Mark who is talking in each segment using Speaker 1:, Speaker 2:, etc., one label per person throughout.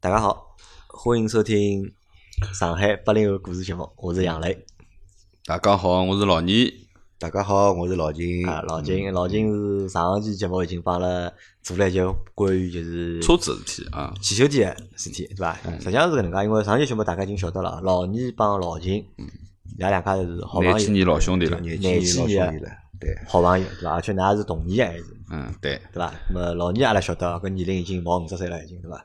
Speaker 1: 大家好，欢迎收听上海八零后故事节目，我是杨磊。
Speaker 2: 大家好，我是老倪。
Speaker 3: 大家好，我是老
Speaker 2: 嗯
Speaker 3: 金。
Speaker 1: 啊，老金，老金是上一期节目已经帮阿拉做了一节关于就是
Speaker 2: 车子的事体啊，
Speaker 1: 汽修店的事体，对伐？实际上是搿能介，因为上期节目大家已经晓得了，老倪帮老金，伊拉两家是好
Speaker 2: 廿
Speaker 1: 朋
Speaker 2: 几
Speaker 1: 友，
Speaker 2: 年老兄弟了。
Speaker 3: 年
Speaker 1: 廿
Speaker 3: 纪
Speaker 1: 七
Speaker 3: 老
Speaker 1: 年
Speaker 3: 兄弟了，对，
Speaker 1: 好朋友，对伐？而且㑚是同年的孩子，
Speaker 2: 嗯，对，
Speaker 1: 对伐？那么老倪阿拉晓得，搿年龄已经毛五十岁了，已经对伐？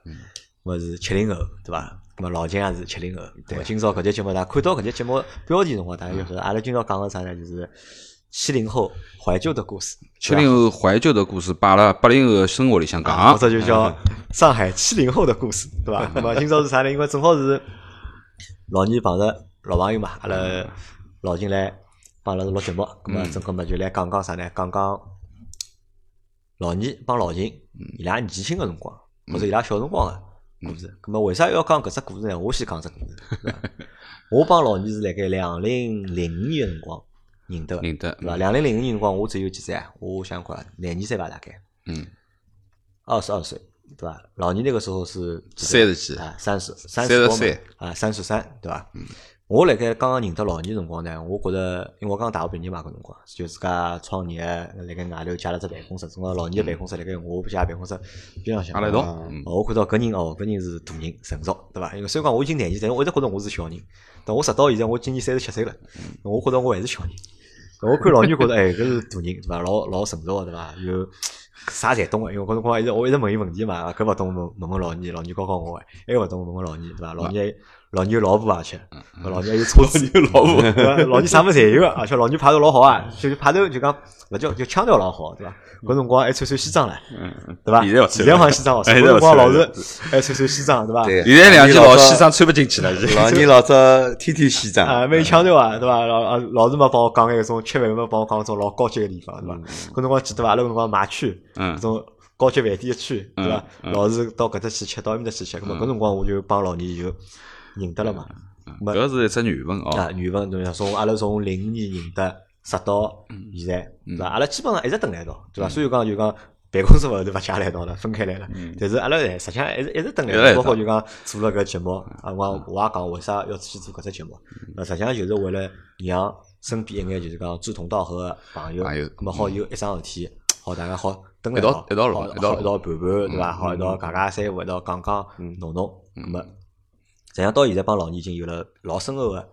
Speaker 1: 那么是七零后，对伐？那么老金也是七零后。那么今朝搿节节目，大家看到搿节节目标题辰光，大家就晓得阿拉今朝讲个啥呢？就是七零后怀旧的故事，
Speaker 2: 七零后怀旧的故事，把阿拉八零后的生活里向
Speaker 1: 啊，
Speaker 2: 讲
Speaker 1: 或。者就叫上海七零后的故事，对伐？那么今朝是啥呢？因为正好是老倪碰着老朋友嘛，阿拉老金来帮阿拉录节目，那么正好嘛就来讲讲啥呢？讲讲老倪帮老秦伊拉年轻个辰光，或者伊拉小辰光个故事。那么为啥要讲搿只故事呢？我先讲只故事。对伐我帮老倪是辣盖两零零五年个辰光认得的，
Speaker 2: 认得
Speaker 1: 对伐？两零零五年辰光我只有几岁啊？我想看廿二岁吧，大概。
Speaker 2: 嗯，
Speaker 1: 二十二岁，对吧？老倪那个时候是几
Speaker 2: 三
Speaker 1: 岁
Speaker 2: 十几，
Speaker 1: 啊，三十三
Speaker 2: 三
Speaker 1: 十
Speaker 2: 十嗯
Speaker 1: 多嘛
Speaker 2: 三
Speaker 1: 啊，三十三，对吧？我辣盖刚刚认得老倪辰光呢，我觉着，因为我刚大学毕业嘛，搿辰光就自家创业，辣盖外头借了只办公室，正好老倪的办公室辣盖我家办公室边浪向。
Speaker 2: 阿拉一道。嗯
Speaker 1: 哦，我看到搿人哦，搿人是大人成熟，对伐？因为虽然讲我已经廿几岁，但我一直觉得我是小人。但我直到现在，我今年三十七岁了，我觉得我还是小人。我看老女觉得，哎，搿是大人对伐？老老成熟个对伐？有啥侪懂个，因为搿辰光一直我一直问伊问题嘛，搿勿懂问问问老女，老女教教我哎，还勿懂问问老女对伐？老女老女有老婆啊，而且
Speaker 2: 嗯
Speaker 1: 老女还有车子， 老女老婆，老女啥物事侪有啊，而且老女派头老好啊，就是派头就讲勿叫就腔调老好对伐？搿辰光还穿穿西装唻。
Speaker 2: 嗯，
Speaker 1: 对吧？
Speaker 2: 现在勿
Speaker 1: 现
Speaker 2: 穿
Speaker 1: 在
Speaker 2: 了
Speaker 1: 好像西装，
Speaker 2: 哎
Speaker 1: 搿
Speaker 2: 现在
Speaker 1: 辰
Speaker 2: 勿
Speaker 1: 光
Speaker 2: 穿
Speaker 1: 老
Speaker 2: 了
Speaker 1: 是还穿穿西装，对吧？
Speaker 3: 对
Speaker 2: 现在两件老西装穿不进去了，已经
Speaker 3: 老倪老早天天西装，
Speaker 1: 啊，蛮腔调啊，对吧？老老老是嘛帮我讲那种吃饭嘛帮我讲那种老高级的地方，对吧？搿辰光记得伐？阿拉搿辰光买区，
Speaker 2: 嗯
Speaker 1: 搿种高级饭店的区，对吧？
Speaker 2: 嗯嗯
Speaker 1: 老是到搿搭去吃，到埃面搭去吃，咁么搿辰光我就帮老倪就认得了
Speaker 2: 嗯
Speaker 1: 嘛。没
Speaker 2: 搿是一只缘分
Speaker 1: 啊
Speaker 2: 哦。，
Speaker 1: 缘分对伐？从阿拉从零五年认得，直到
Speaker 2: 嗯
Speaker 1: 现在，对伐？阿拉基本上一直蹲辣一道，对伐？虽然讲就讲办公室勿是勿加辣一道了，分开来了，但是阿拉还实际上一直一直蹲辣
Speaker 2: 嗯一直辣嗯
Speaker 1: 一道，
Speaker 2: 一道
Speaker 1: 包括就讲做了搿节目，啊，我我也讲为啥要去做搿只节目，
Speaker 2: 嗯
Speaker 1: 那实际上就是为了让身边一眼就是讲志同道合个朋友，
Speaker 2: 朋友嗯
Speaker 1: 咁么好有一桩事体，好大家好蹲辣
Speaker 2: 一道
Speaker 1: 道
Speaker 2: 一道
Speaker 1: 好
Speaker 2: 弄一道
Speaker 1: 好一道盘盘，对伐？好一道讲讲三胡，一道讲讲
Speaker 2: 嗯
Speaker 1: 弄弄，咁么。实际上到现在帮老倪已经有了老深厚的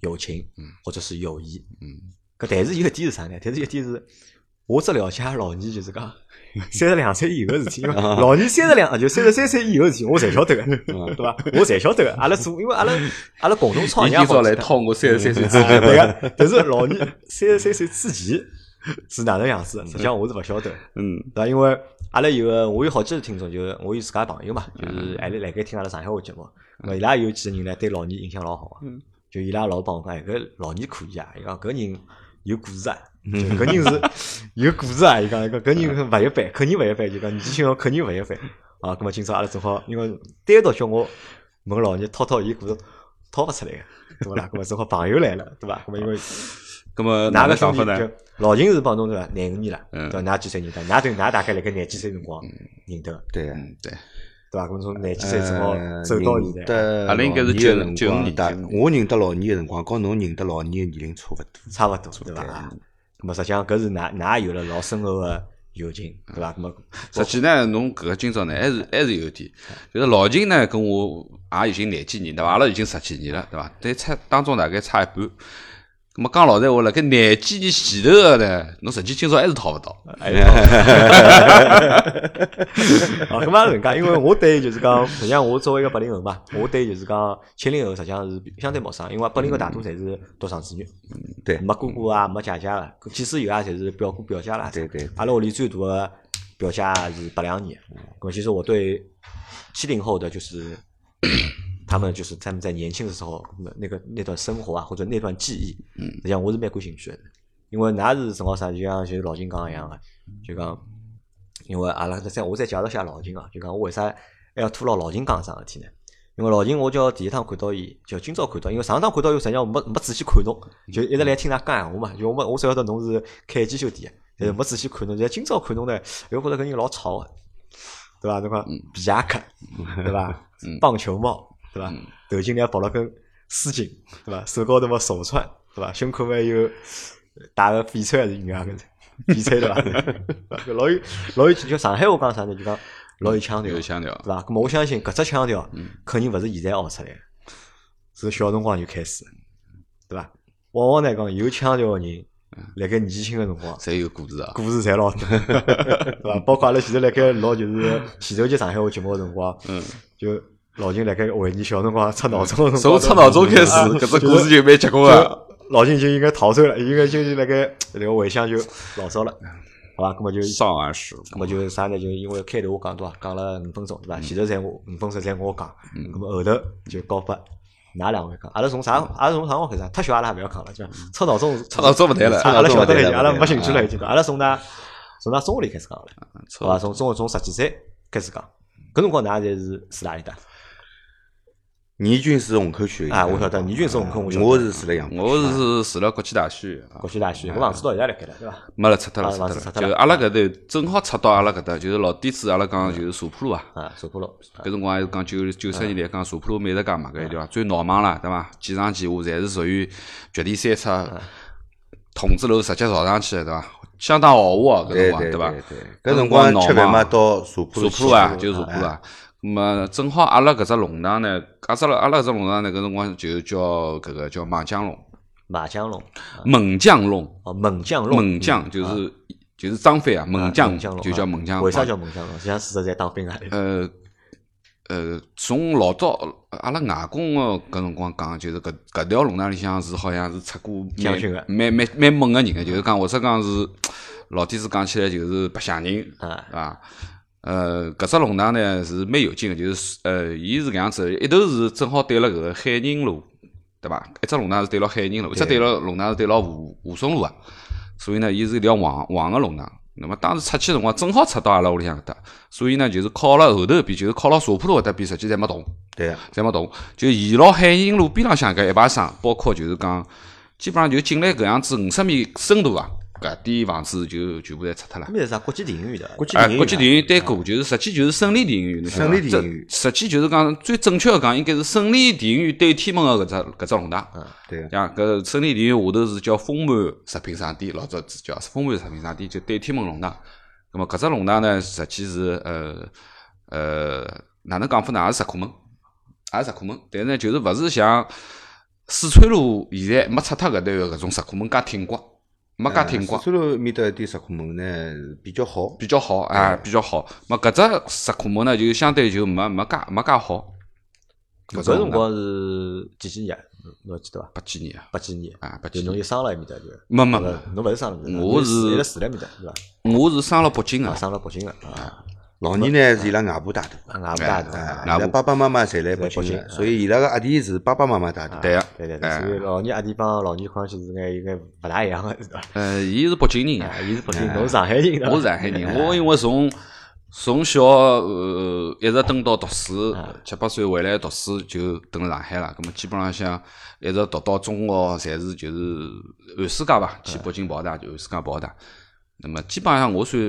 Speaker 1: 友情，或者是友谊。
Speaker 2: 嗯，
Speaker 1: 搿但是有一点是啥呢？但是有一点是，我只了解老倪就是 讲三十两岁以后的事体，因为
Speaker 2: 啊
Speaker 1: 老倪三十两啊就三十三岁以后的事体，我侪晓得个， 对伐？我侪晓得个。阿拉做，因为阿拉阿拉共同创
Speaker 2: 伊
Speaker 1: 业
Speaker 2: 今朝
Speaker 1: 好
Speaker 2: 来
Speaker 1: 几
Speaker 2: 套我三十三岁之
Speaker 1: 啊
Speaker 2: 前
Speaker 1: 对个，但是老倪三十三岁之前是哪能样子，实际上我是勿晓得的。
Speaker 2: 嗯，
Speaker 1: 对伐？因为阿拉有个，我有好几个听众，就是我有自家朋友嘛，就是还辣辣盖听阿拉上海话节目，咾伊拉有几个人呢，对老倪印象老好啊
Speaker 2: 嗯，
Speaker 1: 就伊拉老帮我讲，哎，搿老倪可以啊，伊讲搿人有故事啊，就搿人是有故事啊，伊讲伊讲搿人勿一般，肯定勿一般，就讲年轻人肯定勿一般啊。葛末今朝阿拉正好，因为单独叫我问老倪掏掏伊故事，掏勿出来个，对勿啦？葛末正好朋友来了，对伐？葛末因为
Speaker 2: 葛么
Speaker 1: 哪
Speaker 2: 哪
Speaker 1: 个
Speaker 2: 能
Speaker 1: 兄
Speaker 2: 讲
Speaker 1: 弟
Speaker 2: 法
Speaker 1: 就
Speaker 2: 呢？
Speaker 1: 老秦是帮侬对伐？廿五年了，对
Speaker 2: 嗯
Speaker 1: 伐？㑚几岁认得？㑚对㑚大概辣盖廿几岁辰光认得的，
Speaker 3: 对。
Speaker 2: 嗯，对，
Speaker 1: 对伐？搿么从廿几岁之后
Speaker 3: 呃，
Speaker 1: 走到现在，
Speaker 3: 认得
Speaker 2: 阿拉啊应该是
Speaker 3: 老倪
Speaker 2: 九
Speaker 3: 的辰
Speaker 2: 九五
Speaker 3: 光
Speaker 2: 年
Speaker 3: 大
Speaker 2: 九五
Speaker 3: 我认得老倪的辰光，和侬认得老倪的年龄差勿多。
Speaker 1: 差勿多，对伐？啊搿么实际上搿是㑚㑚也有了老深厚个友情，对伐？搿么
Speaker 2: 实际呢，侬搿个今朝呢，还是还是有一点，就是老秦呢跟我也已经廿几年对伐？阿拉已经十几年了对伐？但差当中大概差一半。咁么讲老实话了，搿廿几年前头个呢，侬实际今朝还是讨勿到。
Speaker 1: 哎呀，啊，搿么也是搿能介，因为我对就是讲，实际上我作为一个八零后嘛，我对就是讲七零后实际上是相对陌生，因为八零后大多侪是独生子女，
Speaker 3: 对
Speaker 1: 没哥哥啊，没姐姐个，即使有啊，侪是表哥表姐啦。
Speaker 3: 对对
Speaker 1: 阿拉屋里最大个表姐是八两年，咁其实我对七零后的就是。他们就是他们在年轻的时候，那个那段生活啊，或者那段记忆，
Speaker 2: 嗯
Speaker 1: 实际上我是蛮感兴趣的。因为㑚是辰光啥，就像就是老金讲的一样个，就讲，因为阿拉再我再介绍一下老金啊，就讲我为啥还要拖牢老金讲桩事体呢？因为老金我叫第一趟看到伊，就今朝看到，因为上趟看到伊，实际上我没没仔细看侬，
Speaker 2: 嗯
Speaker 1: 就一直来听㑚讲闲话嘛，就我没我只晓得侬
Speaker 2: 嗯
Speaker 1: 是开机修店，但是没仔细看侬，但今朝看侬呢，又觉着搿人老吵个。啊对伐？侬看皮夹克，对伐
Speaker 2: 嗯？
Speaker 1: 棒球帽，对伐
Speaker 2: 嗯？
Speaker 1: 头颈里还绑了根丝巾，对伐？手高头嘛手串，对伐？胸口还有打个翡翠还是银啊个 翡翠对伐？ 搿老有老有就上海话讲啥呢？就讲老有腔调，
Speaker 2: 有
Speaker 1: 对
Speaker 2: 腔调，
Speaker 1: 伐？咁么我相信搿只腔调肯定勿是现在学出来的，是小辰光就开始，对伐？往往来讲，有腔调个人，
Speaker 2: 嗯
Speaker 1: 辣盖年纪轻个辰光。
Speaker 2: 侪有故事啊。
Speaker 1: 故事侪老多， 对伐？包括阿拉前头辣盖录就是前头节上海话节目个辰光，
Speaker 2: 嗯，
Speaker 1: 就老金辣盖回忆小辰光出闹钟个辰
Speaker 2: 从
Speaker 1: 光，
Speaker 2: 出闹钟开始，
Speaker 1: 啊
Speaker 2: 搿只故事就蛮结棍啊。
Speaker 1: 老金就应该逃走了，应该就是辣盖那个回想就老早了，好伐？搿么就
Speaker 2: 上儿时，
Speaker 1: 咁么
Speaker 2: 啊
Speaker 1: 就是啥呢？就是因为开头我讲对伐，讲了五分钟
Speaker 2: 嗯
Speaker 1: 对伐？前头侪我五分钟侪我讲，咁么后头就交拨㑚两位讲。阿拉从啥？阿拉从啥辰光开始啊？太小阿拉也勿要讲了，就出闹钟，
Speaker 2: 出嗯闹钟勿谈了
Speaker 1: 阿拉晓得了已经，
Speaker 2: 出闹钟勿谈了嗯
Speaker 1: 阿拉没兴趣了已经。阿拉从㑚从㑚中学里开始讲了，
Speaker 2: 错
Speaker 1: 好伐？从中学从十几岁开始讲，搿辰光㑚侪是住哪里搭？
Speaker 3: 倪军是虹口区的
Speaker 1: 啊，我晓得，倪俊是虹口，我晓得。
Speaker 3: 我是住了杨浦区，
Speaker 2: 我是住了国际大学啊，
Speaker 1: 国际大学，搿房子到现在辣盖了，对伐？
Speaker 2: 没了，拆脱了，
Speaker 1: 啊
Speaker 2: 拆脱
Speaker 1: 房子拆
Speaker 2: 了。
Speaker 1: 脱
Speaker 2: 就
Speaker 1: 了
Speaker 2: 阿拉搿头正好拆到阿拉搿搭，就是老底子阿拉讲就是茶铺路啊。
Speaker 1: 啊，走过路。
Speaker 2: 搿辰光还是讲九九十年代讲茶铺路美食街嘛搿一条最闹忙了，对伐？几上几下侪是属于绝地三
Speaker 1: 嗯
Speaker 2: 出，筒子楼直接绕上去的，对伐？相当豪华啊搿辰
Speaker 3: 对
Speaker 2: 光，
Speaker 3: 对
Speaker 2: 伐？
Speaker 3: 对，搿辰光吃饭
Speaker 2: 搿辰光闹
Speaker 3: 嘛
Speaker 2: 忙
Speaker 3: 到茶铺
Speaker 2: 茶
Speaker 3: 路
Speaker 2: 铺啊，
Speaker 3: 去
Speaker 2: 就是茶铺啊。咁么正好阿拉搿只弄堂呢，阿只阿拉搿只弄堂呢，搿辰光就叫搿个叫孟姜弄，
Speaker 1: 马江弄，
Speaker 2: 孟姜弄，
Speaker 1: 哦，猛将嗯弄，嗯
Speaker 2: 孟姜就是就是张飞啊，孟姜
Speaker 1: 啊
Speaker 2: 就叫孟姜，
Speaker 1: 为啥叫猛将弄？实际上是在当兵啊。
Speaker 2: 呃呃，从老早阿拉外公个搿辰光讲，就是搿搿条弄堂里向是好像是出过
Speaker 1: 将军的
Speaker 2: 蛮蛮蛮蛮猛个人个，就是讲或者讲是老底子讲起来就是白相人
Speaker 1: 啊
Speaker 2: 啊。呃，搿只弄堂呢是蛮有劲个，就是呃，伊是搿样子的，一头是正好对了搿个海宁路，对伐？一只弄堂是对牢海宁路，一只对牢弄堂是对牢吴吴淞路啊。所以呢，伊是一条黄黄个弄堂。那么当时出去的辰光，正好出到阿拉屋里向搿搭，所以呢，就是靠了后头一边，就是靠了茶铺路搿搭边，实际侪没动，
Speaker 3: 对啊，
Speaker 2: 侪没动，就沿牢海宁路边浪向搿一排商，包括就是讲，基本上就进来搿样子五十米深度啊，搿点房子就全部侪拆脱了
Speaker 1: 那。边是啥啊国际电影院的？
Speaker 3: 国际
Speaker 2: 哎，
Speaker 3: 电影
Speaker 2: 国际电
Speaker 3: 院
Speaker 2: 影对过，就是实际就是胜利电影院，侬晓得伐
Speaker 3: 胜利电影院
Speaker 2: 这实际就是讲最正确的讲，应该是胜利电影院对天门个搿只搿只弄堂。
Speaker 3: 对啊，
Speaker 2: 像搿胜利电影院下头是叫丰满食品商店，老早子叫丰满食品商店，就对天门弄堂。那么搿只弄堂呢，实际是呃呃，哪能讲法呢？也是石库门，也是石库门，但是呢，就是勿是像四川路现在没拆脱搿搭有搿种石库门加挺刮，没加挺刮
Speaker 3: 四。川路面搭一点石库门呢比较好，
Speaker 2: 比较好，哎，比较好。那么搿只石库门呢，就相对就没没介没介好。
Speaker 1: 搿
Speaker 2: 只
Speaker 1: 辰光是几几年？侬还记得伐？
Speaker 2: 八几年啊，
Speaker 1: 八几年
Speaker 2: 啊八
Speaker 1: 就
Speaker 2: 几
Speaker 1: 侬
Speaker 2: 年。
Speaker 1: 就生辣埃面搭就，
Speaker 2: 没没
Speaker 1: 呃
Speaker 2: 没，
Speaker 1: 侬勿是生辣埃面搭，
Speaker 2: 我
Speaker 1: 侬
Speaker 2: 是
Speaker 1: 一直住辣埃面搭对伐？
Speaker 2: 我是生了北京
Speaker 1: 啊，
Speaker 2: 个，
Speaker 1: 生辣北京了啊，
Speaker 3: 老年呢是伊拉外婆带大，
Speaker 1: 啊外婆带大
Speaker 3: 啊，
Speaker 1: 对
Speaker 2: 外婆
Speaker 3: 伊拉爸爸妈妈侪
Speaker 1: 在
Speaker 3: 来北
Speaker 1: 北
Speaker 3: 京
Speaker 1: 京
Speaker 3: 的，所以伊拉个阿弟是爸爸妈妈带大。
Speaker 2: 对个。
Speaker 1: 对对，
Speaker 2: 哎
Speaker 1: 所以老年阿弟帮老年关系是眼有眼勿大一样个，是伐？
Speaker 2: 呃，伊是北京人啊
Speaker 1: 啊，，伊是北京，侬是上海人，对伐
Speaker 2: 我是上海人。我因为从从小呃一直蹲到读书，七八岁回来读书就蹲了上海了。咁么基本浪向一直读到中学，侪是就是寒暑假吧，去北京跑大，就寒暑假跑大。那么基本上我算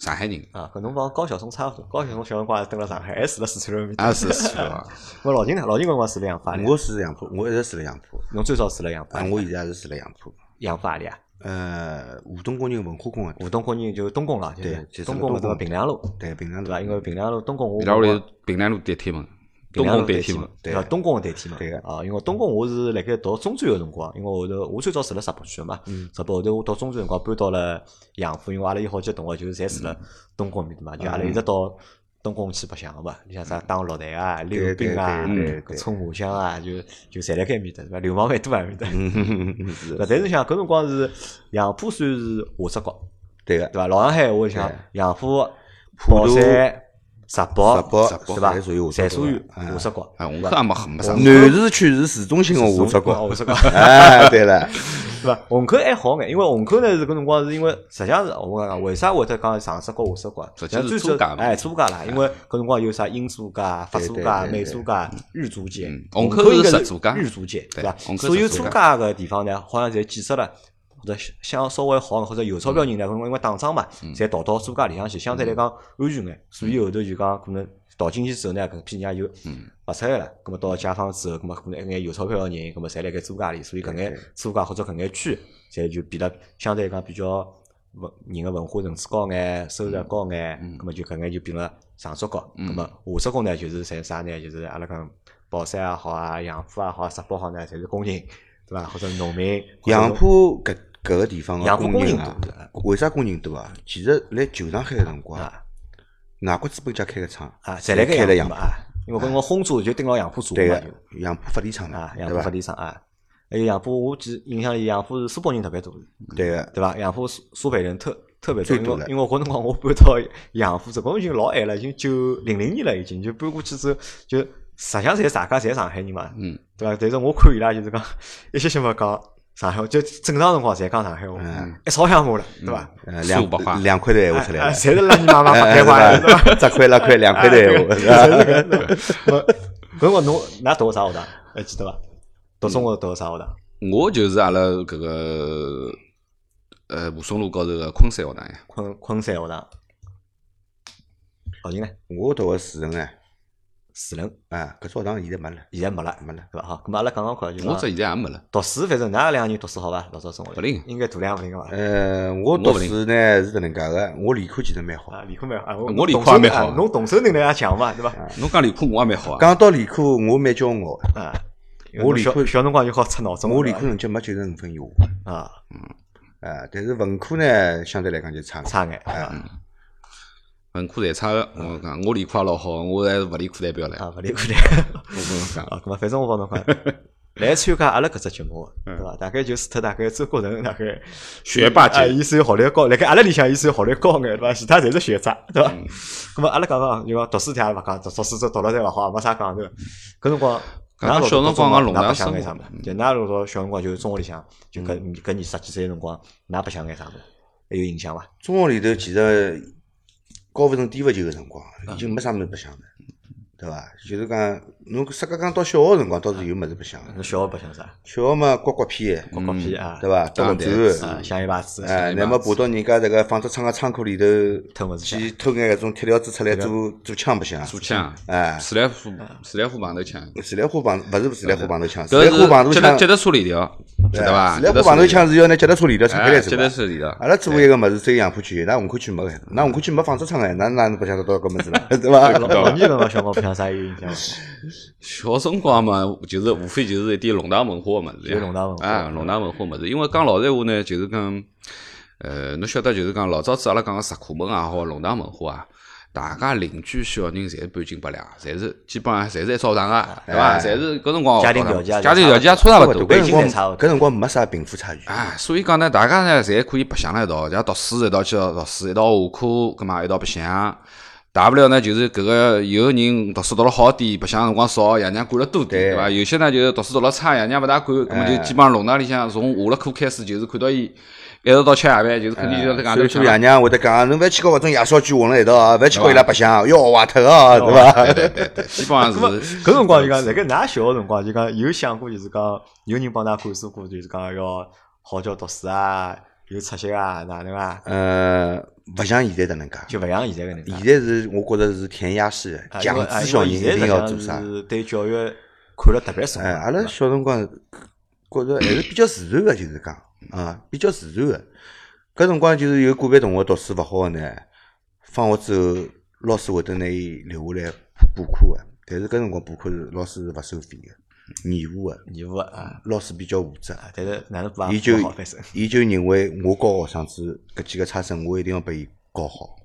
Speaker 2: 上海人，
Speaker 1: 啊，搿侬帮高晓松差勿多，高晓松小辰光也是蹲辣上海，还住辣四川路面搭。
Speaker 2: 也是是 吧？
Speaker 1: 我老金呢？老金辰光住辣杨浦里，
Speaker 3: 我是杨浦，我一直住了杨浦，
Speaker 1: 侬最早住辣杨浦
Speaker 3: 啊，，我现在也是住了杨浦。
Speaker 1: 杨浦阿里啊，
Speaker 3: 呃，吴淞工人文化宫啊，
Speaker 1: 浦东工人就东宫了，就是
Speaker 3: 对
Speaker 1: 东宫
Speaker 3: 就是东宫
Speaker 1: 对伐？平凉路
Speaker 3: 对，平常
Speaker 1: 对伐？因为平凉路东宫我
Speaker 2: 伊拉屋里平南路对天门，东
Speaker 1: 宫
Speaker 2: 宫对天门，
Speaker 1: 对伐？东宫对天门，
Speaker 3: 对个
Speaker 1: 啊，因为东宫我是辣盖读中专个辰光，因为后头我最早住辣石浦区个嘛，
Speaker 3: 嗯
Speaker 1: 石浦后头我读中专辰光搬到了杨浦，因为阿拉有好几个同学就是侪住辣
Speaker 3: 嗯
Speaker 1: 东宫面搭嘛，就阿拉一直到东宫去白相个嘛，你像啥打落台啊、溜冰啊、
Speaker 3: 对对对
Speaker 1: 嗯
Speaker 3: 对
Speaker 1: 冲麻将啊，就就侪辣盖面搭对伐？流氓蛮多啊埃面搭，
Speaker 3: 嗯是
Speaker 1: 对伐但是像搿辰光是杨浦算是下只角。
Speaker 3: 对个，
Speaker 1: 对伐？老上海，我想
Speaker 3: 对
Speaker 1: 杨浦、
Speaker 3: 浦
Speaker 1: 宝
Speaker 3: 东
Speaker 1: 山、石宝对
Speaker 3: 石宝、
Speaker 1: 伐？
Speaker 3: 侪属于下
Speaker 1: 侪
Speaker 3: 只
Speaker 1: 属于
Speaker 3: 角
Speaker 1: 下只角。
Speaker 2: 哎，我看也没没啥。
Speaker 3: 南市区是市中心的
Speaker 1: 虹
Speaker 3: 下只
Speaker 1: 口啊
Speaker 3: 角。
Speaker 1: 下只角，
Speaker 3: 哎，对了，
Speaker 1: 对伐？虹口还好眼，因为虹口呢是搿辰光是因为实际上是我讲讲，为啥会得讲上只角下只角？
Speaker 2: 实际是
Speaker 1: 最
Speaker 2: 租界嘛
Speaker 1: 哎，租界啦，因为搿辰光有啥英租界、法租
Speaker 3: 对
Speaker 1: 界
Speaker 3: 对对、对
Speaker 1: 美租界、日租界
Speaker 2: 嗯，
Speaker 1: 虹
Speaker 2: 虹口
Speaker 1: 应该
Speaker 2: 是
Speaker 1: 是
Speaker 2: 十租界
Speaker 1: 日租界
Speaker 2: 对
Speaker 1: 伐？
Speaker 2: 虹口
Speaker 1: 所有
Speaker 2: 十租
Speaker 1: 租
Speaker 2: 界
Speaker 1: 界个地方呢，好像侪建设了。或者相相稍微好眼或者有钞票人呢，因为因为打仗嘛，
Speaker 2: 嗯
Speaker 1: 侪逃到租界里向去，相对来讲安全眼，所以后头就讲可能逃进去之后呢，搿批人也就
Speaker 2: 嗯
Speaker 1: 勿出来了。咁么到解放之后，咁么可能一眼有钞票个人，咁么侪辣盖租界里，所以搿眼租界或者搿眼区，侪就变得相对来讲比较文人个文化层次高眼，收入高眼，
Speaker 3: 嗯
Speaker 1: 咁么就搿眼就变了上足高。咁么下足高呢，就是侪啥呢？就是阿拉讲宝山也好啊，杨浦也好，石北好呢，侪是工人，对伐？或者农民。或者
Speaker 3: 杨浦搿搿个地方个
Speaker 1: 杨浦工
Speaker 3: 人
Speaker 1: 人
Speaker 3: 啊
Speaker 1: 多的，
Speaker 3: 为啥工人多啊？其实来旧上海个辰光
Speaker 1: 啊，
Speaker 3: 外国资本家开个厂
Speaker 1: 啊，侪辣盖
Speaker 3: 开了
Speaker 1: 杨浦
Speaker 3: 杨浦
Speaker 1: 嘛，啊，因为搿辰光轰炸就盯牢杨浦做
Speaker 3: 对
Speaker 1: 嘛，
Speaker 3: 个
Speaker 1: 就
Speaker 3: 杨浦发电厂嘛
Speaker 1: 啊，，杨浦
Speaker 3: 对
Speaker 1: 发
Speaker 3: 伐？
Speaker 1: 电厂啊，还有杨浦，我记印象里杨浦是苏北人特别多，
Speaker 3: 对个，
Speaker 1: 对伐？杨浦苏苏北人特特别多，
Speaker 3: 最
Speaker 1: 因
Speaker 3: 多
Speaker 1: 为
Speaker 3: 了
Speaker 1: 因为搿辰光我搬到杨浦，这光已经老晚了，已经九零零年了，已经就搬过去之后，就实际上侪大家侪上海人嘛，
Speaker 2: 嗯，
Speaker 1: 对伐？但是我看伊拉就是讲 一些些么讲上海话，就正常辰光侪讲上海话
Speaker 3: 嗯，
Speaker 1: 一吵相骂了，对伐？
Speaker 3: 呃
Speaker 2: 四五百块
Speaker 3: 两两块头闲话
Speaker 1: 啊
Speaker 3: 出来
Speaker 1: 啊
Speaker 3: 了，
Speaker 1: 侪是拉你妈妈白开话，
Speaker 3: 哎
Speaker 1: 对 伐？
Speaker 3: 对吧十块、两块、两块头 闲话，是吧
Speaker 1: 搿辰光侬㑚读个啥学堂？还记得伐？读中学读个啥学堂？
Speaker 2: 我就是阿拉搿个呃武松路高头个昆山学堂呀，
Speaker 1: 昆昆山学堂。哦老金呢？
Speaker 3: 我读个四城哎，
Speaker 1: 四人
Speaker 3: 啊，搿只学堂现在没了，
Speaker 1: 现在没了，
Speaker 3: 没了。
Speaker 1: 对伐？好，咁阿拉讲讲看，就
Speaker 2: 我
Speaker 1: 讲
Speaker 2: 这现在也没了。
Speaker 1: 读书，反正㑚两个人读书好伐？老早中学
Speaker 2: 不灵哎
Speaker 1: 应该大量勿灵个伐？
Speaker 3: 呃，我
Speaker 2: 我
Speaker 3: 读
Speaker 2: 不灵
Speaker 3: 书呢是搿能介个，我理科其实蛮好。
Speaker 1: 啊，理科蛮好，啊我
Speaker 2: 我理科
Speaker 1: 动手
Speaker 2: 也蛮好哎
Speaker 1: 啊侬动手能力也强嘛，对伐？
Speaker 2: 侬讲理科我也蛮好啊，
Speaker 3: 讲到理科，我蛮骄傲的，
Speaker 1: 啊，
Speaker 3: 我理科
Speaker 1: 因为侬小小辰光就好出脑子嘛，
Speaker 3: 我理
Speaker 1: 对
Speaker 3: 科
Speaker 1: 伐
Speaker 3: 成绩没九十五分以下。
Speaker 1: 啊，
Speaker 3: 啊，但是文科呢，相对来讲就差。
Speaker 1: 差眼
Speaker 2: 哎
Speaker 1: 啊，
Speaker 2: 文科侪差个。
Speaker 3: 嗯
Speaker 2: 我哦讲我理科也老好，我还是物理课代表唻。
Speaker 1: 啊，勿理科的。
Speaker 2: 我跟侬 讲，
Speaker 1: 啊，咁啊，反正我帮侬讲，来参加阿拉搿只节目，对伐？大概就除脱大概周国成大概
Speaker 2: 嗯学霸级
Speaker 1: 啊，伊是有学历高，辣盖阿拉里向伊是有学历高眼，对伐？其他侪是学渣，对伐？
Speaker 2: 嗯
Speaker 1: 咁啊么阿拉讲讲，就讲读书题也勿讲，读读书这读了侪勿好，没啥讲头。搿辰光，
Speaker 2: 讲讲
Speaker 1: 㑚
Speaker 2: 小辰光
Speaker 1: 啊，
Speaker 2: 讲弄堂
Speaker 1: 想
Speaker 2: 生
Speaker 1: 眼
Speaker 2: 活嗯
Speaker 1: 啥物事？就㑚老早小辰光就是中学里向，就搿搿二十几岁辰光，㑚白相眼啥物事？还有印象伐？
Speaker 3: 中学里头其实高不成低不就个辰光，已经没啥物事白相的，对伐？就是讲，侬世界讲到小学辰光倒是有物事白相的
Speaker 1: 侬。小学白相啥？
Speaker 3: 小学嘛，刮刮片，
Speaker 2: 嗯
Speaker 1: 刮刮皮啊，
Speaker 3: 对伐？
Speaker 2: 打
Speaker 3: 打
Speaker 2: 弹
Speaker 3: 弹
Speaker 1: 啊，香烟牌子，
Speaker 3: 哎，乃末爬到人家这个纺织厂个仓库里头
Speaker 1: 偷物事
Speaker 3: 去偷眼搿种铁料子出来做做枪白相。
Speaker 2: 做枪，
Speaker 3: 哎，
Speaker 2: 自来火自来火棒头枪，
Speaker 3: 自来火棒勿是自来火棒头枪，自
Speaker 2: 搿
Speaker 3: 来火棒头
Speaker 2: 是脚踏
Speaker 3: 枪，
Speaker 2: 脚踏车链条，晓得伐？
Speaker 3: 哎自来火棒头枪是要拿脚踏车里头拆开
Speaker 2: 啊哎，
Speaker 3: 来
Speaker 2: 脚
Speaker 3: 做
Speaker 2: 踏
Speaker 3: 的。
Speaker 2: 车链条，
Speaker 3: 阿拉做一个么子只有杨浦区，那虹口区没个，那虹口区没纺织厂啊个，那哪能白相得到搿么子 啦？对
Speaker 1: 老
Speaker 3: 伐？
Speaker 1: 老年辰光小辰光白相啥有印象伐？
Speaker 2: 小辰光嘛，就是无非就是一点弄堂文化个物事呀，
Speaker 1: 就弄堂文化
Speaker 2: 啊，弄堂文化物事。因为讲老实闲话呢，就是讲，呃，侬晓得就是讲老早子阿拉讲个石库门也好，弄堂文化啊，大家邻居小人侪半斤八两，侪是基本上侪是一操场个，对伐？
Speaker 3: 哎
Speaker 2: 侪是搿辰光
Speaker 1: 家庭条件也
Speaker 2: 家庭条件
Speaker 1: 差
Speaker 2: 也差
Speaker 3: 差
Speaker 2: 勿
Speaker 3: 勿
Speaker 2: 多
Speaker 3: 多，
Speaker 1: 北
Speaker 3: 搿
Speaker 1: 京
Speaker 3: 辰
Speaker 1: 也
Speaker 3: 光
Speaker 1: 差勿
Speaker 3: 搿
Speaker 1: 多
Speaker 3: 辰光没啥贫富差距。
Speaker 2: 啊，所以讲呢，大家呢侪可以白相了一道，像读书一道去读书，一道下课，葛末一道白相。大不了呢，就是搿个有个人读书读了好点，白相的辰光少，爷娘管了多点，对
Speaker 3: 对
Speaker 2: 伐？有些呢就是读书读了差，爷娘勿大管，
Speaker 1: 哎
Speaker 2: 葛末就基本上弄堂里向从下了课开始，就是看到伊一直到吃夜饭，就是肯定就是在外
Speaker 3: 所
Speaker 2: 头
Speaker 3: 以说爷
Speaker 2: 相。
Speaker 3: 娘会得讲，啊侬勿要去搞搿种野烧剧混了一道啊，勿要去搞伊拉白相，要学坏脱啊，对伐？
Speaker 2: 哦对 对对对，基本
Speaker 1: 咁么
Speaker 2: 上是
Speaker 1: 搿辰光就讲，辣盖㑚小个辰光就讲有想过，就是讲有人帮㑚灌输过，就是讲要好叫读书啊，有出息啊，哪能啊，
Speaker 3: 呃，勿像现在搿能介，
Speaker 1: 就勿像现在搿能
Speaker 2: 啊
Speaker 3: 现
Speaker 1: 介。
Speaker 3: 在是我觉着是填鸭式的，
Speaker 1: 啊
Speaker 3: 强
Speaker 1: 因为啊
Speaker 3: 制小人
Speaker 1: 因
Speaker 3: 一
Speaker 1: 为现在
Speaker 3: 定要
Speaker 1: 实
Speaker 3: 做
Speaker 1: 际
Speaker 3: 啥
Speaker 1: 上。是对教育看了特别重。
Speaker 3: 哎，阿拉
Speaker 1: 对伐
Speaker 3: 小辰光觉着还是比较自然个，就是讲啊，比较自然个。搿辰光就是有个别同学读书勿好个呢，放学之后老师会得拿伊留下来补课个，但是搿辰光补课是老师是勿收费个，义务个，
Speaker 1: 义务啊，
Speaker 3: 老师比较负责。
Speaker 1: 啊但是哪能办
Speaker 3: 伊就
Speaker 1: 勿好反正。啊
Speaker 3: 伊就认为我教学生子搿几个差生，我一定要拨伊教好。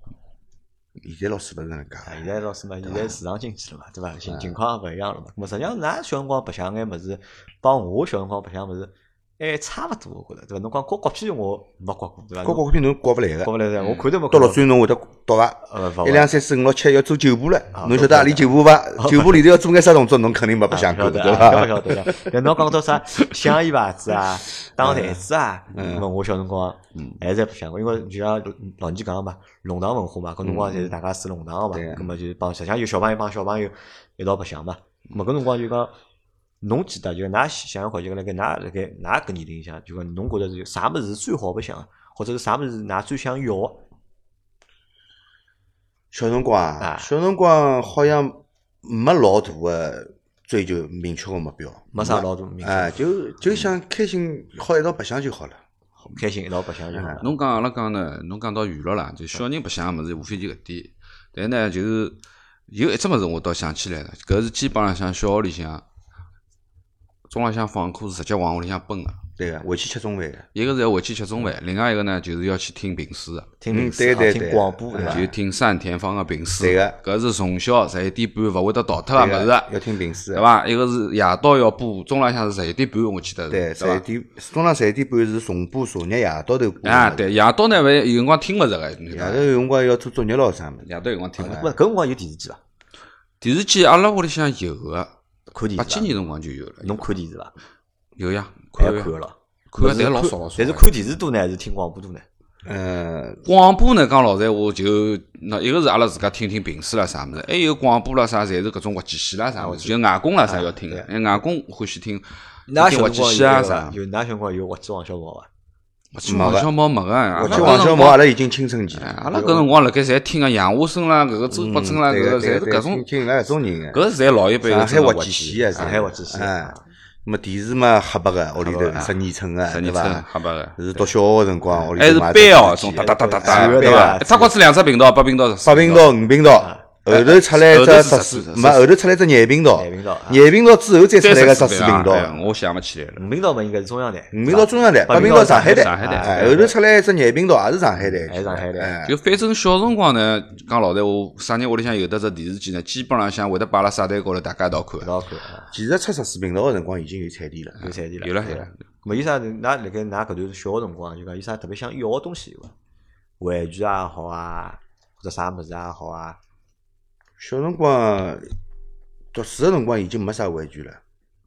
Speaker 3: 现在老师勿是搿能介
Speaker 1: 啊，现
Speaker 3: 个，
Speaker 1: 在老师嘛，现在市场经济了嘛，对伐？情
Speaker 3: 哎
Speaker 1: 情况也勿一样了嘛。咁么实际上，㑚小辰光白相眼物事，帮我小辰光白相物事还差勿多，我觉着对伐？侬讲刮刮皮我没刮过，对伐？
Speaker 3: 教教片侬教勿来
Speaker 1: 刮
Speaker 3: 个，
Speaker 1: 勿来噻，我看都没看
Speaker 3: 嗯到六岁侬会得读啊伐？
Speaker 1: 呃，勿
Speaker 3: 一
Speaker 1: 会
Speaker 3: 两三四五六七要做九步了
Speaker 1: 啊，
Speaker 3: 侬晓得阿里九步伐？九步里头要做眼啥动作，侬肯定没白相过，
Speaker 1: 啊
Speaker 3: 对
Speaker 1: 不晓
Speaker 3: 伐？
Speaker 1: 得啊，不晓得。但侬讲到啥香烟牌子啊、打台子啊，
Speaker 3: 嗯
Speaker 1: 那么我小辰光还是白相过，因为就像老年讲个嘛，弄堂文化嘛，搿辰光侪是大家住弄堂个嘛
Speaker 3: 嗯对，
Speaker 1: 葛末就是帮实际上有小朋友帮小朋友一道白相嘛。咾搿辰光就讲侬记得就讲，㑚想想看，就讲辣盖㑚辣盖㑚搿年龄向，就讲侬觉着是啥物事最好白相，啊或者是啥物事㑚最想要啊的？
Speaker 3: 小辰光
Speaker 1: 啊
Speaker 3: 啊，小辰光好像没老大个追求明确个目标，
Speaker 1: 没啥老大明确
Speaker 3: 哎，就就想开心，好一道白相就好了。
Speaker 1: 开心一道白相就好
Speaker 3: 啊
Speaker 1: 了。
Speaker 2: 侬讲阿拉讲呢，侬讲到娱乐啦，就小人白相个物事，无非就搿点。但呢，就是有一只物事我倒想起来了，搿是基本浪向小学里向、中浪向放课是直接往屋里向奔个。
Speaker 3: 对啊个，回去吃中饭个。
Speaker 2: 一个是要回去吃中饭，另外一个呢就是要去听评书个。
Speaker 1: 听
Speaker 3: 嗯
Speaker 1: 名字
Speaker 3: 对
Speaker 1: 啊
Speaker 3: 对
Speaker 1: 听
Speaker 3: 对
Speaker 1: 广播对
Speaker 3: 啊
Speaker 2: 就
Speaker 1: 伐？
Speaker 2: 听单田芳个评书，
Speaker 3: 对个
Speaker 2: 搿是从小十一点半勿会得逃脱个
Speaker 3: 对
Speaker 2: 物
Speaker 3: 个
Speaker 2: 事，
Speaker 3: 要听评书
Speaker 2: 对
Speaker 3: 个。
Speaker 2: 伐？一个是夜到要补，中浪向是十一点半，我记得是，
Speaker 3: 对，
Speaker 2: 对
Speaker 3: 十
Speaker 2: 伐
Speaker 3: 一？点，中浪十一点半是重播昨日夜到头播。
Speaker 2: 啊，，对，夜到呢，万一有辰光听勿着个，你
Speaker 3: 夜
Speaker 2: 看
Speaker 3: 到有辰光要做作业咯啥物事。
Speaker 2: 夜到有辰光听勿着。
Speaker 1: 不，搿辰光有电视啊机伐？
Speaker 2: 电视机阿拉屋里向有个，
Speaker 1: 看电视
Speaker 2: 八
Speaker 1: 伐。
Speaker 2: 几啊年辰光就有了，
Speaker 1: 侬看电视伐？
Speaker 2: 有呀，
Speaker 1: 看
Speaker 2: 有
Speaker 1: 也
Speaker 2: 呀
Speaker 1: 看，了。
Speaker 2: 看
Speaker 1: 但
Speaker 2: 但
Speaker 1: 是
Speaker 2: 是老
Speaker 1: 看
Speaker 2: 少老少。
Speaker 1: 但是看电视多呢，还是听广播多呢？
Speaker 3: 呃，
Speaker 2: 广播呢，讲老实闲话，就那一个是阿拉自家听听评书啦啥物事，还有广播啦啥，侪是搿种滑稽戏啦啥物事，
Speaker 1: 嗯
Speaker 2: 就外公啦
Speaker 1: 啊
Speaker 2: 啥要听的，哎外公欢喜听
Speaker 1: 㑚
Speaker 2: 听
Speaker 1: 小
Speaker 2: 滑
Speaker 1: 辰
Speaker 2: 稽
Speaker 1: 光
Speaker 2: 戏
Speaker 1: 有
Speaker 2: 啊
Speaker 1: 个伐
Speaker 2: 啥。
Speaker 1: 有㑚小辰光有滑稽王小宝伐？
Speaker 2: 我去王小毛没个，啊阿
Speaker 3: 我
Speaker 2: 拉
Speaker 3: 去
Speaker 2: 搿
Speaker 3: 王小
Speaker 2: 辰
Speaker 3: 毛，
Speaker 2: 光
Speaker 3: 阿拉已经青春期
Speaker 2: 哎
Speaker 3: 了。
Speaker 2: 阿拉搿辰光辣盖侪听个杨花生啦，搿个周
Speaker 1: 嗯
Speaker 2: 柏春啦，
Speaker 3: 对
Speaker 2: 搿
Speaker 3: 个
Speaker 2: 个
Speaker 3: 对
Speaker 2: 侪是
Speaker 3: 啊个
Speaker 2: 搿
Speaker 3: 对
Speaker 2: 种，
Speaker 3: 听人家搿种人啊个。
Speaker 2: 搿是侪老一辈
Speaker 3: 上
Speaker 2: 的
Speaker 3: 海
Speaker 2: 真的
Speaker 3: 滑
Speaker 2: 滑
Speaker 3: 稽戏
Speaker 2: 稽
Speaker 3: 啊，
Speaker 1: 上海滑稽戏
Speaker 3: 哎，那么电视嘛，黑白个，屋里头十二寸
Speaker 1: 啊
Speaker 3: 个，
Speaker 2: 十二
Speaker 3: 对
Speaker 2: 寸
Speaker 3: 伐？
Speaker 2: 黑白个，
Speaker 3: 是读小学个辰光，屋里
Speaker 2: 还
Speaker 3: 头
Speaker 2: 是
Speaker 3: 买
Speaker 2: 班哦，
Speaker 3: 只
Speaker 2: 种
Speaker 3: 机
Speaker 2: 哒哒哒哒
Speaker 3: 哎
Speaker 2: 哒，
Speaker 3: 对
Speaker 2: 吧？
Speaker 3: 伐？
Speaker 2: 一只瓜子两只频道，八频道是
Speaker 3: 八频道、五频道，后头出来一
Speaker 2: 后
Speaker 3: 只
Speaker 2: 头是
Speaker 3: 十
Speaker 2: 十四
Speaker 3: 四，没后头出来一只廿频道
Speaker 1: 廿频道啊，
Speaker 3: 廿频道之后再
Speaker 2: 再
Speaker 3: 出来个
Speaker 2: 十
Speaker 3: 十
Speaker 2: 四
Speaker 3: 四
Speaker 2: 频
Speaker 3: 频
Speaker 2: 道啊，
Speaker 3: 道
Speaker 2: 哎。我想勿起来了。
Speaker 1: 五频道嘛，应该是中央台。
Speaker 3: 五频道中央台，
Speaker 1: 八
Speaker 3: 八
Speaker 1: 频
Speaker 3: 频
Speaker 1: 道
Speaker 3: 道上海台，
Speaker 1: 上
Speaker 2: 海台
Speaker 3: 哎后头出来一只廿频道，也是上海台，
Speaker 1: 还是上海台。
Speaker 3: 哎
Speaker 2: 就反正小辰光呢，讲老实话，啥人屋里向有得只电视机呢，基本浪向会得摆辣沙滩高头，大家一道看
Speaker 1: 勿。好看啊，
Speaker 3: 其实出十四频道个辰光已经有彩电了，
Speaker 1: 有彩电了。
Speaker 2: 有了有了，
Speaker 1: 没有啥，㑚辣盖㑚搿段小个辰光，就讲有啥特别想要个东西有伐？玩具也好啊，或者啥物事也好啊，
Speaker 3: 小辰光读书个辰光已经没啥玩具了。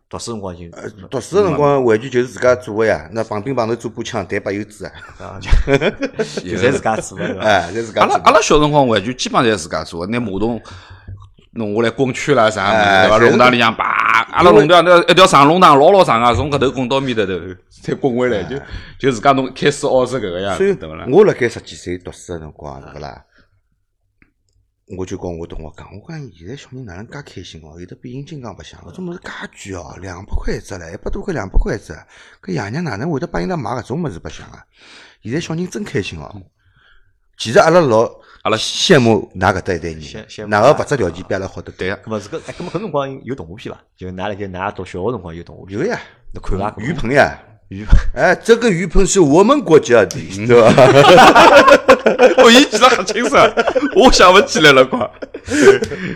Speaker 1: 读书辰光已经
Speaker 3: 呃，读书个辰光玩具就是自家做个呀，那旁边旁头做把枪，弹把油纸啊，
Speaker 1: 啊，就
Speaker 2: 有
Speaker 1: 侪自家做个对伐？
Speaker 3: 哎，侪自
Speaker 2: 阿拉
Speaker 3: 家做
Speaker 2: 阿
Speaker 3: 的。
Speaker 2: 拉小辰光玩具基本上侪自家做的，拿马桶弄下来滚圈啦啥
Speaker 3: 哎
Speaker 2: 物事，对伐？
Speaker 3: 侪是
Speaker 2: 弄堂里向叭，阿拉弄堂那一条长弄堂老老长啊，从搿头滚到面头头， 再滚回来就 就自家弄开始熬是搿个样
Speaker 3: 所
Speaker 2: 子，
Speaker 3: 以
Speaker 2: 对勿啦？，
Speaker 3: 我辣盖十几岁读书个辰光，对勿啦？我就跟我同学讲，我讲现在小人哪能介开心哦？有的变形金刚白相，搿种物事介贵哦，两百块一只唻，一百多块两百块一只，搿爷娘哪能会得帮伊拉买搿种物事白相啊？现在小人真开心哦。其实阿拉老
Speaker 2: 阿拉
Speaker 3: 羡慕㑚搿搭一代
Speaker 1: 羡羡慕
Speaker 3: 人，哪个物质条件比阿拉好得多
Speaker 2: 对啊个，
Speaker 1: 搿么是搿哎，搿么搿辰光有动画片伐？就㑚辣盖㑚读小个辰光有动画片，
Speaker 3: 有呀，
Speaker 1: 侬看伐？
Speaker 3: 鱼棚呀，
Speaker 1: 鱼棚，
Speaker 3: 哎，这个鱼盆是我们国家的， 对吧？
Speaker 2: 我伊记得很清楚，我想勿起来了快。
Speaker 3: 哦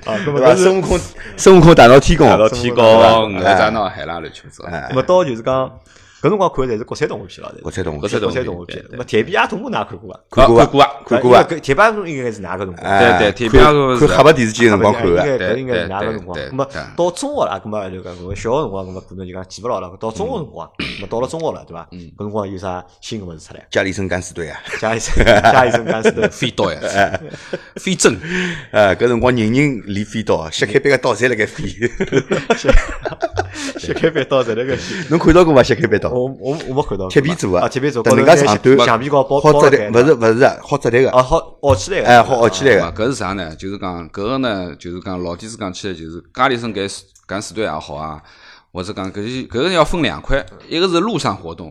Speaker 1: 啊，搿么
Speaker 3: 对吧？
Speaker 1: 搿是
Speaker 3: 孙悟空， 孙悟空打到天宫，
Speaker 2: 爬到天哎高，我再到海浪里啊去走。
Speaker 3: 哎
Speaker 1: 搿么到就是讲搿辰光看的侪是国产动画片了，侪是
Speaker 3: 国产动画
Speaker 2: 国产
Speaker 3: 片
Speaker 1: 国产
Speaker 2: 动
Speaker 1: 动
Speaker 2: 画
Speaker 1: 画
Speaker 2: 片
Speaker 1: 片
Speaker 2: 对。对
Speaker 1: 那铁臂阿童木㑚看过伐？
Speaker 2: 看
Speaker 3: 过
Speaker 2: 过
Speaker 3: 啊
Speaker 2: 过啊，
Speaker 3: 看过伐
Speaker 1: 因为搿铁臂阿童木应该是㑚搿辰光？
Speaker 2: 对
Speaker 3: 哎
Speaker 2: 对铁
Speaker 3: 看
Speaker 2: 皮阿哥是
Speaker 1: 啊
Speaker 3: 看黑白电视机的辰光看啊
Speaker 1: 应
Speaker 3: 的，
Speaker 1: 该
Speaker 2: 对
Speaker 1: 搿应该是㑚
Speaker 2: 对
Speaker 1: 搿辰光。
Speaker 2: 对
Speaker 1: 那么
Speaker 2: 对
Speaker 1: 到中学了，搿么就讲搿小学辰光，搿么可能就讲记勿牢了。到中学辰光，
Speaker 3: 嗯
Speaker 1: 搿么到了中学了，对伐？搿辰光有啥新个物事出来？
Speaker 3: 家里生敢死队啊！
Speaker 1: 加一层，加一层，加一层。
Speaker 2: 飞刀呀，飞针，
Speaker 3: 哎，搿辰光人人练飞
Speaker 1: 嗯
Speaker 3: 刀，削开边个刀侪辣盖飞。
Speaker 1: 掀开翻到在那个去。
Speaker 3: 侬看到过伐？削开边刀，
Speaker 1: 我我我没看到。
Speaker 3: 铁皮做
Speaker 1: 哦啊，铁皮做。
Speaker 3: 等人家
Speaker 1: 高
Speaker 3: 上
Speaker 1: 头
Speaker 3: 头
Speaker 1: 在橡皮高包包
Speaker 3: 好
Speaker 1: 了
Speaker 3: 折叠，
Speaker 1: 盖
Speaker 3: 勿是勿是啊，好折叠
Speaker 1: 啊，
Speaker 3: 个，
Speaker 1: 好凹起来个。
Speaker 3: 哎，好学起来
Speaker 2: 对伐？
Speaker 3: 个。
Speaker 2: 搿是啥呢？就是讲搿个呢，就是讲老底子讲起来，就是家里生搿搿死队也好啊，或者讲搿些搿个要分两块，一个是路上活动，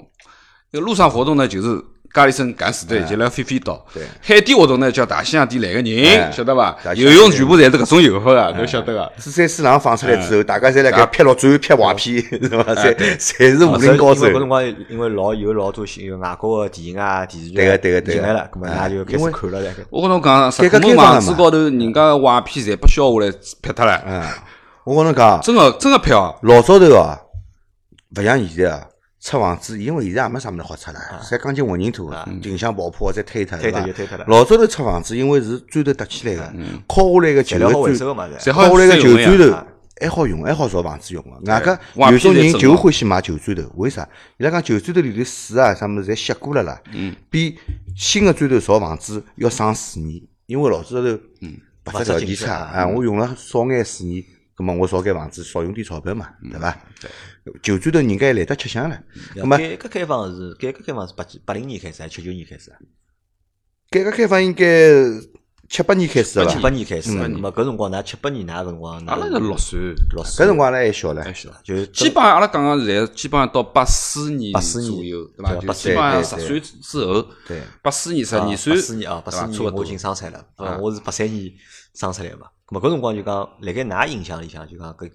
Speaker 2: 一个路上活动呢就是。家里生赶死
Speaker 3: 哎
Speaker 2: 队，就来飞飞刀。海底活动呢，叫大西洋底来个人，晓得伐？
Speaker 3: 哎大西
Speaker 2: 游
Speaker 3: 洋
Speaker 2: 泳全部侪是搿种游法
Speaker 3: 哎
Speaker 2: 啊，侬晓得伐？
Speaker 3: 珠三四郎放出来之后，
Speaker 1: 嗯
Speaker 3: 大家侪辣盖劈落转、劈瓦片，是伐？侪侪是武
Speaker 1: 啊
Speaker 3: 林高
Speaker 1: 因
Speaker 3: 手
Speaker 1: 为。搿辰光，因为老有老多新有外国个电影啊、电视剧啊
Speaker 3: 对个对个对
Speaker 1: 进
Speaker 3: 个
Speaker 1: 来了，搿么
Speaker 3: 啊
Speaker 1: 㑚就开
Speaker 3: 因
Speaker 1: 始
Speaker 3: 为
Speaker 1: 看了唻。
Speaker 2: 我跟侬讲，
Speaker 3: 改
Speaker 2: 石
Speaker 3: 革
Speaker 2: 门
Speaker 3: 开放
Speaker 2: 房
Speaker 3: 了
Speaker 2: 子
Speaker 3: 嘛
Speaker 2: 高头，人家的瓦片侪被削下来劈脱了，
Speaker 1: 哎
Speaker 3: 嗯，我跟侬讲，
Speaker 2: 真个真个劈哦！
Speaker 3: 老早头啊，勿像现在啊，拆房子，因为现在也没啥物事好拆了，侪钢筋混凝土
Speaker 1: 啊，
Speaker 3: 顶向爆破再推脱，
Speaker 1: 推
Speaker 3: 对
Speaker 1: 脱
Speaker 3: 伐
Speaker 1: 就推脱了？嗯
Speaker 3: 老早头拆房子，因为是砖头搭起来个，敲下来个
Speaker 1: 材
Speaker 3: 旧
Speaker 1: 料好回
Speaker 3: 个
Speaker 1: 收
Speaker 3: 砖，
Speaker 1: 个嘛，
Speaker 2: 侪
Speaker 1: 侪。
Speaker 2: 好
Speaker 3: 敲下来个旧
Speaker 2: 侪有
Speaker 3: 砖
Speaker 2: 个呀
Speaker 3: 头。还好用，还好造房子用个。啊外加
Speaker 2: 瓦
Speaker 3: 有种
Speaker 2: 片侪
Speaker 3: 人
Speaker 2: 整
Speaker 3: 就
Speaker 2: 了
Speaker 3: 欢喜买旧砖头，为啥？伊拉讲旧砖头里头水啊啥物事侪吸过了啦，比新个砖头造房子要省水泥，因为老早头，嗯，
Speaker 1: 勿
Speaker 3: 白
Speaker 1: 是
Speaker 3: 条
Speaker 1: 进
Speaker 3: 件
Speaker 1: 去
Speaker 3: 差
Speaker 1: 啊
Speaker 3: 啊，我用了少眼水泥，葛末我少间房子，少用点钞票嘛，嗯对伐？九转头人家还懒得吃香了，葛末
Speaker 1: 改革开放是改革开放是八几八零年开始还是七九年开始啊？
Speaker 3: 改革开放应该七八年开始了
Speaker 1: 七
Speaker 3: 伐？
Speaker 1: 八年开始
Speaker 3: 嗯
Speaker 1: 啊，那么搿辰光㑚七八年㑚搿辰光㑚
Speaker 2: 阿拉是六岁，
Speaker 1: 六
Speaker 3: 搿
Speaker 1: 岁，
Speaker 3: 辰光阿拉还小唻，
Speaker 2: 是伐？
Speaker 1: 就是
Speaker 2: 基本上阿拉讲讲现在，基本上到八四年
Speaker 1: 84年
Speaker 2: 左右，对伐？
Speaker 1: 对
Speaker 2: 就基本上十岁之后，
Speaker 3: 对，
Speaker 2: 八四年、十
Speaker 1: 啊
Speaker 2: 二岁，
Speaker 1: 八四年啊，八
Speaker 2: 对
Speaker 1: 四
Speaker 2: 伐？
Speaker 1: 年
Speaker 2: 差不
Speaker 1: 我
Speaker 2: 多
Speaker 1: 已。经生出来了，对伐
Speaker 2: 啊
Speaker 1: 我是八三年生出来的嘛。咁么啊搿辰光就讲，辣盖㑚印象里向就讲搿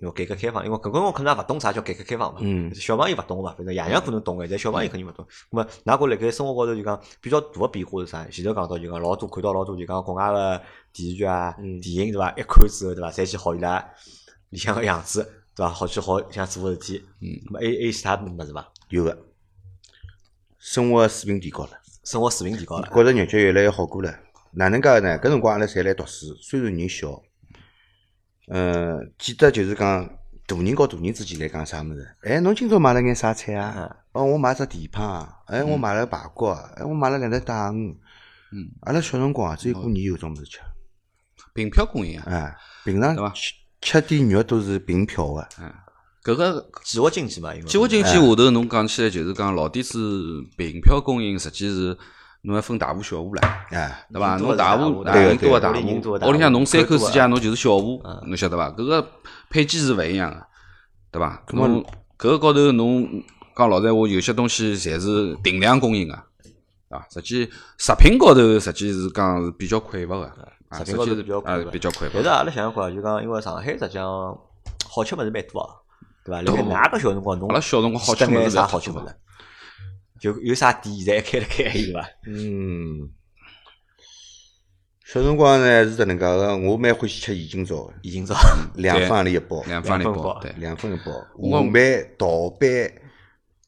Speaker 1: 因为改革开放，因为搿辰光可能也勿懂啥叫改革开放嘛，
Speaker 3: 嗯
Speaker 1: 小朋友勿懂嘛，反正爷娘可能懂个，但小朋
Speaker 2: 嗯
Speaker 1: 友肯定勿懂。咁么，㑚觉辣盖生活高头就讲比较大个变化是啥？前头讲到就讲老多看到老多就讲国外个电视剧啊、
Speaker 3: 嗯
Speaker 1: 电影对伐？一看之后对伐，侪去好伊拉里向个样子对伐？好去好想做个事体。
Speaker 2: 嗯
Speaker 1: 咁么还还有其他物事伐？
Speaker 3: 有个生活水平提高了。
Speaker 1: 生活水平提高了，
Speaker 3: 觉着日脚越来越好过了。哪能介呢？搿辰光阿拉侪来读书，虽然人小，呃，记得就是讲大人和大人之间来讲啥物事。哎，侬今朝买了眼啥菜
Speaker 2: 嗯
Speaker 3: 啊？
Speaker 1: 啊，
Speaker 3: 哦，我买只蹄膀啊，哎，我买了排骨啊，哎，我买了两只带鱼。
Speaker 2: 嗯，
Speaker 3: 阿拉小辰光啊，只有过年有种物事吃，
Speaker 2: 凭票供应啊，
Speaker 3: 哎，平
Speaker 2: 对伐
Speaker 3: 常吃吃点肉都是凭票啊的。
Speaker 2: 搿个
Speaker 1: 计划经济嘛，因为
Speaker 2: 计划经济下头，侬讲起来就是讲老底子凭票供应，实际是侬要分大户小户唻。
Speaker 3: 哎，
Speaker 2: 对伐？
Speaker 1: 人多的
Speaker 2: 侬大
Speaker 1: 是大
Speaker 2: 户，
Speaker 1: 户
Speaker 2: 啊
Speaker 3: 对
Speaker 2: 人
Speaker 3: 对
Speaker 2: 多个大
Speaker 1: 屋里人多
Speaker 2: 户，
Speaker 1: 的大
Speaker 2: 屋里向
Speaker 1: 户
Speaker 2: 侬三
Speaker 1: 口多
Speaker 2: 口之
Speaker 1: 啊
Speaker 2: 家，侬就是小户
Speaker 1: 嗯，
Speaker 2: 侬晓得伐？搿个配件是勿一样个，对伐？
Speaker 3: 咁么
Speaker 2: 侬搿个高头侬讲老实闲话，有些东西侪是定量供应个，对伐？实际食品高头实际是讲是比较匮乏个，啊，
Speaker 1: 嗯食品
Speaker 2: 实
Speaker 1: 高
Speaker 2: 际
Speaker 1: 头
Speaker 2: 是
Speaker 1: 比较
Speaker 2: 啊
Speaker 1: 匮乏
Speaker 2: 比较匮
Speaker 1: 但是
Speaker 2: 乏。
Speaker 1: 阿拉想想看，就讲因为上海实际上好吃物事蛮多啊，对伐？辣
Speaker 2: 多
Speaker 1: 盖哪个小辰光侬
Speaker 2: 哦阿拉小辰光好吃
Speaker 1: 记得
Speaker 2: 物
Speaker 1: 眼
Speaker 2: 事
Speaker 1: 啥
Speaker 2: 侪
Speaker 1: 好
Speaker 2: 好
Speaker 1: 吃
Speaker 2: 吃
Speaker 1: 物
Speaker 2: 嘛
Speaker 1: 事？就有啥店现在还开了开有伐？
Speaker 3: 嗯，小辰光呢是迭能介个，我蛮欢喜吃现金枣的，
Speaker 1: 已 经早
Speaker 3: 两方一包，
Speaker 2: 两
Speaker 1: 两
Speaker 2: 方面
Speaker 1: 份
Speaker 2: 包
Speaker 1: 包，
Speaker 2: 对，
Speaker 3: 两分一包，
Speaker 2: 我嗯
Speaker 3: 红梅、桃贝、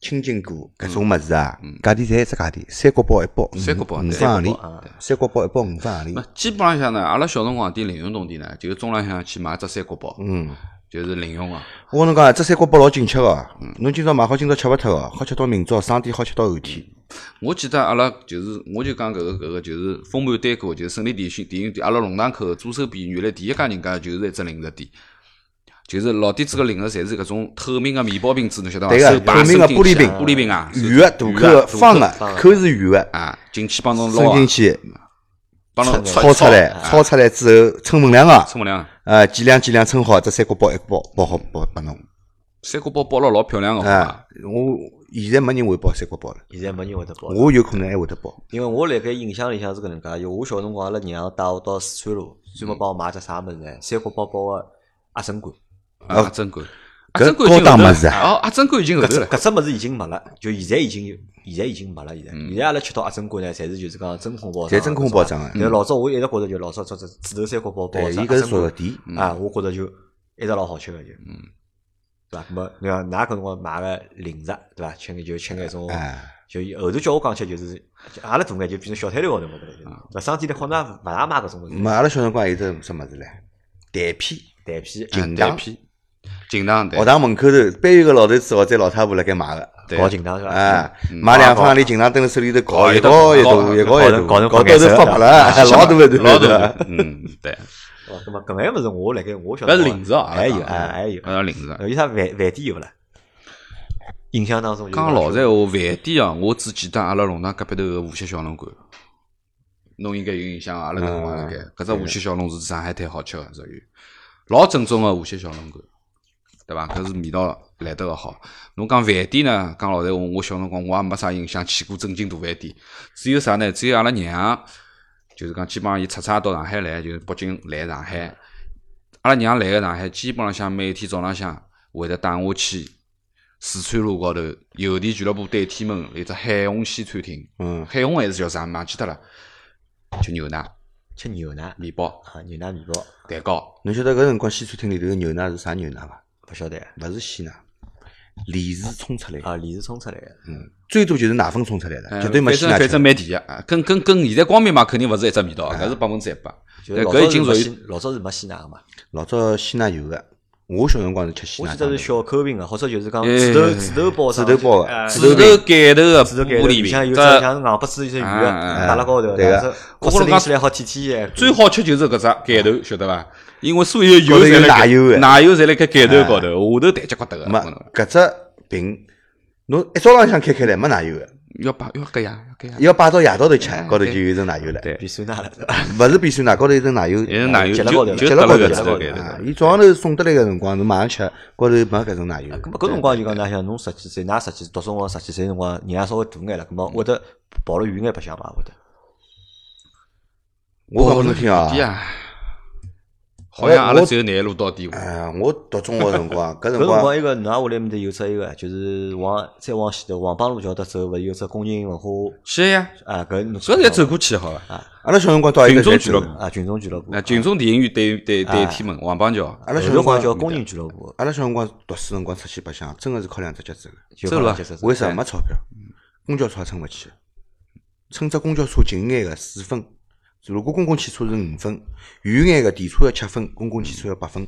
Speaker 3: 青金果搿种物事啊，价钿侪一只价钿，三角包一包，
Speaker 2: 三角包
Speaker 3: 五
Speaker 2: 对
Speaker 3: 分行
Speaker 1: 三角
Speaker 3: 钿
Speaker 1: 包啊，
Speaker 3: 三角包一包五分行
Speaker 2: 那
Speaker 3: 钿，
Speaker 2: 基本浪向呢，阿拉小辰光点零用铜钿呢，就是中浪向去买只三角包，
Speaker 3: 嗯。
Speaker 2: 就是零用个。
Speaker 3: 我跟侬讲啊，这三角包老紧吃个，
Speaker 2: 嗯
Speaker 3: 侬今朝买好，今朝吃勿脱个，好吃到明朝，生点好吃到后
Speaker 2: 嗯
Speaker 3: 天。
Speaker 2: 我记得阿拉就是，我就讲搿个搿个就是丰满单过，就是胜利电讯电影店，阿拉龙塘口左手边原来第一家人家就是一只零食店，就是老底子个零食侪是搿种透明个面包瓶子，侬晓得伐？
Speaker 3: 对个
Speaker 2: 手把
Speaker 3: 透明
Speaker 2: 伸
Speaker 3: 个
Speaker 2: 进
Speaker 3: 玻璃
Speaker 2: 去
Speaker 3: 瓶
Speaker 2: 玻璃瓶啊，
Speaker 3: 圆个、大口
Speaker 2: 个
Speaker 3: 个、方个，口是圆个，
Speaker 2: 啊，进去帮侬捞
Speaker 3: 伸
Speaker 2: 啊，
Speaker 3: 进去，
Speaker 2: 帮侬
Speaker 3: 抄出来，抄出来之后称分量个，
Speaker 2: 称不量。
Speaker 3: 呃，几两几两称好，这三角包一包包好包拨侬。
Speaker 2: 三锅包包了老漂亮个，好伐
Speaker 3: 啊？，我现在没人会包三角包了。
Speaker 1: 现在没人会得包。
Speaker 3: 我有可能还会得包。
Speaker 1: 因为我辣盖印象里向是搿能介，就我小辰光阿拉娘带我到四川路，专门帮我买只啥物事
Speaker 3: 嗯
Speaker 1: 呢？三角包包个鸭胗 罐，
Speaker 2: 啊阿珍哥，阿珍哥
Speaker 3: 哦高
Speaker 2: 已经
Speaker 3: 档
Speaker 2: 后头
Speaker 3: 物事
Speaker 2: 了，
Speaker 3: 啊
Speaker 2: 哦，阿珍哥已经后
Speaker 1: 搿
Speaker 2: 头
Speaker 1: 只
Speaker 2: 了，
Speaker 1: 搿只物事已经没了，就现在已经有，现在已经没了。现在现在阿拉吃到鸭胗罐呢，侪是就是讲真啊空包装
Speaker 3: 嗯侪
Speaker 1: 的，
Speaker 3: 真空包装的
Speaker 1: 但是老早我一直觉着就老早做只指头三角包包
Speaker 3: 对，
Speaker 1: 只
Speaker 3: 伊
Speaker 1: 鸭
Speaker 3: 搿是
Speaker 1: 胗
Speaker 3: 熟
Speaker 1: 罐
Speaker 3: 食店，
Speaker 1: 啊，我觉着就一直老好吃个就，嗯，对伐？那么你看，㑚搿辰光买个零食，对伐？吃眼就吃眼种，
Speaker 3: 哎，
Speaker 1: 就后头叫我讲起来就是，就阿拉大眼就变成小摊头高头嘛，对
Speaker 2: 啊
Speaker 1: 伐？那商店里好像勿大买搿种物事，
Speaker 3: 没阿拉小辰光有只什么事唻？蛋片，
Speaker 1: 蛋皮，
Speaker 3: 锦
Speaker 2: 单嗯
Speaker 3: 囊，
Speaker 2: 批，锦囊对
Speaker 3: 学，堂门口头，班有个老头子或者老太婆辣盖卖个，
Speaker 2: 对哎
Speaker 1: 搞锦囊是伐？
Speaker 3: 啊，买两方钿琴堂蹲辣手里头搞，
Speaker 2: 搞
Speaker 3: 一
Speaker 2: 一
Speaker 3: 搞
Speaker 2: 道
Speaker 3: 一
Speaker 2: 搞
Speaker 3: 道，一搞一道，
Speaker 1: 搞成
Speaker 3: 搞
Speaker 1: 搞成
Speaker 3: 到头
Speaker 1: 搞
Speaker 3: 发
Speaker 1: 成
Speaker 3: 白了，老大个头，
Speaker 2: 老
Speaker 3: 对
Speaker 2: 大
Speaker 3: 伐
Speaker 2: 个，嗯，对，
Speaker 1: 哦，那么搿眼物事我辣盖我小
Speaker 2: 搿
Speaker 1: 辰
Speaker 2: 是
Speaker 1: 光
Speaker 2: 零食啊，
Speaker 1: 还有，
Speaker 2: 阿
Speaker 1: 哎
Speaker 2: 拉讲
Speaker 1: 还有，
Speaker 2: 阿拉零食。
Speaker 1: 有啥饭饭店有勿啦？印象当中有
Speaker 2: 讲
Speaker 1: 伐
Speaker 2: 老实闲话，饭店啊，我只记得阿拉龙塘隔壁头个无锡小笼馆，侬应该有印象啊，阿拉搿辰光辣盖，搿只无锡小笼是上海滩好吃个，属于老正宗个无锡小笼馆，对伐？搿是味道来得个好。侬讲饭店呢，讲老实闲话，我小辰光我也没啥印象去过正经大饭店，只有啥呢？只有阿拉娘，就是讲基本上伊出差到上海来，就是北京来上海。阿拉娘来个上海，基本浪向每天早浪向会得带我去四川路高头邮电俱乐部对天门有只海虹西餐厅，
Speaker 3: 嗯，
Speaker 2: 海虹还是叫啥忘记脱了，吃牛奶、
Speaker 1: 吃牛奶
Speaker 2: 面包、
Speaker 1: 啊，牛奶面包
Speaker 2: 蛋糕，
Speaker 3: 侬晓得搿辰光西餐厅里头个牛奶是啥牛奶伐？
Speaker 1: 勿晓得
Speaker 3: 勿是鲜奶，李子冲出来的，
Speaker 1: 啊，李是冲出来的。
Speaker 3: 嗯，最多就是奶粉冲出来
Speaker 2: 呃
Speaker 3: 的，绝对没
Speaker 2: 反正
Speaker 3: 鲜奶
Speaker 2: 反
Speaker 3: 吃
Speaker 2: 正。蛮甜个，啊跟跟跟现在光明嘛肯定勿是一只
Speaker 3: 啊
Speaker 2: 味道，搿是百分之一百。
Speaker 1: 就
Speaker 2: 但
Speaker 1: 是老
Speaker 2: 搿
Speaker 1: 早
Speaker 2: 已
Speaker 1: 是
Speaker 2: 经属
Speaker 1: 没
Speaker 2: 于
Speaker 1: 西，老早是没西奶个嘛，
Speaker 3: 老早鲜奶有个，我小辰光是吃西
Speaker 1: 我
Speaker 3: 奶
Speaker 1: 记
Speaker 3: 汤
Speaker 1: 得
Speaker 3: 的
Speaker 1: 是，小口瓶个，或者就是讲
Speaker 2: 哎
Speaker 1: 纸头纸头包
Speaker 3: 纸头包的
Speaker 1: 哎
Speaker 3: 纸
Speaker 2: 猪头盖头的
Speaker 1: 纸头盖
Speaker 2: 玻
Speaker 1: 头
Speaker 2: 璃
Speaker 1: 里向
Speaker 2: 瓶，
Speaker 1: 有只
Speaker 2: 这
Speaker 1: 像硬不子一只鱼
Speaker 2: 啊
Speaker 1: 个，
Speaker 2: 啊
Speaker 1: 摆辣高头，
Speaker 3: 对个
Speaker 1: 两只
Speaker 2: 我
Speaker 1: 骨
Speaker 2: 跟
Speaker 1: 头
Speaker 2: 侬
Speaker 1: 拎
Speaker 2: 讲
Speaker 1: 起来好甜甜的。
Speaker 2: 最好吃就是搿只盖头，晓得伐？因为所有油
Speaker 3: 高头有
Speaker 2: 侪辣
Speaker 3: 奶油
Speaker 2: 盖
Speaker 3: 的啊
Speaker 2: 奶油侪辣盖盖头高头，下头弹结骨头
Speaker 3: 没
Speaker 2: 个，
Speaker 3: 搿只瓶，侬一早浪向开开来没奶油个，
Speaker 2: 要摆要搿样，要搿样。
Speaker 3: 要摆到夜到头吃，高头就
Speaker 2: 嗯对
Speaker 3: 有一层奶油了。
Speaker 2: 对
Speaker 1: 比酸奶了，
Speaker 3: 勿是比酸奶，高头有一层奶油，
Speaker 2: 也是奶油，
Speaker 1: 结
Speaker 2: 就
Speaker 1: 了高头
Speaker 2: 就
Speaker 3: 结
Speaker 2: 得
Speaker 3: 了
Speaker 2: 了
Speaker 3: 高
Speaker 2: 搿
Speaker 3: 头
Speaker 2: 只
Speaker 1: 结了
Speaker 2: 头
Speaker 1: 高头
Speaker 2: 盖头
Speaker 1: 啊。
Speaker 3: 啊！伊早浪头送得来个辰光，侬马上吃，高头没搿层奶油。
Speaker 1: 咁啊么搿辰光就讲哪像侬十几岁，㑚十几读中学十几岁辰光，人也稍微大眼了，咁么会得跑了远眼白相伐？会得。
Speaker 3: 我讲拨侬听啊
Speaker 2: 对，啊，好像阿拉只有廿路到底。
Speaker 3: 哎，我读中学辰光，搿
Speaker 1: 搿
Speaker 3: 辰
Speaker 1: 辰
Speaker 3: 光
Speaker 1: 光，一个㑚屋里面头有只一个，就是往再往前头，黄浜路桥搭走，勿是有只工人文化
Speaker 2: 是呀，
Speaker 1: 啊？搿侬
Speaker 2: 搿侪走过去好伐？
Speaker 3: 阿拉小辰光到一个
Speaker 2: 群众
Speaker 3: 侪
Speaker 2: 俱乐部
Speaker 3: 走的
Speaker 1: 啊，群众俱乐部。
Speaker 2: 那群众电影院对对对
Speaker 1: 啊
Speaker 2: 天门王浜桥，
Speaker 3: 阿拉小
Speaker 1: 后
Speaker 3: 辰
Speaker 1: 头好
Speaker 3: 光
Speaker 1: 像叫工人俱乐部，
Speaker 3: 阿拉小辰光读书辰光出去白相，真个是靠两只脚走的。
Speaker 1: 就
Speaker 2: 走了
Speaker 1: 讲就是
Speaker 3: 为啥没钞票？公交车也乘勿起，乘只公交车近眼个四分，如果公共汽车是五分，远眼个电车要七分，公共汽车要八
Speaker 1: 嗯
Speaker 3: 分。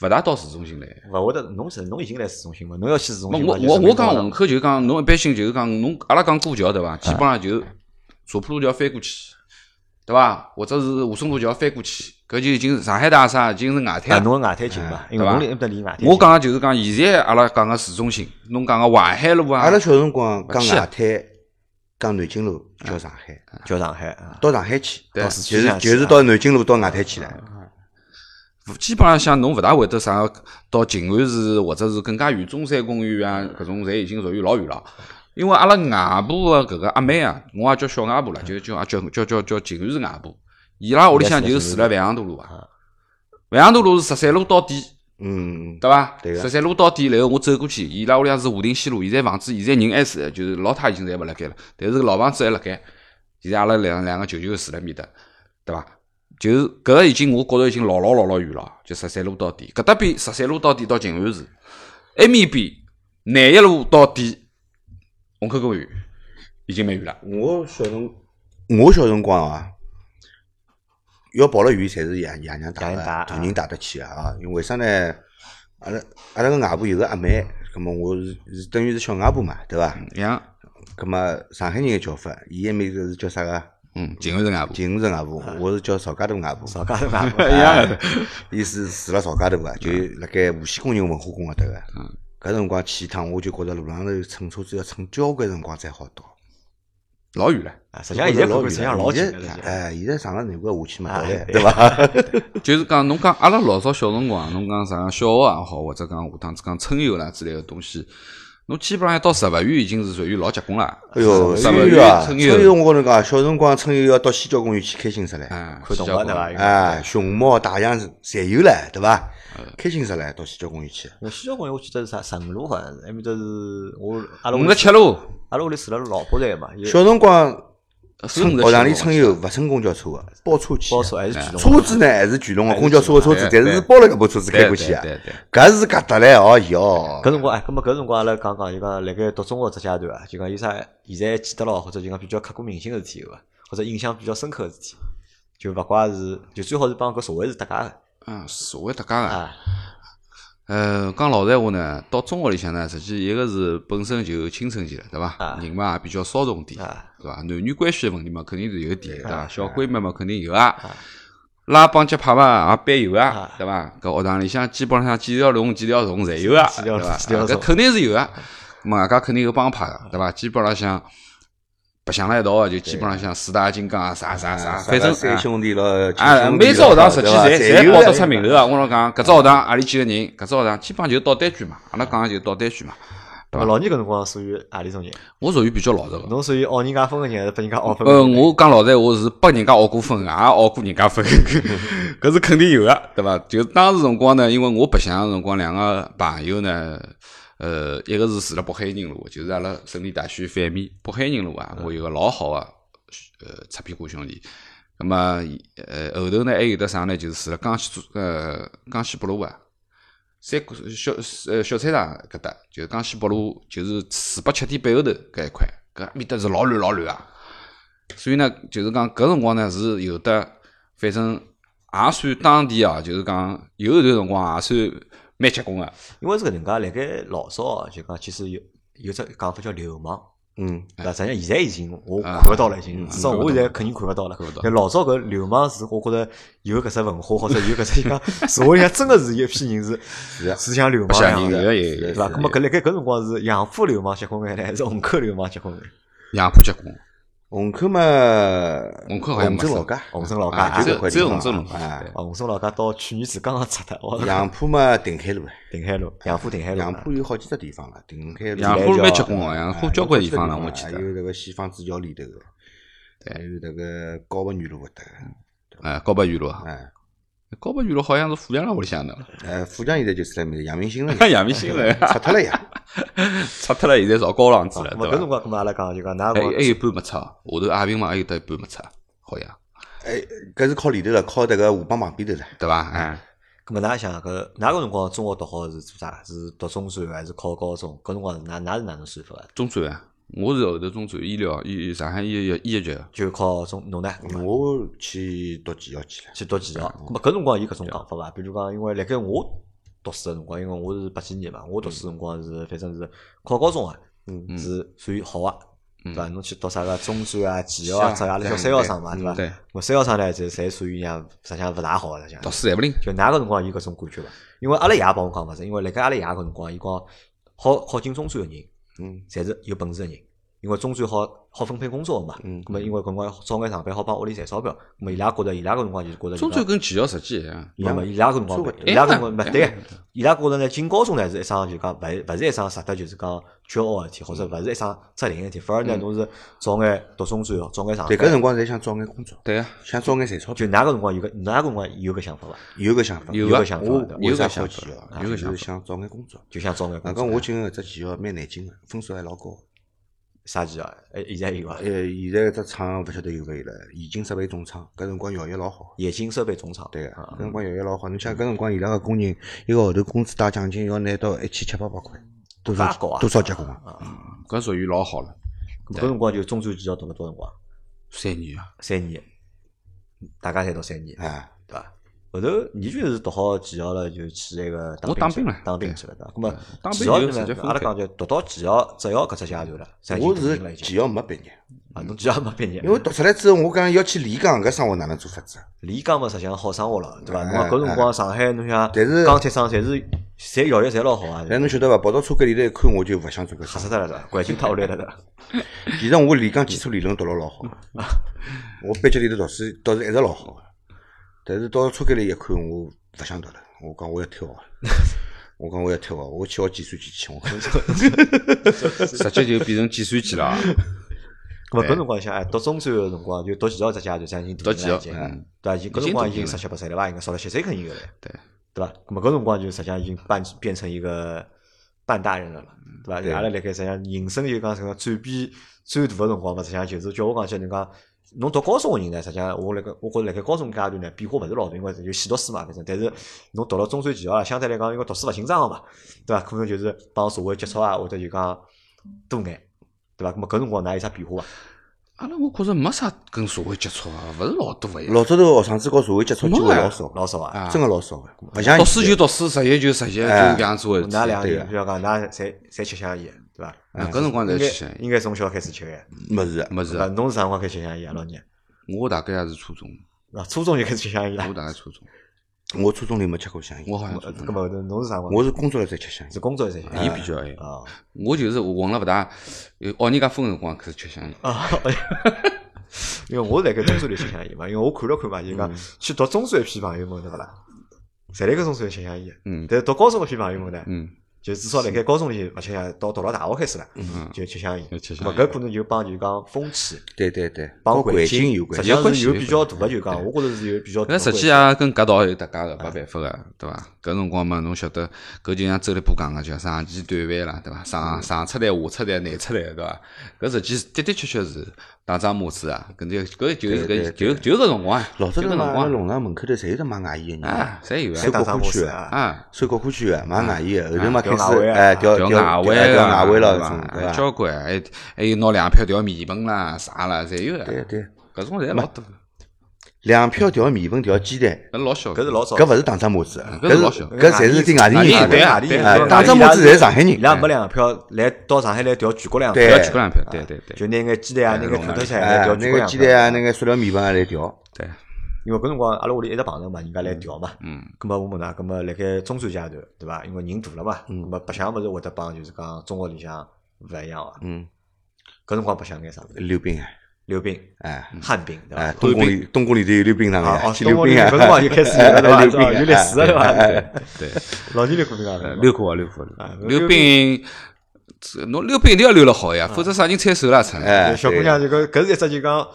Speaker 2: 勿大到市中心来。
Speaker 1: 勿会得，侬是侬已经来市中心嘛？侬要去市中
Speaker 2: 没
Speaker 1: 心
Speaker 2: 我
Speaker 1: 嘛？
Speaker 2: 我
Speaker 1: 就是
Speaker 2: 我讲
Speaker 1: 到了
Speaker 2: 虹口就是讲，侬一般性就是讲，侬阿拉讲过桥对伐？基本上就茶浦路桥翻过去，对伐？或者是华淞路桥翻过去，搿就已经上海大厦已经是外
Speaker 1: 啊，
Speaker 2: 滩了。
Speaker 1: 侬个外滩近嘛？因为
Speaker 2: 哎对吧
Speaker 1: 侬离埃面搭离外滩近。
Speaker 2: 我讲个就是讲，现在阿拉讲个市中心，侬讲个淮海路啊
Speaker 3: 阿拉，小辰光
Speaker 2: 勿
Speaker 3: 讲
Speaker 2: 去
Speaker 3: 外滩，讲南京路叫上海，
Speaker 1: 叫上海啊，
Speaker 3: 到上海去，
Speaker 2: 对
Speaker 3: 就
Speaker 1: 市区
Speaker 3: 是
Speaker 1: 上去啊
Speaker 3: 就是到南京路到外滩去了。
Speaker 2: 基本上像侬勿大会得啥到静安寺或者是更加远中山公园啊，搿种侪已经属于老远了。因为阿拉外婆个搿个阿妹啊，我也叫小外婆了，就啊叫也叫叫叫叫静安寺外婆。伊拉屋里向就住辣万象大路啊，万象大路是十三路到底，
Speaker 3: 嗯，
Speaker 2: 对伐？
Speaker 3: 对个
Speaker 2: 十三路到底，然后我走过去，伊拉屋里向是华亭西路，现在房子现在人还是就是老太已经侪勿辣盖了，但是老房子还辣盖。现在阿拉两两个舅舅住辣面搭，对伐？就是搿个已经我觉着已经老老老老远了，就十三路到底，搿搭边十三路到底到静安寺，埃面边南一路到底虹口公园已经蛮远了。
Speaker 3: 我小辰我小辰光啊，要跑了远，侪是爷爷娘带
Speaker 1: 爷
Speaker 3: 的，
Speaker 1: 娘带啊
Speaker 3: 大人带得去的啊。因为啥呢？阿拉阿拉个外婆有个阿妹，葛么我是是等于是小外婆嘛，对伐？
Speaker 2: 像
Speaker 3: 葛么上海人个叫法，伊个名字是叫啥个？
Speaker 2: 嗯，静安寺外婆，
Speaker 3: 金是外婆，我是叫曹家渡外婆。
Speaker 1: 啊邵啊家头外
Speaker 2: 一
Speaker 1: 婆。
Speaker 2: 样的。
Speaker 3: 伊是住辣曹家头啊个，就辣盖无锡工人文化宫搿搭个。
Speaker 1: 嗯
Speaker 3: 搿辰光去一趟，我就觉着路浪头乘车子要乘交关辰光才好到。
Speaker 2: 老远了。
Speaker 1: 啊，实际上现在看
Speaker 3: 老
Speaker 1: 看，实际上老近
Speaker 3: 现
Speaker 1: 的
Speaker 3: 在
Speaker 1: 实际上
Speaker 3: 哎，现在上了南关下去嘛，
Speaker 1: 啊
Speaker 3: 对
Speaker 1: 对
Speaker 3: 对伐？
Speaker 2: 就是讲，侬讲阿拉老早小辰光，侬讲啥小学也好，或者讲下趟子讲春游啦之类个东西，侬基本上到十八月已经是属于老结棍了。
Speaker 3: 哎哟，
Speaker 2: 十八
Speaker 3: 春游啊，
Speaker 2: 春
Speaker 3: 春
Speaker 2: 游
Speaker 3: 游我跟侬讲，小辰光春游要到西郊公园去开心死唻。
Speaker 2: 啊，
Speaker 1: 看动
Speaker 2: 结
Speaker 1: 物
Speaker 2: 棍
Speaker 1: 对伐？因为
Speaker 3: 啊，熊猫、大象侪有唻，对伐？
Speaker 2: 哎
Speaker 3: 开心死唻，到西郊公园去。
Speaker 1: 我西郊公园我记得是啥十五路好像是，埃面搭是我阿拉屋
Speaker 2: 五十
Speaker 1: 里
Speaker 2: 七路，
Speaker 1: 阿拉屋里住辣老婆站嘛，有
Speaker 3: 小辰光
Speaker 2: 是五
Speaker 3: 乘
Speaker 2: 十
Speaker 3: 学堂里
Speaker 2: 七
Speaker 3: 哦春游勿乘公交车个，包车去
Speaker 1: 包
Speaker 3: 的。
Speaker 1: 车还是巨
Speaker 3: 车
Speaker 1: 龙。
Speaker 3: 子呢还是全动个，啊公交车个车子，
Speaker 2: 对
Speaker 3: 但
Speaker 2: 对
Speaker 3: 是是包了搿部车子开过去
Speaker 2: 对
Speaker 3: 啊。
Speaker 2: 哎对对，
Speaker 3: 搿是搿搭来哦哟
Speaker 1: 搿，辰光哎，搿么搿辰光阿拉讲讲，就讲辣盖读中学只阶段啊，就讲有啥现在记得牢，或者就讲比较刻骨铭心个事体有伐？或者印象比较深刻个事体，就勿怪是，就最好是帮搿社会是搭界个
Speaker 2: 嗯，社会大家个。
Speaker 1: 啊。
Speaker 2: 呃，讲老实闲话呢，到中学里向呢，实际一个是本身就青春期了，对伐
Speaker 1: 啊？
Speaker 2: 人嘛也比较稍动点，
Speaker 1: 啊
Speaker 2: 对伐？男女关系的问题嘛，肯定是有点，对伐？小
Speaker 3: 哎
Speaker 2: 闺蜜嘛，肯定有啊。拉帮结派嘛，也班有啊
Speaker 3: 哎
Speaker 1: 啊，
Speaker 2: 对伐？搿学堂里向基本上几条龙、几条虫侪有 啊，
Speaker 1: 几
Speaker 2: 对
Speaker 1: 条
Speaker 2: 伐？啊
Speaker 1: 几条
Speaker 2: 搿
Speaker 1: 虫
Speaker 2: 肯定是有
Speaker 3: 哎
Speaker 2: 啊。嘛，外加肯定有帮派个，对伐？基本浪向白相辣一道个，就基本上像四大金刚啊，啥啥啥，反正
Speaker 3: 哎三
Speaker 2: 啊
Speaker 3: 兄弟咯，九
Speaker 2: 啊，
Speaker 3: 兄
Speaker 2: 每
Speaker 3: 弟
Speaker 2: 只
Speaker 3: 咯
Speaker 2: 学堂实际
Speaker 3: 对吧
Speaker 2: 侪
Speaker 3: 有
Speaker 2: 侪报
Speaker 3: 的
Speaker 2: 得出名头啊！我老讲，搿只学堂阿里几个人，搿只学堂基本上就是倒单据嘛。阿拉讲个就是倒单据嘛。
Speaker 1: 咾么老年搿辰光属于何里种人？
Speaker 2: 我属于比较老实个。
Speaker 1: 侬属于拗人家分个人，还是拨人家拗分个人？
Speaker 2: 呃，我讲老实闲话是拨人家熬过分，也熬过人家分，搿是肯定有个，对伐？就是当时辰光呢，因为我白相个辰光，两个朋友呢，呃，一个是住辣北海人路，就是阿拉顺利大学反面北海人路啊，我有个老好个呃擦屁股兄弟，那么呃后头呢还有得啥呢？就是住了江西左呃江西北路啊，三国小呃小菜场搿搭，就是江西北路，就是四八七店背后头搿一块，搿面搭是老乱老乱啊。所以呢，就是讲搿辰光呢是有的，反正也算当地啊，就是讲有一段辰光也算蛮结棍个。
Speaker 1: 因为是搿能介，辣盖老早啊就讲，其实有有只讲法叫流氓，
Speaker 3: 嗯，
Speaker 1: 对伐？实际上现在已经我
Speaker 2: 啊
Speaker 1: 看勿到了，已经
Speaker 2: 哎嗯
Speaker 1: 至少
Speaker 2: 看勿
Speaker 1: 我
Speaker 2: 到
Speaker 1: 现在肯定看勿到了
Speaker 2: 看勿到。
Speaker 1: 但老早搿流氓是我觉着有搿只文化，或者有搿只 就讲社会里向真个是有一批人是
Speaker 3: 啊
Speaker 1: 是像流氓一
Speaker 2: 像
Speaker 1: 样
Speaker 2: 有
Speaker 1: 的，
Speaker 2: 有
Speaker 1: 对
Speaker 2: 有，
Speaker 1: 伐？葛末搿辣盖搿辰光是养父流氓结棍眼呢， 还是红口流氓结棍眼？
Speaker 2: 杨浦结棍，
Speaker 3: 虹口嘛，
Speaker 2: 虹
Speaker 3: 虹
Speaker 2: 口好像没
Speaker 3: 镇
Speaker 2: 收
Speaker 3: 老家，
Speaker 1: 洪森老
Speaker 2: 啊
Speaker 1: 家
Speaker 3: 就
Speaker 2: 只
Speaker 1: 啊
Speaker 2: 有
Speaker 3: 搿块
Speaker 2: 只有
Speaker 3: 地
Speaker 2: 红
Speaker 3: 方
Speaker 2: 州龙
Speaker 3: 啊
Speaker 2: 对，
Speaker 1: 洪森老家到去年子刚刚拆脱，我操
Speaker 3: 杨浦嘛，定海路，
Speaker 1: 定海路，杨浦定海路啊，
Speaker 3: 杨浦有好几只地方了，定海路，
Speaker 2: 杨
Speaker 1: 浦
Speaker 2: 浦蛮
Speaker 1: 叫
Speaker 2: 结棍个，杨浦
Speaker 3: 啊
Speaker 2: 交关地方了，
Speaker 3: 了，
Speaker 2: 我记
Speaker 3: 还有
Speaker 2: 得。
Speaker 3: 那个西方主桥里头个，还有那个高文女路搿搭个，
Speaker 2: 哎，高柏鱼路啊，
Speaker 3: 哎，
Speaker 2: 高柏鱼路好像是富阳了屋里向的，，
Speaker 3: 呃，富江现在就是来面杨明新了
Speaker 2: 杨明新 人
Speaker 3: 拆脱了呀，
Speaker 2: 拆脱了，现在造高浪子
Speaker 1: 啊
Speaker 2: 了，
Speaker 1: 葛
Speaker 2: 对
Speaker 1: 末
Speaker 2: 伐
Speaker 1: 搿辰？光，葛末阿拉讲就讲，㑚
Speaker 2: 还
Speaker 1: 讲
Speaker 2: 还有一半没拆，下头阿平嘛还有得一半没拆，好像
Speaker 3: 哎，搿是靠里头了，靠迭个河浜旁边头了，
Speaker 2: 对伐？哎，
Speaker 1: 咁么㑚想搿㑚搿辰光中学读好是做啥？是读中专还是考高中？搿辰光是㑚㑚是哪能算法啊？
Speaker 2: 中专啊，我是后头中专医疗医上海医药医药局，
Speaker 1: 就考中侬呢？
Speaker 3: 我嗯去读技校去了，
Speaker 1: 去读技校。咁么搿辰光有搿种讲法伐？比如讲，因为辣盖我读书个辰光，因为我是八几年嘛，我读书辰光是反正是考高中啊，
Speaker 3: 嗯
Speaker 1: 是属于好啊，对
Speaker 2: 嗯
Speaker 1: 伐？侬去读啥个中专啊、技校啊，
Speaker 3: 是
Speaker 1: 这
Speaker 3: 啊
Speaker 1: 阿拉叫
Speaker 3: 对
Speaker 1: 三校生嘛，对伐？
Speaker 2: 对，
Speaker 1: 咁三校生呢，就侪属于像实际上勿大好，实际上
Speaker 2: 读。书侪不灵，
Speaker 1: 就㑚个辰光有搿种感觉伐？因为阿拉爷帮我讲勿是，因为辣盖阿拉爷个辰光，伊讲好考进中专个人。
Speaker 3: 嗯，
Speaker 1: 侪是有本事个人，因为中专好好分配工作个嘛。
Speaker 3: 嗯
Speaker 1: 咁么因为搿辰光早眼上班好帮屋里赚钞票，咁么伊拉觉着伊拉搿辰光就是觉着
Speaker 2: 中专跟技校实际一样。
Speaker 1: 没没，伊拉搿辰光
Speaker 3: 差
Speaker 1: 没
Speaker 3: 勿多
Speaker 1: 伊拉搿辰光
Speaker 2: 一
Speaker 1: 没
Speaker 2: 样
Speaker 1: 对
Speaker 2: 一样
Speaker 1: 个，伊拉觉着呢进高中呢是一桩就讲勿是勿是一桩值得就是讲骄傲个事体，或者勿是一桩出灵个事体，反而呢侬是早眼读中专，早眼上
Speaker 3: 对，
Speaker 1: 班。
Speaker 3: 搿辰光侪想找眼工作，
Speaker 2: 对啊，
Speaker 3: 想找眼赚钞票，
Speaker 1: 就㑚搿辰光有个，㑚搿辰光有搿想法伐？
Speaker 3: 有搿想法，
Speaker 2: 有
Speaker 1: 个
Speaker 2: 啊
Speaker 1: 想法
Speaker 3: 我
Speaker 1: 对吧
Speaker 2: 有
Speaker 3: 为
Speaker 2: 个
Speaker 3: 啥
Speaker 2: 想
Speaker 3: 考
Speaker 2: 法啊
Speaker 3: 技校
Speaker 2: 有？个
Speaker 3: 就是
Speaker 2: 想法
Speaker 3: 想找眼工作。
Speaker 1: 就想早眼工
Speaker 3: 啊，
Speaker 1: 作。
Speaker 3: 搿我进个只技校蛮难进个，分数还老高。
Speaker 1: 啥几啊？哎，现在有伐
Speaker 3: 呃，？现在只厂勿晓得有勿有了，现金设备总厂，搿辰光效益老好。
Speaker 1: 冶金设备总厂。
Speaker 3: 对个，
Speaker 1: 啊
Speaker 3: 搿辰光效益老好。侬想搿辰光伊拉个工人一个号头工资带奖金要拿到一千七八百块，多
Speaker 1: 介高
Speaker 3: 少
Speaker 1: 啊
Speaker 3: 多少结棍啊？
Speaker 1: 啊，
Speaker 2: 搿属于老好了，
Speaker 1: 咁搿辰光就中专技校读了多少辰光？
Speaker 2: 三年啊，
Speaker 1: 三年，大家侪读三年。
Speaker 3: 啊，
Speaker 1: 对伐？后头你就是读好技校了，就去那个当
Speaker 2: 我当兵
Speaker 1: 去
Speaker 2: 了
Speaker 1: 当兵
Speaker 2: 对
Speaker 1: 去了，对伐？那么
Speaker 2: 当
Speaker 1: 技
Speaker 2: 兵
Speaker 1: 校
Speaker 2: 就
Speaker 1: 呢
Speaker 2: 直接，分
Speaker 1: 阿拉
Speaker 2: 配
Speaker 1: 讲就读到技校职校搿只阶段了，实际上已
Speaker 3: 我
Speaker 1: 经
Speaker 3: 是
Speaker 1: 当兵了已经
Speaker 3: 技校没毕业，
Speaker 1: 啊，侬技校没毕业，
Speaker 3: 因为读出来之后，我讲要去练钢搿生活哪能做法子啊？
Speaker 1: 理工嘛，实际上好生活了，对伐？
Speaker 3: 哎
Speaker 1: 侬讲搿辰光上海，侬想
Speaker 3: 但是
Speaker 1: 钢铁厂侪是侪效益侪老好啊，
Speaker 3: 但侬晓得伐？跑到车间里头一看，我就勿想做搿
Speaker 1: 吓
Speaker 3: 生
Speaker 1: 死脱
Speaker 3: 活。
Speaker 1: 了对伐？环境太恶劣了对伐？
Speaker 3: 其实我理钢基础理论读了老好，我班级里头读书倒是一直老好个，但是到车间里一看，我勿想读了，我讲我要退学了，我讲我要退学，啊我去学计算机去，我讲
Speaker 2: 直接就变成计算机了啊。
Speaker 1: 那么搿辰光想，哎，读中专个辰光就读技校只阶段，就已经大
Speaker 2: 读
Speaker 1: 人
Speaker 2: 技
Speaker 1: 了
Speaker 2: 校
Speaker 1: 已经
Speaker 2: 嗯
Speaker 1: 对伐？已经搿辰光已经
Speaker 2: 已经
Speaker 1: 十七八岁了吧？应该少了七岁肯定有了。
Speaker 2: 对，
Speaker 1: 对吧？那么搿辰光就实际上已经半变成一个半大人了嘛，对吧？
Speaker 3: 对
Speaker 1: 阿拉辣盖实际上人生就讲什么转变最大个辰光嘛，实际上就是叫我讲起来，侬讲侬读高中个人呢，实际上我辣盖我觉着辣盖高中阶段呢变化勿是老大，因为就死读书嘛，反正但是侬读了中专技校啊，相对来讲因为读书勿紧张个嘛，对吧？可能就是帮社会接触啊，或者就讲多眼，对吧？那么搿辰光㑚有啥变化伐？
Speaker 2: 阿拉我觉着没啥跟社会接触啊，勿是老多呀。
Speaker 3: 老早头学生子和社会接触机会老少，
Speaker 1: 老少啊，
Speaker 2: 啊
Speaker 3: 真个老少个，勿像
Speaker 2: 读书就读书，实习就实习，就是搿样子回事。
Speaker 1: 㑚两个
Speaker 3: 对
Speaker 1: 人
Speaker 3: 啊
Speaker 1: 就要讲㑚侪侪吃香烟，对伐？
Speaker 2: 啊，搿辰光
Speaker 1: 应
Speaker 2: 侪去想
Speaker 1: 该，应该从小开始吃烟。
Speaker 3: 没事，
Speaker 2: 没
Speaker 1: 是
Speaker 2: 事
Speaker 1: 吧？
Speaker 2: 啊。
Speaker 1: 侬是啥辰光开始吃香烟啊，老聂？
Speaker 2: 我大概也是初中，
Speaker 1: 啊，初中就开始吃香烟
Speaker 2: 我
Speaker 1: 了。
Speaker 2: 大概初中，
Speaker 3: 我初中里没吃过香烟，
Speaker 2: 我好像初
Speaker 1: 搿
Speaker 2: 中。
Speaker 1: 么后头侬是啥辰光？
Speaker 3: 我是工作了才吃香
Speaker 1: 是
Speaker 3: 烟，
Speaker 1: 工作才吃香
Speaker 2: 伊
Speaker 1: 烟
Speaker 2: 比较哎，
Speaker 1: 啊
Speaker 2: 我就是混了勿大，呃学人家分辰光开始吃香烟。
Speaker 1: 啊！ 因为我是辣盖中专里吃香烟嘛，因为我看了看嘛，就讲去读中专一批朋友们对勿啦？侪辣盖中专里吃香烟，
Speaker 2: 嗯
Speaker 1: 但是读高中一批朋友们呢，
Speaker 2: 嗯，
Speaker 1: 就至少辣盖高中里勿吃香，烟，到读了大学开始了，就吃香烟。
Speaker 2: 要吃
Speaker 1: 咾
Speaker 2: 香
Speaker 1: 么
Speaker 2: 烟
Speaker 1: 搿可能就帮就讲风气。
Speaker 3: 对对对，
Speaker 1: 帮
Speaker 3: 帮环
Speaker 1: 境
Speaker 3: 境有关
Speaker 1: 实际
Speaker 3: 系。
Speaker 1: 上是有
Speaker 2: 有关
Speaker 1: 比
Speaker 2: 系
Speaker 1: 较大的，就讲，我觉着是有比较大的
Speaker 2: 搿
Speaker 1: 关系。
Speaker 2: 实际也跟搿道有搭界个，没办法个，对伐？搿辰光嘛，侬晓得，搿就像周立波讲个，叫长期短饭啦，对伐？
Speaker 3: 嗯
Speaker 2: 上上出来，下出来，难出来，对伐？搿实际的的确确是打张麻子啊，搿就搿就是
Speaker 3: 对
Speaker 2: 搿就
Speaker 3: 对
Speaker 2: 就搿辰光啊，就
Speaker 3: 老
Speaker 2: 搿
Speaker 3: 早头
Speaker 2: 辰
Speaker 3: 嘛，阿拉
Speaker 2: 光
Speaker 3: 弄堂门口头侪有得卖外烟个人
Speaker 2: 啊，，侪有
Speaker 1: 侪
Speaker 3: 谁
Speaker 2: 啊
Speaker 1: 打
Speaker 3: 过
Speaker 1: 上
Speaker 3: 去
Speaker 1: 模式
Speaker 3: 啊
Speaker 1: 啊，
Speaker 2: 啊，
Speaker 3: 收购过去个，卖外烟个，后头嘛开
Speaker 1: 调外围
Speaker 3: 始
Speaker 1: 啊
Speaker 3: 哎调
Speaker 2: 调
Speaker 3: 调
Speaker 2: 外
Speaker 3: 哎
Speaker 2: 围
Speaker 3: 调外围了，
Speaker 2: 对
Speaker 3: 种
Speaker 2: 伐？
Speaker 3: 对
Speaker 2: 哎
Speaker 3: 伐？
Speaker 2: 交关，还还有拿粮票调面盆啦，啥啦，侪有
Speaker 3: 对
Speaker 2: 个，
Speaker 3: 对。
Speaker 2: 搿种侪老多。
Speaker 3: 粮票调面粉调鸡蛋，
Speaker 2: 搿老小个，
Speaker 1: 搿是老早，
Speaker 3: 搿勿是打张麻子，
Speaker 2: 搿
Speaker 3: 搿
Speaker 2: 是
Speaker 3: 是
Speaker 2: 老小
Speaker 3: 搿侪是对外地人
Speaker 2: 外
Speaker 3: 做
Speaker 2: 地对啊对
Speaker 3: 的。哎
Speaker 2: 啊
Speaker 1: 对
Speaker 2: 对
Speaker 1: 啊
Speaker 2: 啊
Speaker 3: 打张麻子侪是上海人
Speaker 1: 伊，拉没粮票，来到上海来调全国粮票，
Speaker 3: 对
Speaker 2: 要几个两票，
Speaker 3: 啊
Speaker 2: 对对对
Speaker 1: 就拿眼鸡蛋啊，
Speaker 2: 哎
Speaker 1: 拿眼土特产
Speaker 3: 哎
Speaker 1: 啊，调
Speaker 3: 那
Speaker 1: 全国
Speaker 3: 个
Speaker 1: 粮
Speaker 3: 鸡蛋
Speaker 1: 票。
Speaker 3: 啊，那个塑料面粉啊来调，
Speaker 2: 对，
Speaker 1: 因为搿辰光阿拉屋里一直碰着嘛，人家来调嘛。
Speaker 2: 嗯，
Speaker 1: 咁么我问㑚，咁么辣盖中餐阶段，对伐？因为人大了嘛，
Speaker 3: 嗯
Speaker 1: 咁么白相物事会得帮就是讲中学里向勿一样啊。
Speaker 3: 嗯，
Speaker 1: 搿辰光白相眼啥物事？
Speaker 3: 溜冰啊，
Speaker 1: 溜冰、
Speaker 3: 哎
Speaker 1: 旱啊冰，对
Speaker 3: 哎，
Speaker 1: 伐？
Speaker 3: 东宫里东宫里头有溜冰场
Speaker 1: 啊，
Speaker 3: 个，
Speaker 1: 哦，
Speaker 3: 去
Speaker 1: 中
Speaker 3: 溜
Speaker 1: 学里
Speaker 3: 冰啊
Speaker 1: 搿，辰光就开始有了，对伐？
Speaker 3: 哎
Speaker 1: 是吧有
Speaker 3: 溜冰
Speaker 1: 历史了，对
Speaker 3: 哎哎
Speaker 1: 伐？
Speaker 2: 对，
Speaker 1: 老年溜过冰啊，
Speaker 2: 呃
Speaker 1: 对伐
Speaker 2: 溜过啊溜过
Speaker 1: 啊，
Speaker 2: 溜冰，这侬溜冰一定要溜了好
Speaker 1: 嗯
Speaker 2: 呀，否则啥人牵手啦？啊操！
Speaker 3: 哎，
Speaker 1: 小姑娘就搿搿是一只就讲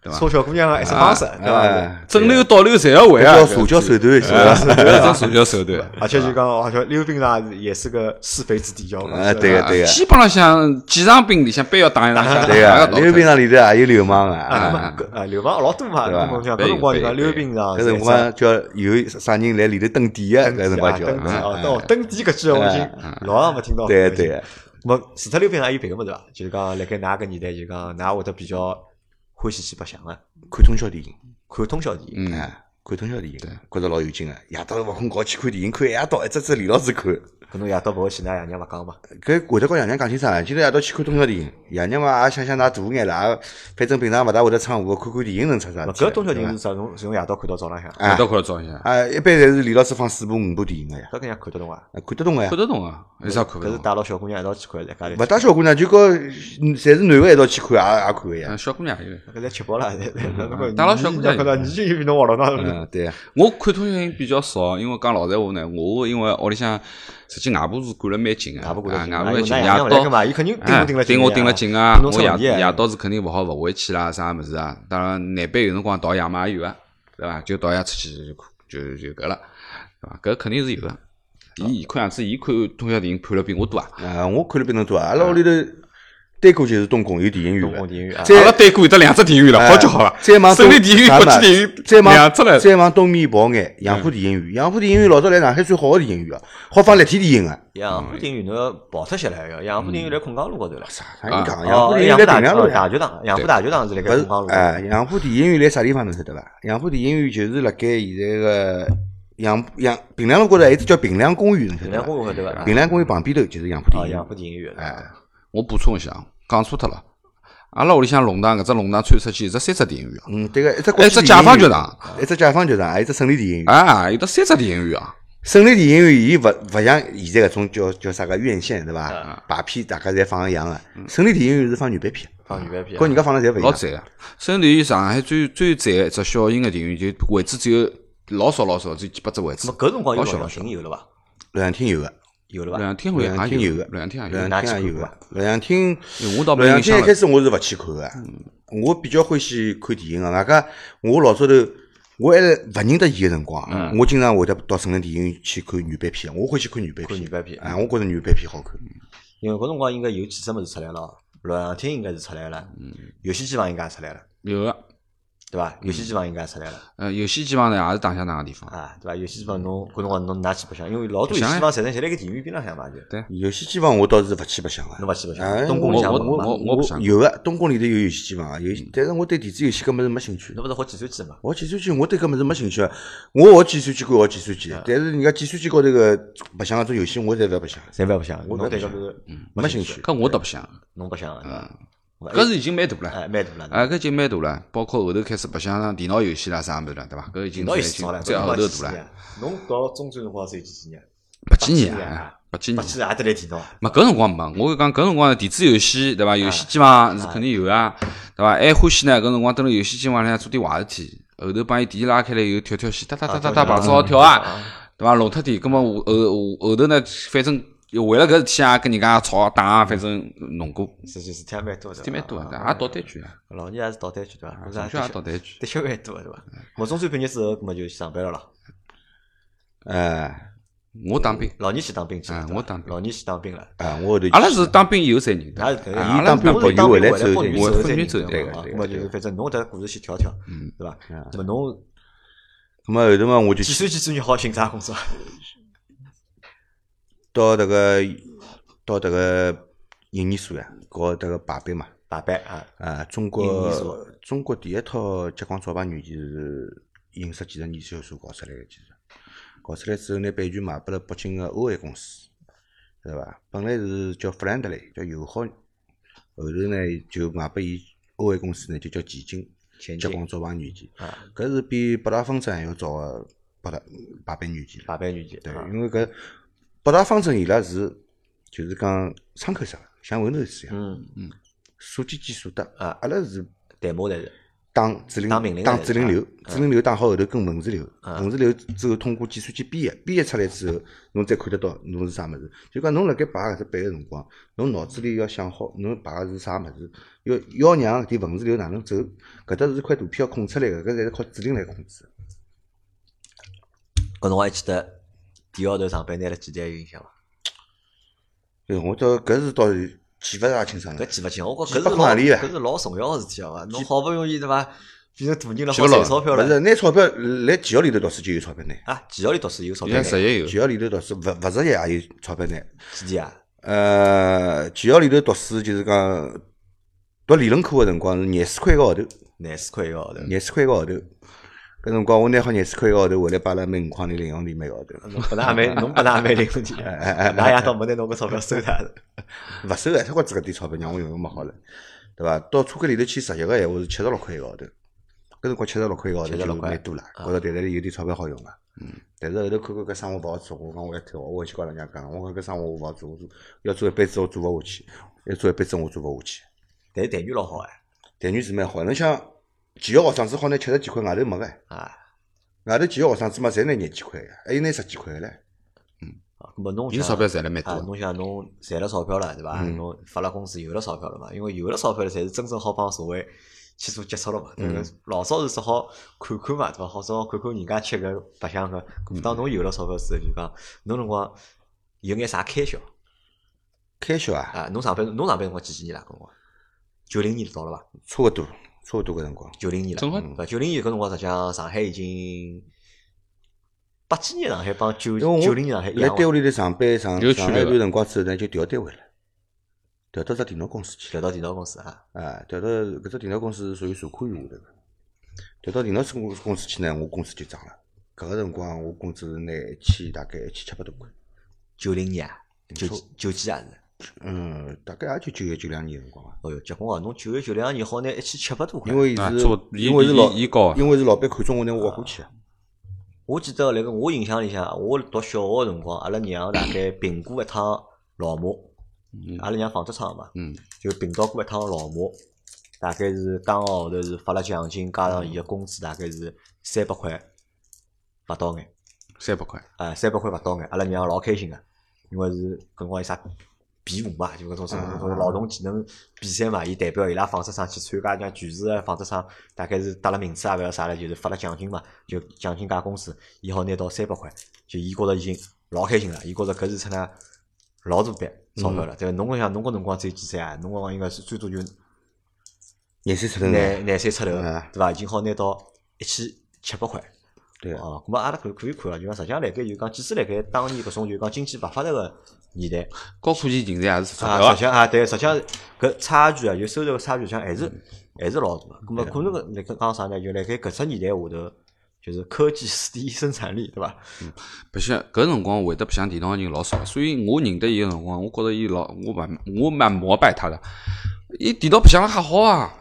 Speaker 2: 对伐
Speaker 1: 搓小姑娘个一只方式，对
Speaker 3: 对
Speaker 1: 伐？
Speaker 3: 哎，
Speaker 2: 整溜倒溜侪要会
Speaker 3: 这
Speaker 2: 啊，
Speaker 1: 哎
Speaker 3: 叫社交手段是吧？
Speaker 2: 搿种社交 手段。
Speaker 1: 而且就讲好像溜冰场也是个是非之地，叫
Speaker 3: 哎对个对个
Speaker 2: 啊基本浪向几场兵里向班啊要打一场，像
Speaker 3: 对
Speaker 2: 个
Speaker 3: 个，溜冰场里头也有流氓
Speaker 1: 啊，
Speaker 3: 啊，
Speaker 1: 那么搿啊，流氓老多嘛，
Speaker 3: 对吧
Speaker 1: 搿辰光搿辰光就
Speaker 2: 对
Speaker 1: 讲
Speaker 2: 对对
Speaker 1: 溜冰场，
Speaker 3: 搿辰光叫有啥人来里头蹬底个，搿辰光叫
Speaker 1: 登记啊，
Speaker 3: 哎
Speaker 1: 哦，登记搿句我已经老长没听到过。
Speaker 3: 对对。
Speaker 1: 么除脱溜冰还有别个物事伐？就是讲辣盖㑚搿年代，就是讲㑚会得比较欢喜去白相个，
Speaker 3: 看通宵电影，
Speaker 1: 看通宵电影。
Speaker 2: 嗯，
Speaker 3: 哎，看通宵电影，觉着老有劲个。夜到勿困觉去看电影，看一夜到，一只只连牢子看。
Speaker 1: 搿侬夜到勿会去，㑚爷娘勿讲嘛？
Speaker 3: 搿会得跟爷娘讲清爽，今朝夜到去看通宵电影。爷娘嘛也想想㑚大眼了，也反正平常勿大会得窗户，看看电影能出啥事体
Speaker 1: 搿
Speaker 3: 来？
Speaker 1: 通宵
Speaker 3: 对
Speaker 1: 电
Speaker 3: 伐
Speaker 1: 影是啥？从从夜到看到早浪向，
Speaker 2: 我倒看装一下，
Speaker 3: 啊，一般侪是连老师放四部五部电影个呀，
Speaker 1: 搿搿样看得懂伐？
Speaker 3: 啊看得懂个呀
Speaker 2: 看。得懂啊，有啥看不
Speaker 1: 搿哎是
Speaker 2: 懂？
Speaker 1: 带牢小姑娘一道去看，辣家里
Speaker 3: 勿带小姑娘，就告嗯侪是男个一道去看，也也看个呀
Speaker 2: 啊。小姑娘有。
Speaker 1: 搿侪吃饱了，对
Speaker 2: 带牢小姑娘
Speaker 1: 看到你就比侬活了呢。
Speaker 3: 嗯，对呀，
Speaker 2: 我看通宵影比较少，因为讲老实话呢，我因为屋里向实际外婆是管了蛮紧个，
Speaker 1: 外
Speaker 2: 啊
Speaker 1: 婆
Speaker 2: 外
Speaker 1: 管得紧
Speaker 2: 婆蛮紧，
Speaker 1: 哎因
Speaker 2: 夜
Speaker 1: 为㑚爷娘勿来干
Speaker 2: 到
Speaker 1: 嘛伊肯定盯我盯了紧
Speaker 2: 哎我盯了
Speaker 1: 呀
Speaker 2: 紧啊
Speaker 1: 不，能
Speaker 2: 我
Speaker 1: 出问题
Speaker 2: 夜
Speaker 1: 啊
Speaker 2: 夜到是肯定勿好勿回去啦，啥物事啊？当然难办有辰光倒夜嘛也有啊，对伐？就倒夜出去就就就搿了，对伐？搿肯定是有个。伊看样子，伊看通宵电影看了比我多啊！
Speaker 3: 啊，我看了比侬多啊。阿拉屋里头单过就是东宫有电影院
Speaker 1: 东
Speaker 3: 个
Speaker 1: 宫。电影院啊，
Speaker 3: 再
Speaker 2: 阿拉对过有得两只电影院
Speaker 1: 哎
Speaker 2: 了，好就好了。
Speaker 3: 再往
Speaker 2: 省
Speaker 3: 东
Speaker 2: 立电影院、
Speaker 3: 啊
Speaker 2: 国
Speaker 3: 嘛
Speaker 2: 际电影
Speaker 3: 再往
Speaker 2: 两只了。
Speaker 3: 再往东面跑眼，杨浦电影院，杨浦电影院老早来上海算好个电影院啊，好放立体电影啊个。
Speaker 1: 杨浦电影院侬要跑脱些来个，杨浦电影院辣孔江路高头了。
Speaker 3: 啥啥人讲？杨
Speaker 1: 哦，
Speaker 3: 浦电影
Speaker 1: 杨
Speaker 3: 院
Speaker 1: 浦
Speaker 3: 在
Speaker 1: 大
Speaker 3: 平凉
Speaker 1: 哦
Speaker 3: 路
Speaker 1: 大
Speaker 3: 呀，
Speaker 1: 球场，杨浦大球场是辣盖
Speaker 3: 勿
Speaker 1: 东江路
Speaker 3: 是？。哎，杨浦电影院来啥地方侬晓得伐？杨浦电影院就是辣盖现在个杨杨平凉路高头，还有一只叫平凉公园，侬
Speaker 1: 平
Speaker 3: 晓得
Speaker 1: 凉
Speaker 3: 伐？
Speaker 1: 公园对伐？
Speaker 3: 平凉公园旁边头就是杨浦
Speaker 1: 啊，
Speaker 3: 电影
Speaker 1: 杨
Speaker 3: 院
Speaker 1: 浦。电影院。
Speaker 3: 哎，
Speaker 2: 我补充一下，啊讲错脱了。阿拉屋里向弄堂搿只弄堂穿出去有只三只电影院
Speaker 3: 嗯，对个，一只
Speaker 2: 一只解放剧
Speaker 3: 剧
Speaker 2: 场，
Speaker 3: 一只解放剧场，还有一只哎胜利电影院。
Speaker 2: 啊，啊，有得三只电影院啊。
Speaker 3: 省立电影院伊勿勿像现在搿种叫叫啥个院线对伐？排片大家侪放一样个，省立电影院是放原版片，
Speaker 1: 放原版片。
Speaker 3: 跟人家放了侪勿一
Speaker 2: 老
Speaker 3: 样。
Speaker 2: 赞啊！甚至于上海最最赞的一只小型的电影院，就位置只有老少老少，只有几百只位置
Speaker 1: 么。搿辰光有
Speaker 2: 老小
Speaker 1: 小
Speaker 2: 老
Speaker 1: 亭有了伐？
Speaker 3: 录像厅有个，
Speaker 1: 有了
Speaker 2: 录
Speaker 1: 伐？
Speaker 2: 像厅好像也有，
Speaker 3: 录像厅有的
Speaker 2: 录像厅也有。
Speaker 3: 录像厅也有个，录像厅
Speaker 2: 因为我倒
Speaker 3: 录
Speaker 2: 没
Speaker 3: 像
Speaker 2: 印
Speaker 3: 厅
Speaker 2: 象
Speaker 3: 一
Speaker 2: 了嗯
Speaker 3: 开。始我是勿去看个，我比较欢喜看电影个。啊外加我老早头我还勿认得伊个辰光，啊
Speaker 2: 嗯
Speaker 3: 我经常会得到省立电影院去看原版片，我欢喜看原版
Speaker 1: 看原
Speaker 3: 片。
Speaker 1: 版片
Speaker 3: 啊，我觉着原版片好看。
Speaker 2: 嗯
Speaker 1: 因为搿辰光应该有几只物事出来了，录像厅应该是出来了，游戏机房应该也出来了，
Speaker 2: 有的，
Speaker 1: 对伐？游戏机房应该也出来了
Speaker 2: 呃，游戏机房呢也是打相打个地方。
Speaker 1: 啊，对伐？游戏机房侬搿辰光侬哪去白相？因为老多游
Speaker 2: 嗯
Speaker 1: 戏
Speaker 2: 白相呀
Speaker 1: 机房侪在侪辣盖电影院边浪向嘛，就
Speaker 3: 游戏机房我倒是勿去白相个。
Speaker 1: 侬勿去白
Speaker 3: 哎
Speaker 1: 相。东宫里向
Speaker 2: 我
Speaker 1: 没
Speaker 2: 我
Speaker 1: 嘛
Speaker 2: 我我不想嗯
Speaker 3: 有个，东宫里头有游戏机房啊，有，但是我对电子游戏搿物事没兴趣。
Speaker 1: 侬勿是好计算机嘛？
Speaker 3: 我计算机，我对搿物事没兴趣啊。我学计算机归学计算机，但是人家计算机高头个白相搿种游戏，我侪勿白相，
Speaker 1: 侪勿要白相，
Speaker 3: 我
Speaker 1: 侬
Speaker 3: 不
Speaker 1: 对搿
Speaker 3: 想
Speaker 1: 是
Speaker 2: 嗯
Speaker 3: 没兴趣。
Speaker 2: 搿我倒不想，
Speaker 1: 侬白相的对伐？我
Speaker 2: 嗯搿是已经蛮大了。
Speaker 1: 哎，蛮大了。
Speaker 2: 啊，搿已经蛮大了，包括后头开始白相上电脑游戏啦啥物事啦，对伐？搿已经
Speaker 1: 老有
Speaker 2: 在已
Speaker 1: 思
Speaker 2: 经
Speaker 1: 潮了，
Speaker 2: 在
Speaker 1: 搿辰光
Speaker 2: 后头
Speaker 1: 几
Speaker 2: 大
Speaker 1: 年
Speaker 2: 了，
Speaker 1: 啊？侬到中专辰光只有几几年？
Speaker 2: 八几年
Speaker 1: 八几年
Speaker 2: 啊，
Speaker 1: 啊
Speaker 2: 哎八几
Speaker 1: 八
Speaker 2: 年。
Speaker 1: 几年也得来提到。
Speaker 2: 没搿辰光没，我就讲搿辰光呢，电子游戏对伐？游戏机房是肯定有啊，对伐？还欢喜呢，搿辰光蹲辣游戏机房里向做点坏事体，后头帮伊电拉开来以后跳跳戏，哒哒哒哒哒，碰只好跳啊，对伐？弄脱点，葛末我后后后头呢，反正为了搿事体啊，跟人家吵打啊，反正弄过，
Speaker 1: 是是事体也蛮多的，
Speaker 2: 事体蛮多
Speaker 1: 啊
Speaker 2: 的，
Speaker 1: 啊
Speaker 2: 也倒对句啊，
Speaker 1: 老年也是倒退去对伐？
Speaker 2: 从小也倒嗯对句。
Speaker 1: 的确蛮多的对伐？我中专毕业之后，葛么就去上班了啦。
Speaker 3: 哎，
Speaker 2: 我当兵，
Speaker 1: 老年去当兵去了
Speaker 2: 啊，
Speaker 1: 对伐
Speaker 2: 我当兵
Speaker 1: 老年去当兵了。
Speaker 3: 啊，我后头
Speaker 2: 阿拉是当兵以后才认得
Speaker 1: 那是搿个
Speaker 2: 啊
Speaker 1: 伊
Speaker 2: 阿拉
Speaker 1: 当
Speaker 2: 是当
Speaker 1: 我
Speaker 3: 兵
Speaker 1: 是当
Speaker 3: 回来
Speaker 1: 回
Speaker 3: 之后
Speaker 1: 北女
Speaker 2: 我
Speaker 1: 走
Speaker 2: 北女走
Speaker 1: 走
Speaker 2: 对
Speaker 1: 的
Speaker 2: 个
Speaker 1: 嘛
Speaker 2: 对
Speaker 1: 葛
Speaker 2: 个
Speaker 1: 么就反正侬迭故事去跳跳，
Speaker 2: 嗯
Speaker 1: 对伐？葛么侬
Speaker 3: 咁么后头嘛，我就
Speaker 1: 计算机专业好寻啥工作？
Speaker 3: 到迭个到迭个研研所呀，搞迭个排班嘛，
Speaker 1: 排版啊，
Speaker 3: 啊，中
Speaker 1: 印
Speaker 3: 国
Speaker 1: 尼所
Speaker 3: 中国第一套激光照排软件是影视技术研究所搞出来个，其实搞出来之后拿版权卖拨了北京个 OA 公司，对伐？本来是叫弗兰德雷，叫友好，后头呢就卖拨伊 OA 公司呢就叫前进
Speaker 1: 前
Speaker 3: 激
Speaker 1: 进
Speaker 3: 光照排软件
Speaker 1: 啊，
Speaker 3: 搿是比北大方针还要早个北大排版软件了。
Speaker 1: 排版软件，
Speaker 3: 对
Speaker 1: 啊，
Speaker 3: 因为搿北大方针伊拉是就是讲窗口式个，像 Windows 一样，
Speaker 1: 嗯，
Speaker 3: 数据键数得，
Speaker 1: 啊
Speaker 3: 阿拉是
Speaker 1: 代码侪是
Speaker 3: 打指令
Speaker 1: 打命令
Speaker 3: 打
Speaker 1: 来
Speaker 3: 指令流，指令流打好后头跟文字流，
Speaker 1: 啊
Speaker 3: 文字流之后通过计算机编译，编译出来之后，侬再看得到侬是啥物事。就讲侬辣盖排搿只版个辰光，侬脑子里要想好侬排个是啥物事，要要让搿点文字流哪能走，搿搭是块图片要空出来个，搿侪是靠指令来控制的。
Speaker 1: 搿侬还记得第一号头上班拿了几钿有印象伐？
Speaker 3: 对，哎我倒搿是倒是记勿大清爽
Speaker 1: 搿
Speaker 3: 了。
Speaker 1: 记勿清，我觉
Speaker 3: 几
Speaker 1: 搿是
Speaker 3: 百
Speaker 1: 老
Speaker 3: 块钿啊
Speaker 1: 搿是老重要个事体，好伐？侬好不容易对伐，变成大人了，
Speaker 2: 记
Speaker 1: 好
Speaker 2: 勿牢
Speaker 1: 赚钞票
Speaker 3: 勿
Speaker 1: 了
Speaker 3: 是，拿钞票来技校里头读书就有钞票拿，
Speaker 1: 啊！技校里读书有钞
Speaker 2: 现
Speaker 1: 票
Speaker 2: 在
Speaker 1: 拿，
Speaker 2: 实业有
Speaker 3: 技，校里头读书勿勿实业也有钞票拿。
Speaker 1: 几钿啊？
Speaker 3: 呃，技校里头读书就是讲读理论课个辰光是廿四块一个号头，
Speaker 1: 廿四块一个号头，
Speaker 3: 廿四块一个号头。搿辰光我拿好廿四块一个号头，回来把阿拉妹五块钿零用钿每个号头，
Speaker 1: 侬本来也没，侬本来也没零用钿， 哪啊爷倒没拿侬个钞票收他的。
Speaker 3: 勿收个，他光只搿点钞票让我用用没好了，对伐？到车间里头去实习个闲话是七十六块一个号头，搿辰光七十六块一个号啊嗯头就
Speaker 1: 76块
Speaker 3: 蛮多了，觉着袋袋里有点钞票好用个。但是后头看看搿生活勿好做，我讲我要退，我回去跟阿拉娘讲，我讲搿生活我勿好做，我做要做一辈子我做勿下去，要做一辈子我做勿下去。
Speaker 1: 但是待遇老好哎，
Speaker 3: 待遇是蛮好的。侬想，技校学生子好拿七十几块，外头没个，
Speaker 1: 啊，
Speaker 3: 外头技校学生子嘛，侪拿廿几块个，还有拿十几块个唻。
Speaker 1: 啊，那么侬
Speaker 2: 有
Speaker 1: 想
Speaker 2: 钞票赚了蛮多
Speaker 1: 啊，
Speaker 2: 的。
Speaker 1: 侬想侬赚了钞票了，对伐？
Speaker 3: 嗯
Speaker 1: 侬发了工资有了钞票了嘛？因为有了钞票了，才是真正好帮社会去做接触了嘛。对伐？
Speaker 2: 嗯
Speaker 1: 老早是只好看看嘛，对伐？好只好看看人家吃搿白相搿。
Speaker 2: 嗯
Speaker 1: 当侬有了钞票之后，就讲侬辰光有眼啥开销
Speaker 3: 开销啊，
Speaker 1: 啊？侬上班侬上班辰光几几年啦？搿辰光九零年就到了伐？
Speaker 3: 差勿多，差勿多搿辰光。
Speaker 1: 九零年了，嗯
Speaker 2: 正好
Speaker 1: 对伐？九零年搿辰光实际上上海已经八几年上海帮九
Speaker 3: 因为我
Speaker 1: 九零年上海一
Speaker 3: 辣
Speaker 1: 样嘛，
Speaker 3: 单位里头上班上
Speaker 2: 有区别
Speaker 3: 上了一
Speaker 2: 伐
Speaker 3: 段辰光之后呢，就调单位了，调到只电脑公司去了。
Speaker 1: 调到电脑公司啊。
Speaker 3: 啊，调到搿只电脑公司是属于社科院下头个。调到电脑公公司去呢，我工资就涨了。搿个辰光我工资是拿一千大概一千七百多块，
Speaker 1: 九零年啊，九
Speaker 3: 错
Speaker 1: 九几啊是？
Speaker 3: 嗯，大概也就九一九两年辰光伐。
Speaker 1: 哦哟，结棍哦！侬九一九两年好拿一千七百多块
Speaker 3: 因。为伊
Speaker 2: 啊
Speaker 3: 是
Speaker 2: 差不多，伊
Speaker 3: 因为是
Speaker 2: 伊
Speaker 3: 老，
Speaker 2: 伊高啊
Speaker 3: 因为是老板看中我拿我挖过去个。
Speaker 1: 我记得辣盖我印象里向，我读小学个辰光，阿拉娘大 概评过一趟老马，阿拉娘纺织厂嘛，
Speaker 2: 嗯，
Speaker 1: 就评到过一趟老马，大概是当个号头是发了奖金，加上伊个工资大概是三百块，勿到眼，
Speaker 2: 三百块，
Speaker 1: 啊，三百块勿到眼，阿拉娘老开心个，因为是搿辰光有啥比武嘛，就搿种什么
Speaker 3: 嗯
Speaker 1: 搿种劳动技能比赛嘛，伊代表伊拉纺织厂去参加，像全市个纺织厂，大概是得了名次也勿要啥了，就是发了奖金嘛，就奖金加工资，伊好拿到三百块，就伊觉着已经老开心了，伊觉着搿是出呢老大笔钞
Speaker 3: 嗯
Speaker 1: 票了，对伐？侬想侬搿辰光只有几岁啊？侬搿辰光应该是最多就
Speaker 3: 廿三出头呢，
Speaker 1: 廿廿岁出头，
Speaker 3: 嗯
Speaker 1: 对伐？已经好拿到一千七百块。
Speaker 3: 对个。
Speaker 1: 哦，咁啊，阿拉可可以看啊，就讲实际上辣盖就讲，即使辣盖当年搿种就讲经济勿发达个年代，
Speaker 2: 高科技人才也是钞票
Speaker 1: 啊，实
Speaker 2: 啊
Speaker 1: 际。上啊，对，实际上搿差距啊，就收入个差距，上还是还是老大个。咁么可能搿辣盖讲啥呢？就辣盖搿只年代下头，就是科技是第一生产力，对伐？
Speaker 2: 白相搿辰光会得白相电脑个人老少，所以我认得伊个辰光，我觉着伊老我蛮我蛮膜拜他的。伊电脑白相了还好啊，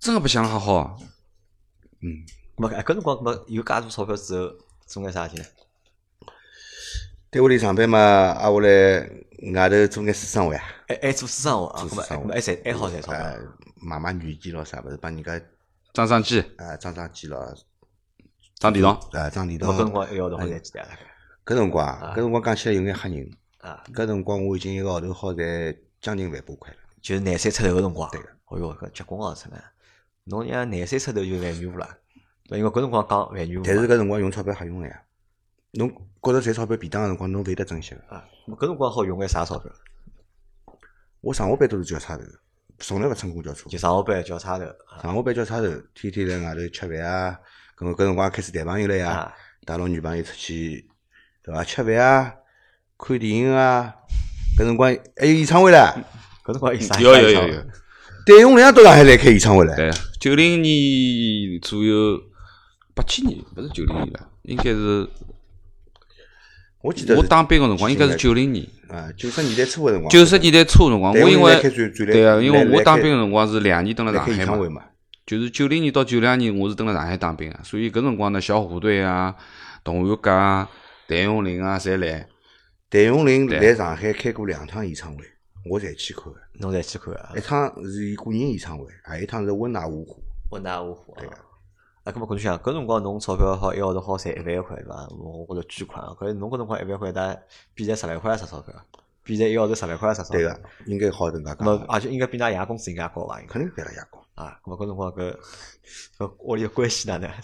Speaker 2: 真个白相了还好啊。
Speaker 1: 咁么搿辰光，咁么有介多钞票之后，做眼啥事体呢？
Speaker 3: 单位里上班嘛，啊，我来外头做眼私生活啊，
Speaker 1: 还还做私生活哎啊？咁么
Speaker 3: 私生
Speaker 1: 咁
Speaker 3: 活
Speaker 1: 么还赚还好赚钞票
Speaker 3: 啊，买买软件咯啥物事，帮人家
Speaker 2: 装相机，
Speaker 3: 啊装装机咯，
Speaker 2: 装电脑，
Speaker 3: 啊装电
Speaker 1: 咁
Speaker 3: 脑
Speaker 1: 么搿。辰光一个号头好赚几钿啊？
Speaker 3: 搿辰光啊，搿辰光讲起来有眼吓人，
Speaker 1: 大概啊，
Speaker 3: 搿辰光我已经一个号头好赚将近万把块了。
Speaker 1: 就是廿三出头个辰光。
Speaker 3: 对个
Speaker 1: 哎哟，搿结棍哦，真个！侬像廿三出头就万元户了，对因为搿辰光讲万元户嘛。
Speaker 3: 但是搿辰光用钞票瞎用了呀，侬觉着赚钞票便当个辰光，侬勿会得珍惜个。
Speaker 1: 啊，咁搿辰光好用眼啥钞票？
Speaker 3: 我上下班都是叫差头，从来勿乘公交车。
Speaker 1: 就上下班交叉头啊
Speaker 3: 上下班叫差头，天天辣外头吃饭啊，搿么搿辰光开始谈朋友了呀。
Speaker 1: 啊，
Speaker 3: 带牢女朋友出去，对伐？吃饭啊，看电影啊，搿辰光还有演唱会唻。
Speaker 1: 嗯
Speaker 2: 哎
Speaker 1: 搿辰光有啥？
Speaker 2: 有有有有，
Speaker 3: 单戴永良到上海来开演唱会来，
Speaker 2: 对，啊九零年左右，八七年不是九零年了，应该是
Speaker 3: 我记得
Speaker 2: 我
Speaker 3: 是
Speaker 2: 当兵个辰光，应该是九零年，
Speaker 3: 啊九十年代初个辰光，
Speaker 2: 九十年代初个辰光。
Speaker 3: 戴
Speaker 2: 我
Speaker 3: 永
Speaker 2: 因
Speaker 3: 良来开
Speaker 2: 为
Speaker 3: 专专来
Speaker 2: 对啊，因为
Speaker 3: 来
Speaker 2: 我
Speaker 3: 来
Speaker 2: 当
Speaker 3: 开
Speaker 2: 兵个辰光是两年蹲辣
Speaker 3: 来
Speaker 2: 上
Speaker 3: 开
Speaker 2: 海
Speaker 3: 演
Speaker 2: 嘛
Speaker 3: 唱，会嘛，
Speaker 2: 就是九零年到九两年，我是蹲辣上海当兵啊，所以搿辰光呢，小虎队啊、董玉佳啊、谭咏麟啊，侪来。
Speaker 3: 谭咏麟
Speaker 2: 对
Speaker 3: 来上海开过两趟演唱会，我侪去看的。
Speaker 1: 侬再去看啊
Speaker 3: 一，趟是伊个人演唱会，啊还有一趟是温拿五虎。
Speaker 1: 温拿五虎啊。啊，搿么搿侬想，搿辰光侬钞票好，一个号头好赚一万块对伐？我觉着巨款啊！搿侬搿辰光一万块，大比现在十来块也值钞票，比现在一个号头十来块也值钞
Speaker 3: 对
Speaker 1: 票
Speaker 2: 啊
Speaker 3: 个。，应该好人家
Speaker 1: 那
Speaker 3: 讲
Speaker 1: 么
Speaker 3: 的，
Speaker 1: 而且应该比㑚爷工资应该高伐？应该
Speaker 3: 肯定比阿拉爷高。
Speaker 1: 啊，搿么搿辰光搿搿屋里的关系哪能 啊？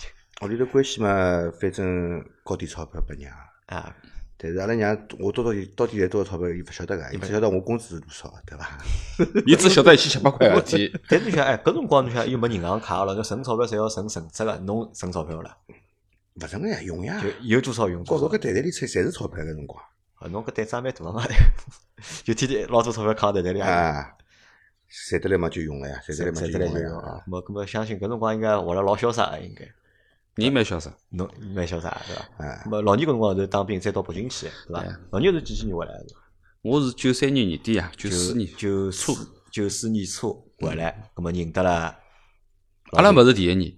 Speaker 3: 屋里头关系嘛，反正交点钞票拨娘。
Speaker 1: 啊，
Speaker 3: 但是阿拉娘，我到到底到底赚多少钞票，伊勿晓得个，伊勿晓得我工资是多少，对伐？
Speaker 2: 伊只晓得一千七百块个事 体，
Speaker 1: 但是侬想，哎，搿辰光侬想又没银行卡了，侬存钞票侪要存存折个，侬存钞票了，
Speaker 3: 勿成个呀，用呀
Speaker 1: 就。有多少用
Speaker 3: 高
Speaker 1: 多
Speaker 3: 头
Speaker 1: 少
Speaker 3: 搿。袋袋里出侪是钞票个辰光
Speaker 1: 啊，侬搿胆子也蛮大嘛，就天天老多钞票扛在袋里啊，
Speaker 3: 啊，赚得来嘛就用了呀，赚得来嘛
Speaker 1: 赚得来就
Speaker 3: 就
Speaker 1: 用
Speaker 3: 用了
Speaker 1: 啊
Speaker 3: 呀。。
Speaker 1: 咾么搿么相信搿辰光应该活了老潇洒的，应该
Speaker 2: 你蛮潇洒。
Speaker 1: 侬蛮潇洒的对伐？
Speaker 3: 啊
Speaker 1: 咾，么老年搿辰光是当兵，再到北京去的对
Speaker 2: 对
Speaker 1: 伐？老年是几几年回来的？
Speaker 2: 我是九三年年底啊，九四年。
Speaker 1: 九四九四年初回来，搿么认得了
Speaker 2: 阿拉勿是第一年，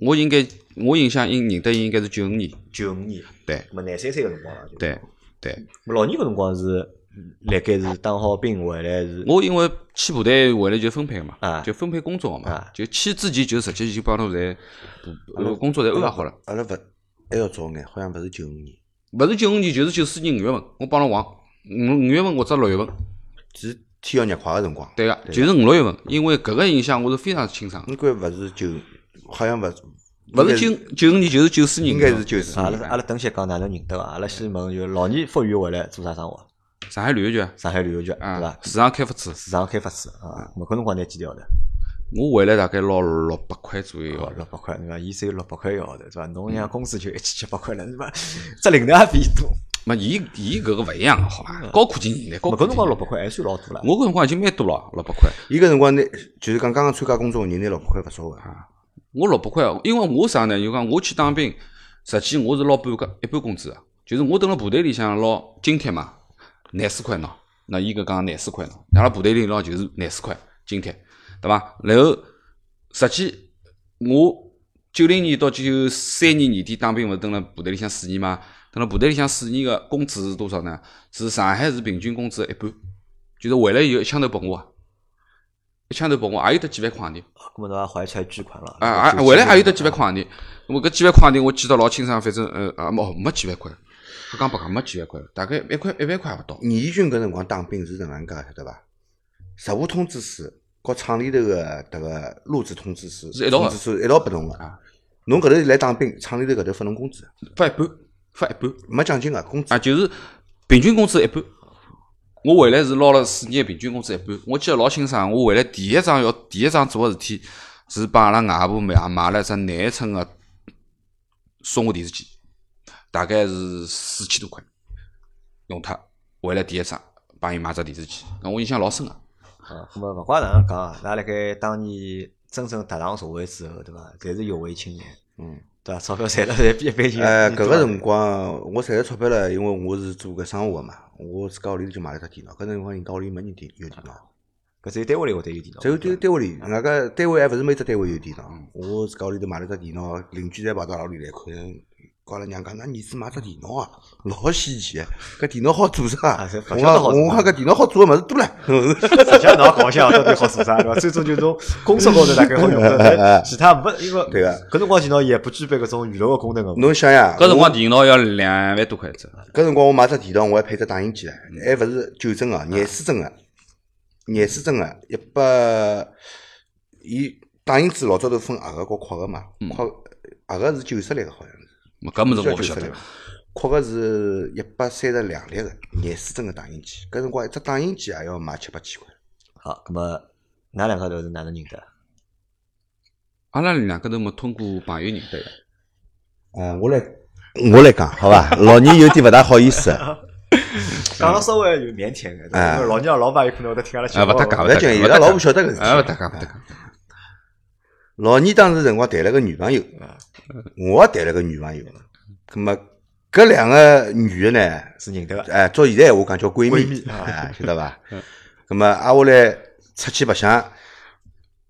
Speaker 2: 我应该我印象应认得伊应该是九五年。
Speaker 1: 九五年，
Speaker 2: 对
Speaker 1: 咾么廿三岁个辰光了。就
Speaker 2: 对对，
Speaker 1: 咾老年搿辰光是辣盖是当好兵回来是
Speaker 2: 我因为去部队回来就分配嘛，
Speaker 1: 啊
Speaker 2: 就分配工作嘛
Speaker 1: 啊，
Speaker 2: 就去之前就直接就帮侬侪呃工作侪安排好了。
Speaker 3: 阿拉勿还要早眼，好像勿是九五年，
Speaker 2: 勿是九五年，就是九四年五月份，我帮侬忘五五月份或者六月份，
Speaker 3: 是天要热快个辰光。
Speaker 2: 对个，啊就是五六月份，因为搿个印象我是非常清爽的。
Speaker 3: 应该勿是九，好像勿是，
Speaker 2: 勿是九九五年，就是九四年
Speaker 3: 应
Speaker 2: 五月
Speaker 3: 该
Speaker 2: 份，
Speaker 3: 是九四
Speaker 1: 啊阿
Speaker 3: 年
Speaker 1: 拉阿拉等歇讲哪能认得个？啊阿拉先问，就是老年复员回来做啥生活？
Speaker 2: 上海旅游局
Speaker 1: 上海旅游局对
Speaker 2: 啊
Speaker 1: 伐，？
Speaker 2: 市场开发处，
Speaker 1: 市场开发处
Speaker 2: 嗯
Speaker 1: 啊，我搿辰光拿几条的？哦
Speaker 2: 我回来大概拿六百块左右一个号头。
Speaker 1: 六百块对伐？伊只有六百块一个号头对伐？
Speaker 2: 嗯
Speaker 1: 侬像工资就一千七百块了，是伐？只零头也比伊多。
Speaker 2: 没，伊伊搿个勿一样个，好伐？高科技年代，高
Speaker 1: 咾
Speaker 2: 科
Speaker 1: 搿辰
Speaker 2: 技年
Speaker 1: 光
Speaker 2: 代。
Speaker 1: 六百块还算老多了。
Speaker 2: 我搿辰光已经蛮多了，六百块。
Speaker 3: 伊搿辰光拿，就是讲刚刚参加工作个人拿六百块勿少个，
Speaker 2: 我六百块，因为我啥呢？就讲我去当兵，实际我是拿半个一半工资个，啊就是我蹲辣部队里向拿津贴嘛，廿四块拿。那伊搿讲廿四块拿，阿拉部队里拿就是廿四块津贴，对伐？然后实际我九零年到九三年年底当兵，勿是蹲辣部队里向四年嘛？蹲辣部队里向四年个工资是多少呢？是上海市平均工资的一半，就是回来以后一枪头拨我啊，一枪头拨我，也有得几万块洋钿。
Speaker 1: 搿么侬也怀出来巨款了。
Speaker 2: 啊啊！
Speaker 1: 就
Speaker 2: 回来还有得几万块洋钿，我搿几万块洋钿我记得老清爽，反正呃啊没没几万块，不讲白讲没几万块，大概一块一万块也勿到。
Speaker 3: 义军搿辰光当兵是哪能介晓得伐？实务通知书和厂里头个迭个录制通知书
Speaker 2: 是一道的
Speaker 3: 通知书一道拨侬个
Speaker 2: 啊。
Speaker 3: 侬搿头来当兵，厂里头搿头发侬工资，
Speaker 2: 发一半，发一半
Speaker 3: 没奖金个工资
Speaker 2: 啊，。就是平均工资一半。我回来是拿了四年的平均工资一半，我记得老清爽。我回来第一桩要第一桩做个事体是帮阿拉外婆买啊买了一只廿寸个送个电视机，大概是四千多块，用脱回来第一桩帮伊买只电视机，搿我印象老深个、
Speaker 1: 啊，搿么勿怪哪能讲啊，㑚辣盖当年真正踏上社会之后，对伐？侪是有为青年，
Speaker 3: 嗯，
Speaker 1: 对伐？钞票 赚了侪比一般青年
Speaker 2: 啊
Speaker 3: 呃，
Speaker 1: 多
Speaker 3: 搿
Speaker 1: 了
Speaker 3: 个辰光我赚了钞票了，因为我是做搿生活个嘛，我自家屋里头就买了只电脑。搿辰光人家屋里没人电有电脑。
Speaker 1: 搿只有单位里会得有电脑。
Speaker 3: 只有单单位里，外加单位还勿是每只单位有电脑。我自家屋里头买了只电脑，邻居侪跑到阿拉屋里来看，告阿拉娘讲，㑚儿子买只电脑啊，老稀奇的。搿电脑好做啥
Speaker 1: 啊？
Speaker 3: 我
Speaker 1: 是
Speaker 3: 讲
Speaker 1: 好做
Speaker 3: 我讲搿电脑好做个物事多了。
Speaker 1: 实际上侬搞笑到底好做啥对伐？最终就从工作高头大概好用的，但其他没因为
Speaker 3: 对个
Speaker 1: 搿辰光电脑也不具备搿种娱乐个功能个嘛。
Speaker 3: 侬想呀，
Speaker 2: 搿辰光
Speaker 3: 我
Speaker 2: 电脑要两万多块一只，
Speaker 3: 搿辰光我买只电脑，我还配只打印机唻，啊还勿是九针
Speaker 1: 啊
Speaker 3: 个，廿四针个，廿四针个，一百，伊打印机老早头分合个和cross 个嘛，cross
Speaker 1: 嗯
Speaker 3: 合个是九十粒个，好像是。
Speaker 2: 没搿物事我
Speaker 3: 我
Speaker 2: 勿晓得。
Speaker 3: 扩个是一百三十两粒个廿四针个打印机，搿辰光一只打印机也要卖七八千块。
Speaker 1: 好，葛么㑚两个头是哪能认得？
Speaker 2: 阿拉两个头么通过朋友认得个，
Speaker 3: 嗯，我来我来讲，好伐？老年有点勿大好意思。
Speaker 1: 讲了稍微有腼腆个，对吧
Speaker 3: 哎
Speaker 1: 因为老娘老板有可能会得听阿拉节
Speaker 2: 啊，
Speaker 1: 目。
Speaker 2: 勿搭界，
Speaker 3: 勿
Speaker 2: 勿搭
Speaker 3: 要紧
Speaker 2: 界，
Speaker 3: 伊拉老婆晓哎得搿事体
Speaker 2: 啊，勿搭界，勿搭界。
Speaker 3: 老二当时辰光谈了个女朋友，我也谈了个女朋友，葛么搿两个女的呢，
Speaker 1: 是认得个，
Speaker 3: 哎，照现在闲话讲叫闺
Speaker 1: 闺
Speaker 3: 蜜
Speaker 1: 蜜，啊
Speaker 3: 哎，晓得伐？葛么挨下来出去白相，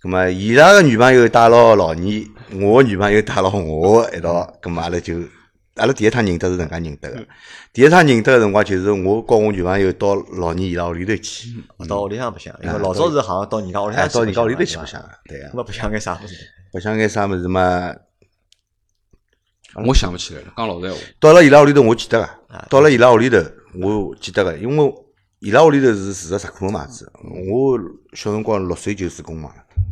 Speaker 3: 葛么伊拉个女朋友带牢老二，我个女朋友带牢我一道，葛么阿拉就阿拉第一趟认得是搿能介认得
Speaker 1: 嗯
Speaker 3: 个，第一趟认得个辰光就是我跟我女朋友到老二伊拉屋里头去，
Speaker 1: 到屋里向白相，因为
Speaker 3: 啊
Speaker 1: 老早是好像到人家屋里
Speaker 3: 哎，
Speaker 1: 嗯向去白相嘛，
Speaker 3: 到
Speaker 1: 白
Speaker 3: 人家屋里头去白相，对个
Speaker 1: 那，么白相干啥物事？
Speaker 3: 白相眼啥物事嘛？嗯
Speaker 2: 我想勿起来了，讲老实闲话，
Speaker 3: 到了伊拉屋里头，我记得
Speaker 1: 啊
Speaker 3: 个。到了伊拉屋里头，我记得个，啊因为伊拉屋里头是住个石库门房子，我小辰光六岁就住公房了。嗯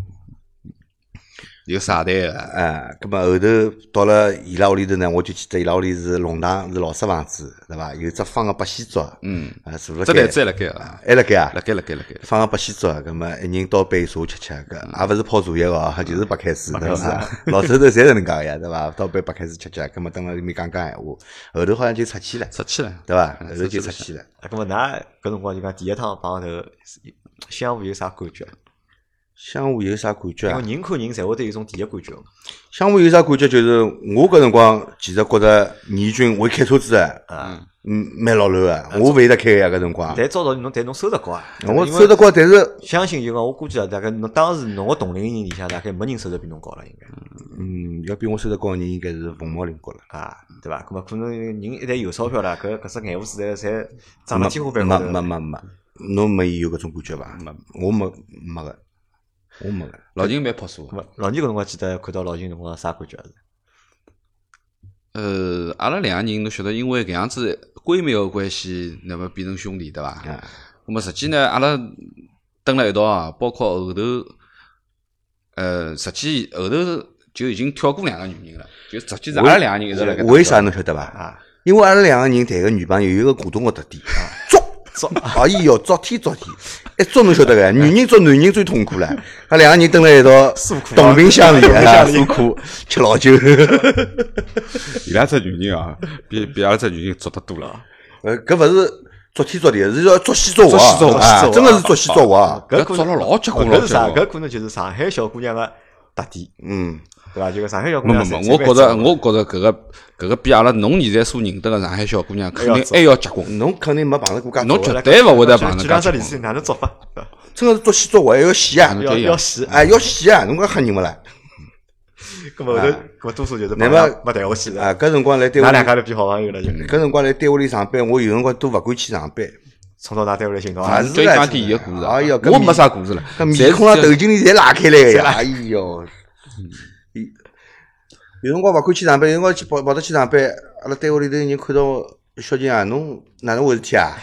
Speaker 2: 有啥台个，
Speaker 3: 哎，葛么后头到了伊拉屋里头呢，我就记得伊拉屋里是弄堂，是老式房子，对伐？有只放个八仙桌，
Speaker 2: 嗯，
Speaker 3: 啊，坐了
Speaker 2: 这
Speaker 3: 盖
Speaker 2: 台，子还辣盖啊，
Speaker 3: 还辣盖啊
Speaker 2: 辣，盖辣盖辣盖。
Speaker 3: 放个八仙桌，葛么一人倒杯茶吃吃，搿也勿是泡茶叶个哦，就是白开水，对伐？老头头侪是能介个呀，对伐？倒杯白开水吃吃，葛么蹲辣里面讲讲闲话，后头好像就出去了，
Speaker 2: 出去了，
Speaker 3: 对伐？
Speaker 2: 嗯
Speaker 3: 后头就
Speaker 2: 出去
Speaker 3: 出
Speaker 2: 了
Speaker 3: 去了。
Speaker 1: 啊，那么㑚搿辰光就讲第一趟碰头，相互有啥感觉？
Speaker 3: 相互有啥感觉
Speaker 1: 因
Speaker 3: 啊
Speaker 1: 为？人看人侪会得有一种第一感觉嘛。
Speaker 3: 相互有啥感觉？就是我搿辰光其实觉着倪军会开车子的，
Speaker 1: 啊，
Speaker 3: 嗯，蛮老卵个，我勿会得开个呀搿辰光。
Speaker 1: 但早早侬但侬收得高啊，
Speaker 3: 我
Speaker 1: 因为
Speaker 3: 收得高，但是
Speaker 1: 相信就讲，我估计啊，大概侬当时侬个同龄人里向，大概没人收入比侬高了，应该
Speaker 3: 嗯，要比我收得高个人应该是冯茂林高了。
Speaker 1: 啊，对伐？咁么可能人一旦有钞票了，搿搿只眼胡子侪侪涨
Speaker 3: 没
Speaker 1: 到天花板高头
Speaker 3: 没
Speaker 1: 了。
Speaker 3: 没没没，侬没有搿种感觉伐？我没没个，我没个。
Speaker 2: 老金蛮朴素
Speaker 1: 咁
Speaker 2: 的。
Speaker 1: 么老二搿辰光记得看到老金辰光啥感觉啊？
Speaker 2: 呃，阿拉两个人，侬晓得，因为搿样子闺蜜个关系，那么变成兄弟，对伐？
Speaker 3: 啊，
Speaker 2: 那么实际呢，阿拉蹲辣一道啊，包括后头，呃，实际后头就已经跳过两个女人了，就实际是阿拉两个人一直辣盖。
Speaker 3: 为啥？侬晓得伐？
Speaker 1: 啊，
Speaker 3: 因为阿拉两个人谈个女朋友有个共同个特点，作
Speaker 1: 作
Speaker 3: 哎哟，作天作天，一作侬晓得个，女人作男人最痛苦了。搿两个人蹲辣一道
Speaker 1: 诉苦啊，
Speaker 3: 同病相怜
Speaker 1: 同
Speaker 3: 啊，
Speaker 1: 病相怜
Speaker 3: 诉苦，吃老酒。
Speaker 2: 伊拉只女人啊，比比阿拉只女人作得多了。 啊
Speaker 3: 呃，搿勿是作天作地，是要作戏作
Speaker 2: 作戏作
Speaker 3: 画
Speaker 2: 画
Speaker 3: 啊，
Speaker 1: 作戏作
Speaker 3: 真
Speaker 1: 画
Speaker 3: 个是作戏作画。啊
Speaker 2: 搿
Speaker 1: 可
Speaker 2: 做
Speaker 1: 能
Speaker 2: 了老结棍
Speaker 1: 搿
Speaker 2: 老
Speaker 1: 是
Speaker 2: 结
Speaker 1: 啥？
Speaker 2: 棍
Speaker 1: 搿可能就是上海小姑娘个特点，
Speaker 3: 嗯，
Speaker 1: 对伐？就讲上海小姑
Speaker 2: 没
Speaker 1: 娘
Speaker 2: 没
Speaker 1: 侪，
Speaker 2: 没，
Speaker 1: 侪
Speaker 2: 我
Speaker 1: 蛮早
Speaker 2: 觉着，
Speaker 1: 的
Speaker 2: 我觉着搿个搿个比阿拉侬现在所认得个上海小姑娘，肯定还要结棍。
Speaker 3: 侬肯定没碰着过介
Speaker 2: 侬
Speaker 3: 作
Speaker 2: 绝
Speaker 3: 的，
Speaker 2: 对勿会得
Speaker 1: 就
Speaker 2: 碰
Speaker 1: 就两
Speaker 2: 着
Speaker 1: 只例
Speaker 2: 介结棍。
Speaker 1: 子，哪能做法？ 对伐
Speaker 3: 真个是作戏作画，还要戏啊，
Speaker 1: 要
Speaker 2: 对呀
Speaker 1: 要死，
Speaker 3: 哎，要戏啊，侬讲吓人勿啦？
Speaker 1: 咁么后头，咁么多数就是
Speaker 3: 那
Speaker 1: 帮
Speaker 3: 么
Speaker 1: 忙没谈下去了。
Speaker 3: 啊，搿辰光来单
Speaker 1: 㑚
Speaker 3: 位
Speaker 1: 两
Speaker 3: 里，
Speaker 1: 家头变好朋友了，就
Speaker 3: 搿辰光来单位里上班，我有辰光都勿敢去上班，
Speaker 1: 冲到㑚单位来寻到
Speaker 3: 啊
Speaker 1: 啊
Speaker 3: 是。
Speaker 2: 再讲点伊个故事啊，
Speaker 3: 哎呦搿
Speaker 2: 我
Speaker 3: 面
Speaker 2: 没啥故事了，
Speaker 3: 搿
Speaker 2: 侪
Speaker 3: 面
Speaker 2: 是啊
Speaker 3: 孔上啊
Speaker 2: 这
Speaker 3: 头巾里侪拉开来个呀，哎哟。伊有辰光勿敢去上班，有辰光去跑跑得去上班，阿拉单位里头有人看到我，小金啊，侬哪能回事体啊？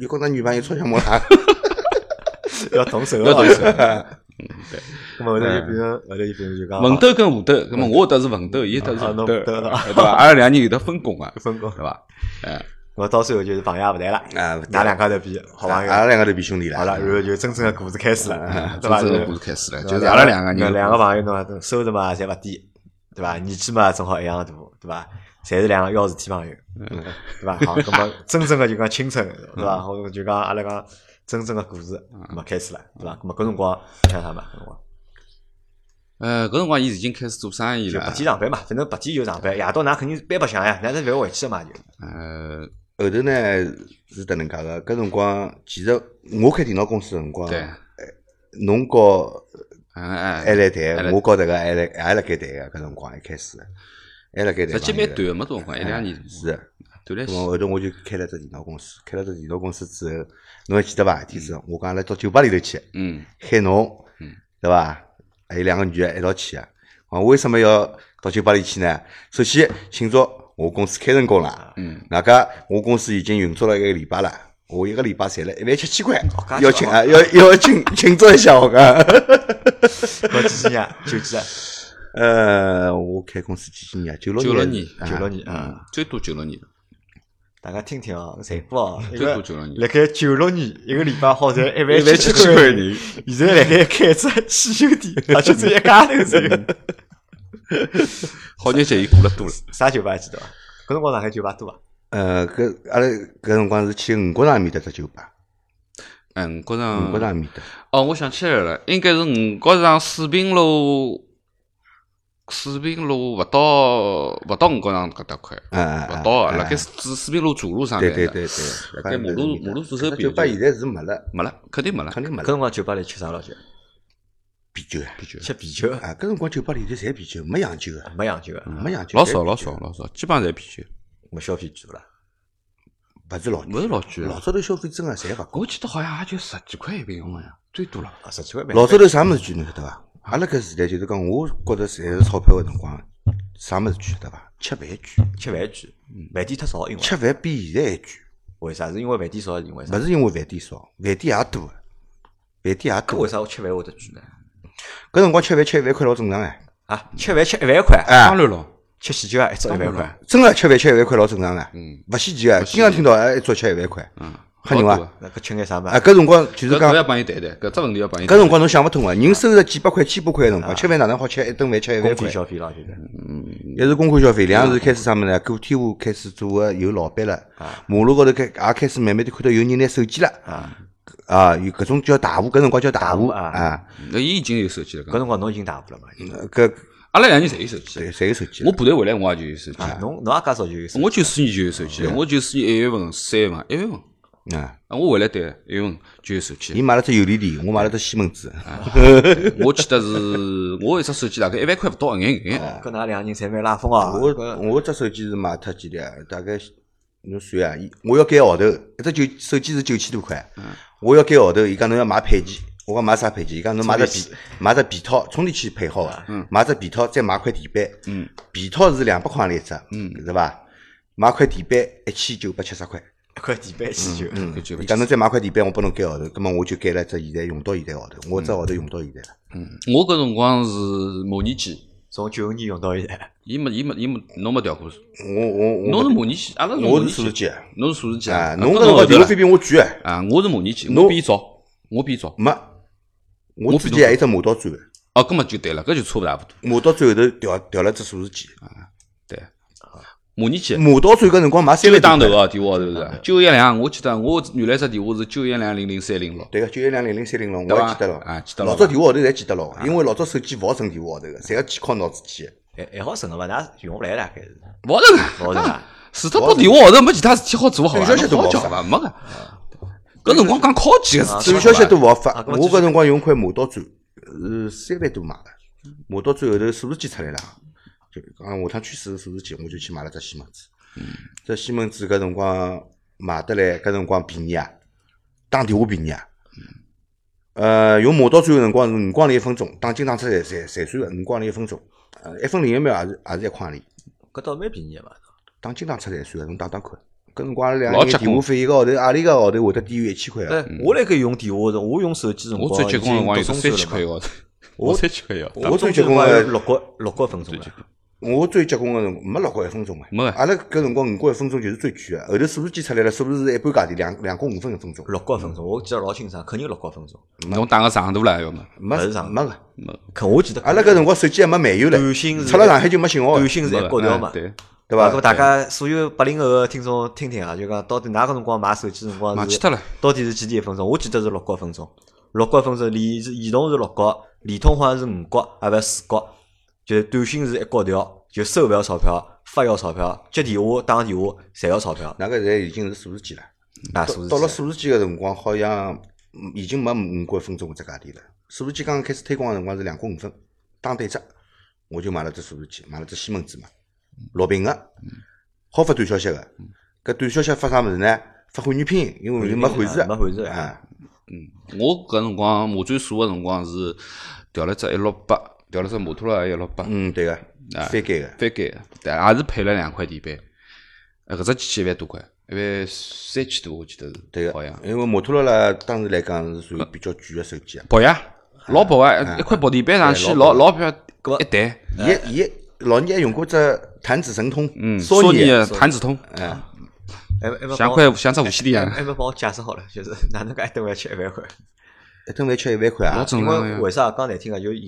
Speaker 3: 你跟㑚女朋友吵相骂啦？
Speaker 1: 要动手
Speaker 2: 要
Speaker 1: 了，
Speaker 2: 动 手。嗯
Speaker 1: 咁么后头就变成，后头就变成就讲
Speaker 2: 文斗跟武斗，那么我有得是文斗，伊有得是
Speaker 1: 啊
Speaker 2: 武
Speaker 1: 侬
Speaker 2: 斗，
Speaker 1: 武斗
Speaker 2: 对
Speaker 1: 了
Speaker 2: 伐？阿拉两人有得 分工啊，
Speaker 1: 分工。
Speaker 2: 对伐？哎，
Speaker 1: 我到最后就是朋友也勿谈了，
Speaker 3: 啊，
Speaker 1: 㑚两家头变好
Speaker 2: 啊
Speaker 1: 朋友。
Speaker 3: 阿拉啊两个头变兄弟了。
Speaker 1: 好了，然后就真正的故事开始了，对
Speaker 2: 嗯真
Speaker 1: 伐？
Speaker 2: 正
Speaker 1: 就
Speaker 2: 个
Speaker 1: 是
Speaker 2: 故事开始了，啊就是阿拉两个人，
Speaker 1: 两个朋友呢，收入嘛侪勿低，对伐？年纪嘛正好一样大，对伐？侪是两个要事体朋友，
Speaker 2: 嗯
Speaker 1: 对伐？好，那么真正的就讲青春，对伐？或者就讲阿拉讲真正的故事，
Speaker 2: 嗯
Speaker 1: 那么开始了，对伐？那么搿辰光像啥嘛？搿辰光
Speaker 2: 呃，搿辰光伊已经开始做生意
Speaker 1: 就白
Speaker 2: 了，
Speaker 1: 天上班嘛，反正白天就上班，夜到㑚肯定是班白相呀，㑚是勿要回去的嘛 就。
Speaker 2: 呃，
Speaker 3: 后头呢是迭能介个，搿辰光其实我开电脑公司的辰光，
Speaker 2: 对，啊
Speaker 3: 侬和
Speaker 2: 哎
Speaker 3: 还
Speaker 2: 哎，还
Speaker 3: 来谈，
Speaker 2: 来
Speaker 3: 我和迭个还来还辣盖谈个，搿辰光一开始还辣盖谈
Speaker 2: 实
Speaker 3: 朋友的。
Speaker 2: 际蛮短的，没多少辰光，一两年
Speaker 3: 啊
Speaker 1: 哎
Speaker 3: 是的。
Speaker 2: 短了
Speaker 3: 咾
Speaker 2: 些
Speaker 3: 么，后头我就开了只电脑公司，开了只电脑公司之后，侬还记得伐？天子，我讲阿拉到酒吧里头去，
Speaker 2: 嗯，
Speaker 3: 喊侬
Speaker 2: 嗯，
Speaker 3: 对伐？还有两个女的一道去啊。啊，为什么要到酒吧里去呢？首先，今朝我公司开辰光了，
Speaker 2: 嗯，
Speaker 3: 外加我公司已经运作了一个礼拜了，我一个礼拜赚了一万七千块
Speaker 1: 哦，介
Speaker 3: 要
Speaker 1: 少
Speaker 3: 请啊，要要请 庆祝一下我啊讲。
Speaker 1: 搿几几年？九几啊？
Speaker 3: 呃，我开公司几几年啊？九六
Speaker 2: 九六
Speaker 3: 年
Speaker 2: 年
Speaker 3: 啊，
Speaker 1: 九六年啊。
Speaker 2: 嗯，最多九六年，
Speaker 1: 大家听听哦，财报 哦，一
Speaker 2: 最
Speaker 1: 个
Speaker 2: 多九六年，
Speaker 1: 辣盖九六年一个礼拜 好赚一万七
Speaker 2: 七
Speaker 1: 千
Speaker 2: 块
Speaker 1: 块
Speaker 2: 钱
Speaker 1: 钱，现在辣盖开只汽修店， 而且只有一家头只有。
Speaker 2: 好日节伊过了多了，
Speaker 1: 啥酒吧还记得伐？搿辰光上海酒吧多伐？
Speaker 3: 呃，搿阿拉搿辰光是去五角场埃面搭只酒吧，
Speaker 2: 嗯，五角
Speaker 3: 五
Speaker 2: 场
Speaker 3: 角场埃面搭，
Speaker 2: 哦，我想起来了，应该是五角场水滨路，水滨路勿到勿到五角场搿搭块，
Speaker 3: 啊啊啊
Speaker 2: 勿到，
Speaker 3: 啊
Speaker 2: 辣盖水水滨路主路上
Speaker 3: 对
Speaker 2: 面，
Speaker 3: 对对对，
Speaker 2: 辣盖马路马路左手
Speaker 3: 搿
Speaker 2: 边
Speaker 3: 酒吧
Speaker 2: 有
Speaker 3: 现在是没了，
Speaker 2: 没了，肯定没了，
Speaker 3: 肯定没
Speaker 1: 搿
Speaker 3: 了，
Speaker 1: 辰光酒吧里吃啥老酒？
Speaker 3: 啤酒啊，
Speaker 2: 啤酒
Speaker 1: 吃啤酒，
Speaker 3: 啊，搿辰光酒吧里头侪啤酒，没洋酒啊，
Speaker 1: 没洋酒啊，
Speaker 3: 没洋酒，
Speaker 2: 老
Speaker 3: 侪
Speaker 2: 少
Speaker 3: 啤
Speaker 2: 老
Speaker 3: 酒
Speaker 2: 少，老少，基本上侪啤酒，
Speaker 1: 没消费酒了。
Speaker 3: 勿是老
Speaker 2: 勿是老贵
Speaker 3: 老早头消费真个侪勿高，
Speaker 2: 我记得好像也就十几块一瓶，好像最多了。
Speaker 1: 啊，十几块美金
Speaker 3: 老早头啥物事贵侬晓得伐？阿拉搿时代就是讲，我觉着赚钞票个辰光，啥物事贵晓得伐？吃饭贵，
Speaker 1: 吃饭贵，饭店太少，因为
Speaker 3: 吃饭比现在还贵。
Speaker 1: 为啥？是因为饭店少，还是因为啥
Speaker 3: 勿？是因为饭店少，饭店也多啊，饭店也
Speaker 1: 搿
Speaker 3: 多
Speaker 1: 为
Speaker 3: 啊。
Speaker 1: 啥我吃饭会得贵呢？
Speaker 3: 搿辰光吃饭吃一万块老正常哎，
Speaker 1: 啊，吃饭吃一万块，
Speaker 3: 哎
Speaker 2: 当然咯，
Speaker 1: 吃喜酒啊，一桌一万
Speaker 2: 当然
Speaker 1: 块
Speaker 2: 了，
Speaker 3: 真个吃饭吃一万块老正常哎
Speaker 2: 嗯，
Speaker 3: 勿稀奇啊。经常听到哎一桌吃一万块，
Speaker 2: 嗯，
Speaker 3: 很牛啊
Speaker 2: 好多
Speaker 1: 那搿吃眼啥嘛
Speaker 3: 啊，？搿辰光就是
Speaker 2: 搿
Speaker 3: 讲
Speaker 2: 搿，要帮伊谈谈，搿只问题要帮伊
Speaker 3: 搿
Speaker 2: 谈。
Speaker 3: 辰光侬想勿通个，人收入几百块、千把块个辰光，吃饭哪能好吃一顿饭吃一
Speaker 1: 公
Speaker 3: 万
Speaker 1: 款
Speaker 3: 块？
Speaker 1: 消费了，就是
Speaker 2: 嗯
Speaker 3: 一是公款消费，两
Speaker 1: 啊
Speaker 3: 是开始啥物事呢？古天华开始做个有老板了，马路高头开也开始慢慢的看到有人拿手机了
Speaker 1: 啊。
Speaker 3: 啊，有搿种叫大户，搿辰光叫大户
Speaker 1: 大户啊
Speaker 3: 啊，
Speaker 2: 那伊已经有手机了，
Speaker 1: 搿
Speaker 2: 搿
Speaker 1: 辰光侬已经大步了嘛？
Speaker 2: 嗯
Speaker 3: 呃搿
Speaker 2: 阿拉两人侪有手机。
Speaker 3: 侪侪有手机了
Speaker 2: 我。部队回来我也就有手机，
Speaker 3: 哎
Speaker 1: 哎侬侬也介早就有手机，
Speaker 2: 我九四年就有手机了，我九四年一月份、三月份、一月份，
Speaker 3: 啊，
Speaker 2: 啊，我回来对一月份就有手
Speaker 3: 伊
Speaker 2: 机。
Speaker 3: 买了只尤里里，我买了只西门子。
Speaker 2: 我记得是，我一只手机大概一万块勿到，一眼一
Speaker 3: 哦
Speaker 2: 眼。
Speaker 1: 搿㑚两个人侪蛮拉风啊！
Speaker 3: 我我只手机是买脱几钿啊？大概侬算啊，伊我要改号头，一只九手机是九千多块，我要改号头，伊讲侬要买配件。我讲买啥配件？伊讲侬买只
Speaker 1: 充
Speaker 3: 皮，买只皮套，充电器配好个，买只皮套，再买块地板。嗯，皮套是两百块钿一只，嗯，是伐？买块地板一千九百七十块。
Speaker 1: 一块地板起就，
Speaker 2: 就就
Speaker 3: 伊讲侬再买块地板，我帮侬改号头，葛末我就改了只现在用到现在号头，我只号头用到现在了。
Speaker 2: 我搿辰光是模拟机，
Speaker 1: 从九五年用到现在，
Speaker 2: 伊没伊没伊没侬没调过，
Speaker 3: 我我
Speaker 2: 侬是
Speaker 3: 我
Speaker 2: 模拟机，阿拉是模
Speaker 3: 我
Speaker 2: 拟
Speaker 3: 是数字
Speaker 2: 机，
Speaker 3: 机
Speaker 2: 侬是数字机
Speaker 3: 啊，
Speaker 2: 侬
Speaker 3: 侬搿
Speaker 2: 辰
Speaker 3: 辰光
Speaker 2: 光
Speaker 3: 电话费比我贵哎。
Speaker 2: 啊，我是模拟机，我
Speaker 3: 侬
Speaker 2: 比伊早，我比伊早。
Speaker 3: 没，我
Speaker 2: 我
Speaker 3: 之
Speaker 2: 比侬
Speaker 3: 前还有只马道转，
Speaker 2: 哦，搿么就对了，搿就差勿大勿多。
Speaker 3: 马道转后头调调了只数字机。
Speaker 2: 对，模拟机
Speaker 3: 马道转搿辰光买嗯三
Speaker 2: 九
Speaker 3: 万
Speaker 2: 打
Speaker 3: 多
Speaker 2: 头啊
Speaker 3: 块，
Speaker 2: 个电话号头
Speaker 3: 啊
Speaker 2: 是九一两，我记得我原来只电话是九一两零零三零六。
Speaker 3: 对个，九一两零零三零六，
Speaker 2: 对
Speaker 3: 我
Speaker 2: 吧
Speaker 3: 还记得了。
Speaker 2: 啊记得了啊
Speaker 3: 老早电话号头侪记得牢，因为老早手机勿好存电话号头个，侪要记靠脑子记的。
Speaker 1: 哎还还好省了伐？㑚用勿来大概是，
Speaker 2: 勿是个，
Speaker 1: 勿是 啊？
Speaker 2: 除脱拨电话号头没其他事体好做好伐？啊
Speaker 3: 短消息都
Speaker 2: 好
Speaker 3: 勿
Speaker 2: 叫
Speaker 3: 好
Speaker 2: 伐？没个。搿辰光讲考级个事
Speaker 3: 短
Speaker 2: 体，
Speaker 3: 消息都
Speaker 2: 勿
Speaker 3: 勿好发
Speaker 1: 啊，搿么继
Speaker 3: 我
Speaker 1: 续
Speaker 3: 搿辰光用块马道转是三万多买个，马道转后头数字机出来了，就讲下趟去试试数字机，我就去买了只西门子。
Speaker 1: 嗯
Speaker 3: 这西门子搿辰光买得来，搿辰光便宜啊，打电话便宜啊。
Speaker 1: 嗯
Speaker 3: 呃，用马道转个辰光是五光钿一分钟，打进打出侪侪侪算个，五光钿一分钟，呃，一分零一秒也是也是一块钿，
Speaker 1: 搿倒蛮便宜的嘛。
Speaker 3: 打进打出侪算个，侬打打看。搿辰光阿拉
Speaker 2: 老
Speaker 3: 两个
Speaker 2: 结棍
Speaker 3: 人电话费一个号头，阿里个号头会得低于一千块啊。
Speaker 1: 哎，我辣盖用电话的，我用手机辰光，
Speaker 2: 嗯我最结棍个辰光有
Speaker 1: 中算
Speaker 2: 个三千块一个号头，
Speaker 3: 我
Speaker 2: 三千块一个号头，
Speaker 1: 我
Speaker 3: 我
Speaker 1: 中
Speaker 3: 最
Speaker 1: 间
Speaker 3: 结
Speaker 1: 辰
Speaker 3: 棍
Speaker 1: 光有
Speaker 3: 个
Speaker 1: 六角六角分钟了，
Speaker 3: 我最结棍个辰光没落过一分钟哎，
Speaker 2: 没
Speaker 3: 阿拉搿辰光五角一分钟就是最贵个，后头数字机出来了，数字是一般价钿，两两角五分一分钟，
Speaker 1: 六角分钟，我记得老清爽，肯定六角分钟。
Speaker 2: 侬打个长途了要么？
Speaker 3: 没
Speaker 1: 勿是上
Speaker 3: 没个。
Speaker 2: 没，
Speaker 1: 可我记得，
Speaker 3: 阿拉搿辰光手机还没漫游嘞
Speaker 1: 短信，是
Speaker 3: 出了上海就没信号了，
Speaker 1: 短信是
Speaker 2: 没
Speaker 1: 一
Speaker 2: 个
Speaker 1: 高调嘛
Speaker 2: 哎，对。
Speaker 3: 对
Speaker 1: 伐？搿么
Speaker 3: 伐？
Speaker 1: 大家所有八零后个听众听听啊，就讲到底哪个辰光买手机辰光
Speaker 2: 忘记
Speaker 1: 啊是
Speaker 2: 脱了，
Speaker 1: 到底是几点一分钟？我记得是六角分钟，六角分钟，联是移动是六角，联通好像是五角，啊勿四角，就是短信是一角条，就收勿要钞票，发要钞票，接电话打电话侪要钞票，
Speaker 3: 那个现在已经是数字机了，
Speaker 1: 啊，
Speaker 3: 到
Speaker 1: 数字
Speaker 3: 到了
Speaker 1: 机
Speaker 3: 数字机个辰光，好像嗯已经没五角一分钟搿只价钿了。数字机刚刚开始推广个辰光是两角五分，打对折，我就买了只数字机，买了只西门子嘛，六屏个，好发短消息个。搿短消息发啥物事呢？发汉语拼音，因为没汉字
Speaker 1: 没汉字啊
Speaker 3: 啊。
Speaker 2: 我搿辰光麻醉所个辰光是调了只一六八，调了只摩托罗拉一六八，
Speaker 3: 嗯，对个，
Speaker 2: 啊
Speaker 3: 翻盖个，
Speaker 2: 翻盖的，但也是配了两块地板。呃，搿只机器一万多块，一万三千多，我记得是。
Speaker 3: 对个
Speaker 2: 好像，
Speaker 3: 因为摩托罗拉当时来讲是属于比较贵个手机啊。
Speaker 2: 薄呀，老薄啊，一块薄地板上去，
Speaker 3: 对
Speaker 2: 老
Speaker 3: 老
Speaker 2: 老漂一弹。
Speaker 3: 伊伊老年还用过只弹指神通，
Speaker 2: 啊嗯，
Speaker 3: 索
Speaker 2: 尼
Speaker 3: 尼
Speaker 2: 的弹指通，
Speaker 1: 哎
Speaker 2: 啊
Speaker 1: 还没还没帮
Speaker 2: 像
Speaker 1: 我哎
Speaker 2: 块像只武器一啊样，
Speaker 1: 还没帮我解释好了，就是哪能介一顿饭吃一万块？
Speaker 3: 一顿饭吃一万块
Speaker 2: 老
Speaker 3: 啊。
Speaker 2: 正
Speaker 1: 哎因
Speaker 2: 常
Speaker 1: 为
Speaker 2: 呀。嗯
Speaker 1: 为啥讲难听啊？就现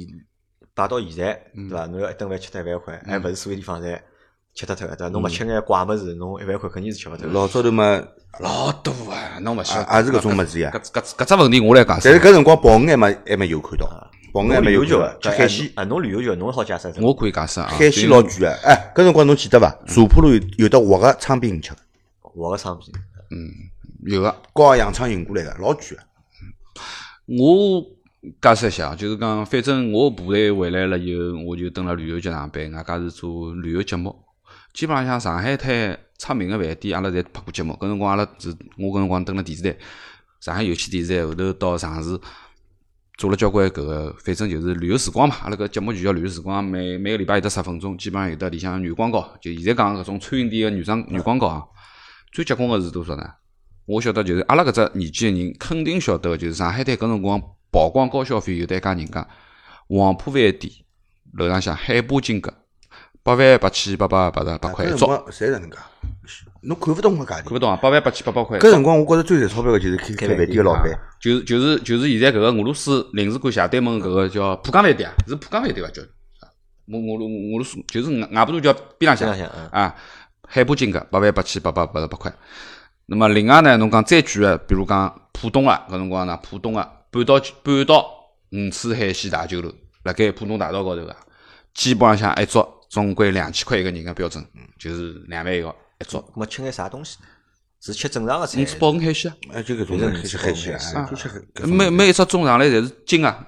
Speaker 1: 摆到现在，对伐？侬要一顿饭吃脱一万块，还勿是所有地方侪吃脱脱个，对
Speaker 2: 嗯
Speaker 1: 伐？侬勿吃眼怪物事，侬一万块肯定是吃勿脱个。
Speaker 3: 老早头嘛，
Speaker 2: 老多啊，侬勿晓
Speaker 3: 也也是搿啊种物事呀
Speaker 2: 搿。搿搿只问题我来解
Speaker 3: 但是
Speaker 2: 释。啊
Speaker 3: 搿辰光保安还没还没有看到，保安还
Speaker 1: 侬
Speaker 3: 啊没
Speaker 1: 旅
Speaker 3: 有
Speaker 1: 游局
Speaker 3: 看到
Speaker 2: 啊
Speaker 1: 个，，
Speaker 3: 吃
Speaker 1: 对
Speaker 3: 海鲜，
Speaker 1: 哎，侬旅游局侬好解释这个。
Speaker 2: 我可以解释啊，
Speaker 3: 海鲜老贵个。哎，搿辰光侬记得伐？茶浦路有有得活个昌平鱼吃，
Speaker 1: 我个商品，
Speaker 2: 有个。
Speaker 3: 高阳昌运过来个，老啊贵个。
Speaker 2: 我解释一下，就是讲，反正我部队回来了以后，我就蹲辣旅游局上班，外加是做旅游节目。基本上像上海滩出名个饭店，阿拉侪拍过节目。搿辰光阿拉是，我搿辰光蹲辣电视台，上海有线电视台后头到长视。做了交关搿个，反正就是旅游时光嘛。阿拉搿节目就叫旅游时光，每每个礼拜有得十分钟，基本上有得里向软广告，就现在讲搿种餐饮店个软装软广告啊。最结棍个是多少呢？我晓得就是阿拉搿只年纪个人肯定晓得个，就是上海滩搿辰光曝光高消费有得一家人家，黄浦饭店楼浪向海波金阁，八万八千八百八十八块一
Speaker 3: 啊搿辰
Speaker 2: 桌，
Speaker 3: 光侪是搿能介，侬看勿懂个价钿
Speaker 2: 看。勿懂啊？八万八千八百块一
Speaker 3: 搿
Speaker 2: 桌。
Speaker 3: 辰光我觉着最赚钞票个就是开开饭店个啊老板，
Speaker 2: 就是就是就是现在搿个俄罗斯领事馆斜对门搿个叫浦江饭店啊，是浦江饭店伐？叫我我我俄罗斯就是外外婆都叫边浪
Speaker 1: 想
Speaker 2: 向
Speaker 1: 想，嗯，
Speaker 2: 啊，海波金阁八万八千八百八十八块。那么另外呢，侬讲再贵个，比如讲浦东个啊搿辰光呢，浦东个半岛半岛五次海鲜大酒楼，辣盖浦东大道高头个，啊基本上像一桌总归两千块一个人个标准，就是两万一个一桌。
Speaker 1: 咾么吃眼啥东西？是吃正常个菜
Speaker 2: 你？吃鲍鱼海鲜啊？
Speaker 3: 哎，就搿种
Speaker 1: 就是
Speaker 3: 人
Speaker 1: 吃
Speaker 3: 吃
Speaker 1: 海
Speaker 3: 海
Speaker 1: 鲜
Speaker 3: 鲜
Speaker 1: 啊
Speaker 3: 啊，就吃海搿
Speaker 2: 每每一只盅上来侪是金啊、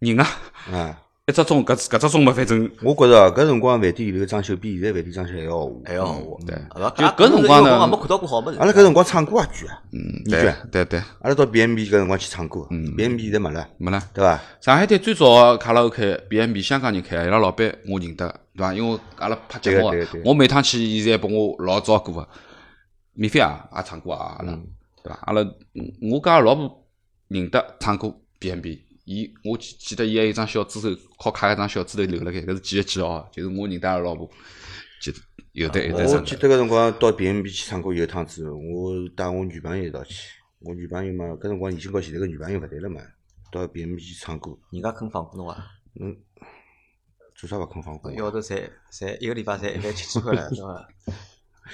Speaker 2: 银啊。
Speaker 3: 种啊。
Speaker 2: 一只钟，搿搿只钟嘛，反正
Speaker 3: 我觉着啊搿辰光饭店里头装修比现在饭店嗯装修还要豪华。
Speaker 1: 还要我，
Speaker 2: 对
Speaker 1: 啊勿
Speaker 2: 就
Speaker 1: 啊
Speaker 2: 搿辰光呢
Speaker 1: 我也没看到过好物事。
Speaker 3: 阿拉搿辰光唱歌也贵啊，
Speaker 2: 嗯，
Speaker 3: 你觉
Speaker 2: 对
Speaker 3: 得
Speaker 2: 对对，
Speaker 3: 阿拉到 B M B 搿辰光去唱歌，B M B 现在没了，
Speaker 2: 没了。
Speaker 3: 对伐？
Speaker 2: 上海滩最早的卡拉 OK B&B 香港人开的，伊拉老板我认得，对伐？因为阿拉拍节目个
Speaker 3: 对个对个对，个啊
Speaker 2: 我每趟去，伊侪拨我老照顾个，免费啊，也唱歌啊，阿拉
Speaker 3: 嗯
Speaker 2: 对伐？阿拉嗯我家老婆认得唱歌 B&B，伊我记记得伊还有一张小纸头，敲卡一张小纸头留辣盖，搿是几月几号啊？就是我认得阿拉老婆，记得有的有的
Speaker 3: 我
Speaker 2: 唱
Speaker 3: 记
Speaker 2: 歌，
Speaker 3: 得搿辰光到 B M B 去唱歌有一趟子，我带我女朋友一道去，我女朋友嘛，搿辰光已经和现在个女朋友勿对了嘛，到 B M B 去唱歌，
Speaker 1: 人家肯放过侬啊？
Speaker 3: 嗯，做啥勿肯放过
Speaker 1: 一
Speaker 3: 我？
Speaker 1: 个号头才才一个礼拜才一万七千块了，对伐？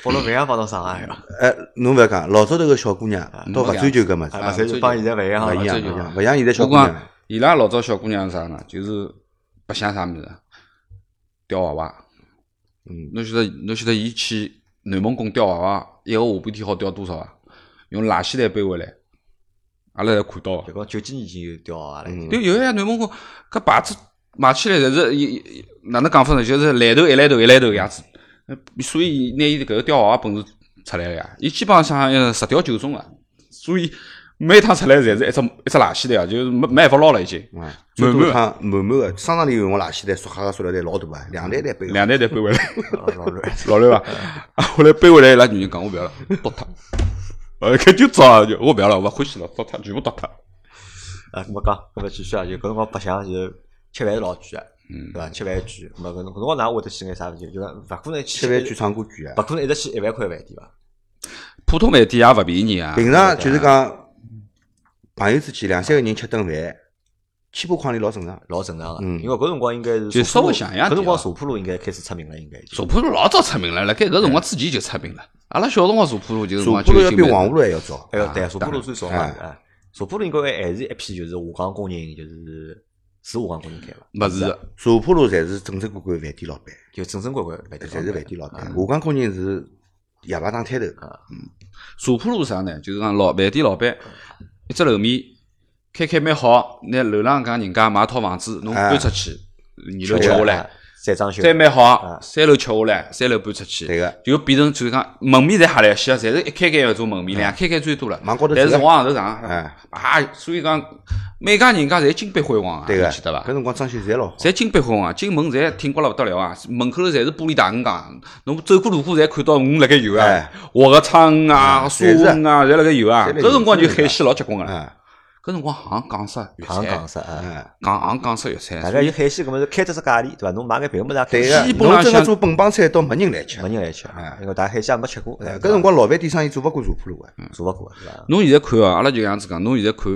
Speaker 1: 包了万样包到上
Speaker 2: 嗯
Speaker 1: 海了，
Speaker 3: 哎，侬勿要讲，老早头个小姑娘倒勿追求搿物事，
Speaker 1: 哎，
Speaker 2: 啊
Speaker 1: 勿侪就帮现在勿一样
Speaker 3: 勿
Speaker 1: 了
Speaker 3: 一样
Speaker 2: 追求
Speaker 3: 勿一
Speaker 1: 啊
Speaker 3: 样，勿像现在小
Speaker 2: 我
Speaker 3: 姑娘
Speaker 2: 讲。伊拉老早小姑娘是啥呢？就是白相啥物事，吊娃娃。
Speaker 3: 嗯，
Speaker 2: 侬晓得侬晓得伊去南梦宫吊娃娃，一个下半天好吊多少啊？用垃圾袋背回来，阿拉侪看到
Speaker 1: 就
Speaker 2: 个。
Speaker 1: 讲九几年前就调啊了，
Speaker 3: 嗯
Speaker 2: 对，有呀，南梦宫搿牌子买起来侪是伊伊哪能讲法呢？就是来头一来头一来头个样子。呃所以拿伊搿个吊娃娃本事出来个呀，伊基本上像呃十吊九中个，所以每趟出来侪是一只一只垃圾袋啊，就是没没办法捞了已经。
Speaker 3: 啊，最
Speaker 2: 满
Speaker 3: 多
Speaker 2: 满
Speaker 3: 一趟满满个，商场里有用个垃圾袋、塑哈个塑料袋老大啊，两袋袋背个。
Speaker 2: 两袋侪背回来，
Speaker 1: 啊老乱。
Speaker 2: 老刘伐？啊，后来背回来，伊拉女人讲我 不要了，倒脱。呃，搿就早就我不要了，我勿欢喜了，倒脱，全部倒脱。
Speaker 1: 啊，咾么讲，咾么继续啊，就搿辰光白相就吃饭是老贵个，
Speaker 3: 嗯
Speaker 1: 对
Speaker 2: 嗯
Speaker 1: 伐？吃饭贵，咾么搿辰光哪会得去眼啥物事？就讲勿可能去
Speaker 3: 吃饭去，唱歌贵啊
Speaker 1: 勿！可能一直去一万块饭店伐？
Speaker 2: 普通饭店也勿便宜啊，
Speaker 3: 平常就是讲朋友之间两三个人吃顿饭，七八块钿老正常。
Speaker 1: 老正常个，
Speaker 3: 嗯
Speaker 1: 因为搿辰光应该是茶浦
Speaker 2: 就
Speaker 1: 路
Speaker 2: 稍微想一下
Speaker 1: 搿辰光
Speaker 2: 点啊
Speaker 1: 茶浦路应该开始出名了，应该已经
Speaker 2: 茶浦路老早出名了，辣盖搿辰光之前就出名了。阿拉小辰光茶浦路就是
Speaker 3: 茶浦路要比黄浦路还要早。
Speaker 1: 哎哟，对，茶浦路最早嘛，
Speaker 3: 哎
Speaker 1: 啊，茶浦路应该还是一批就是下岗工人，就是是下岗工人开伐？
Speaker 2: 勿是
Speaker 3: 茶浦路才是正正规规饭店老板，
Speaker 1: 就正正规规饭店，
Speaker 3: 侪是饭店老板。
Speaker 1: 啊
Speaker 3: 下岗工人是夜排档摊头，
Speaker 2: 茶浦路是啥呢？就是讲老饭店老板一只楼面开开蛮好，拿楼浪向人家买套房子，侬
Speaker 3: 哎
Speaker 2: 搬出去，二楼吃下来，，
Speaker 1: 啊再装修，
Speaker 2: 再蛮好
Speaker 1: 啊，
Speaker 2: 三楼吃下来，三楼搬出去。
Speaker 3: 对个。
Speaker 2: 就变成就是讲门面侪下来，些，侪是一开开搿种门面，两开开最多了。
Speaker 3: 嗯往高头
Speaker 2: 但
Speaker 3: 走
Speaker 2: 是
Speaker 3: 啊
Speaker 2: 往上头上，
Speaker 3: 哎
Speaker 2: 啊，所以讲每家人家侪金碧辉煌啊，
Speaker 3: 对
Speaker 2: 你
Speaker 3: 个，
Speaker 2: 记得伐
Speaker 3: 搿？辰光装修侪老好。
Speaker 2: 侪金碧辉煌啊，进门侪挺刮了勿得了啊，门口头侪是玻璃大鱼缸，侬走过路过侪看到鱼辣盖游啊
Speaker 3: 哎，
Speaker 2: 活个苍鱼啊、
Speaker 3: 嗯
Speaker 2: 鲨鱼
Speaker 3: 侪是
Speaker 2: 啊，侪辣盖游啊。
Speaker 3: 侪辣
Speaker 2: 搿辰光就
Speaker 3: 游
Speaker 2: 海鲜老结棍个了，
Speaker 3: 啊，
Speaker 2: 搿辰光行港式粤
Speaker 1: 行
Speaker 2: 菜
Speaker 1: 港，式啊。
Speaker 3: 嗯，
Speaker 2: 港行港式粤
Speaker 1: 大
Speaker 2: 菜，
Speaker 1: 家有海鲜，搿么是开只只价钿，对伐？侬买眼别个物事也
Speaker 3: 对
Speaker 1: 开
Speaker 3: 个
Speaker 2: 基。本上
Speaker 3: 侬真个
Speaker 2: 像
Speaker 3: 做本帮菜，倒没人来吃。
Speaker 1: 没人来吃
Speaker 3: 哎，
Speaker 1: 因为大家海鲜也没吃过，
Speaker 3: 哎
Speaker 1: 搿
Speaker 3: 搿辰光老饭店生意做勿过茶浦路个，
Speaker 2: 嗯
Speaker 1: 做勿过，对伐？
Speaker 2: 侬现在看啊，阿拉就搿样子讲，侬现在看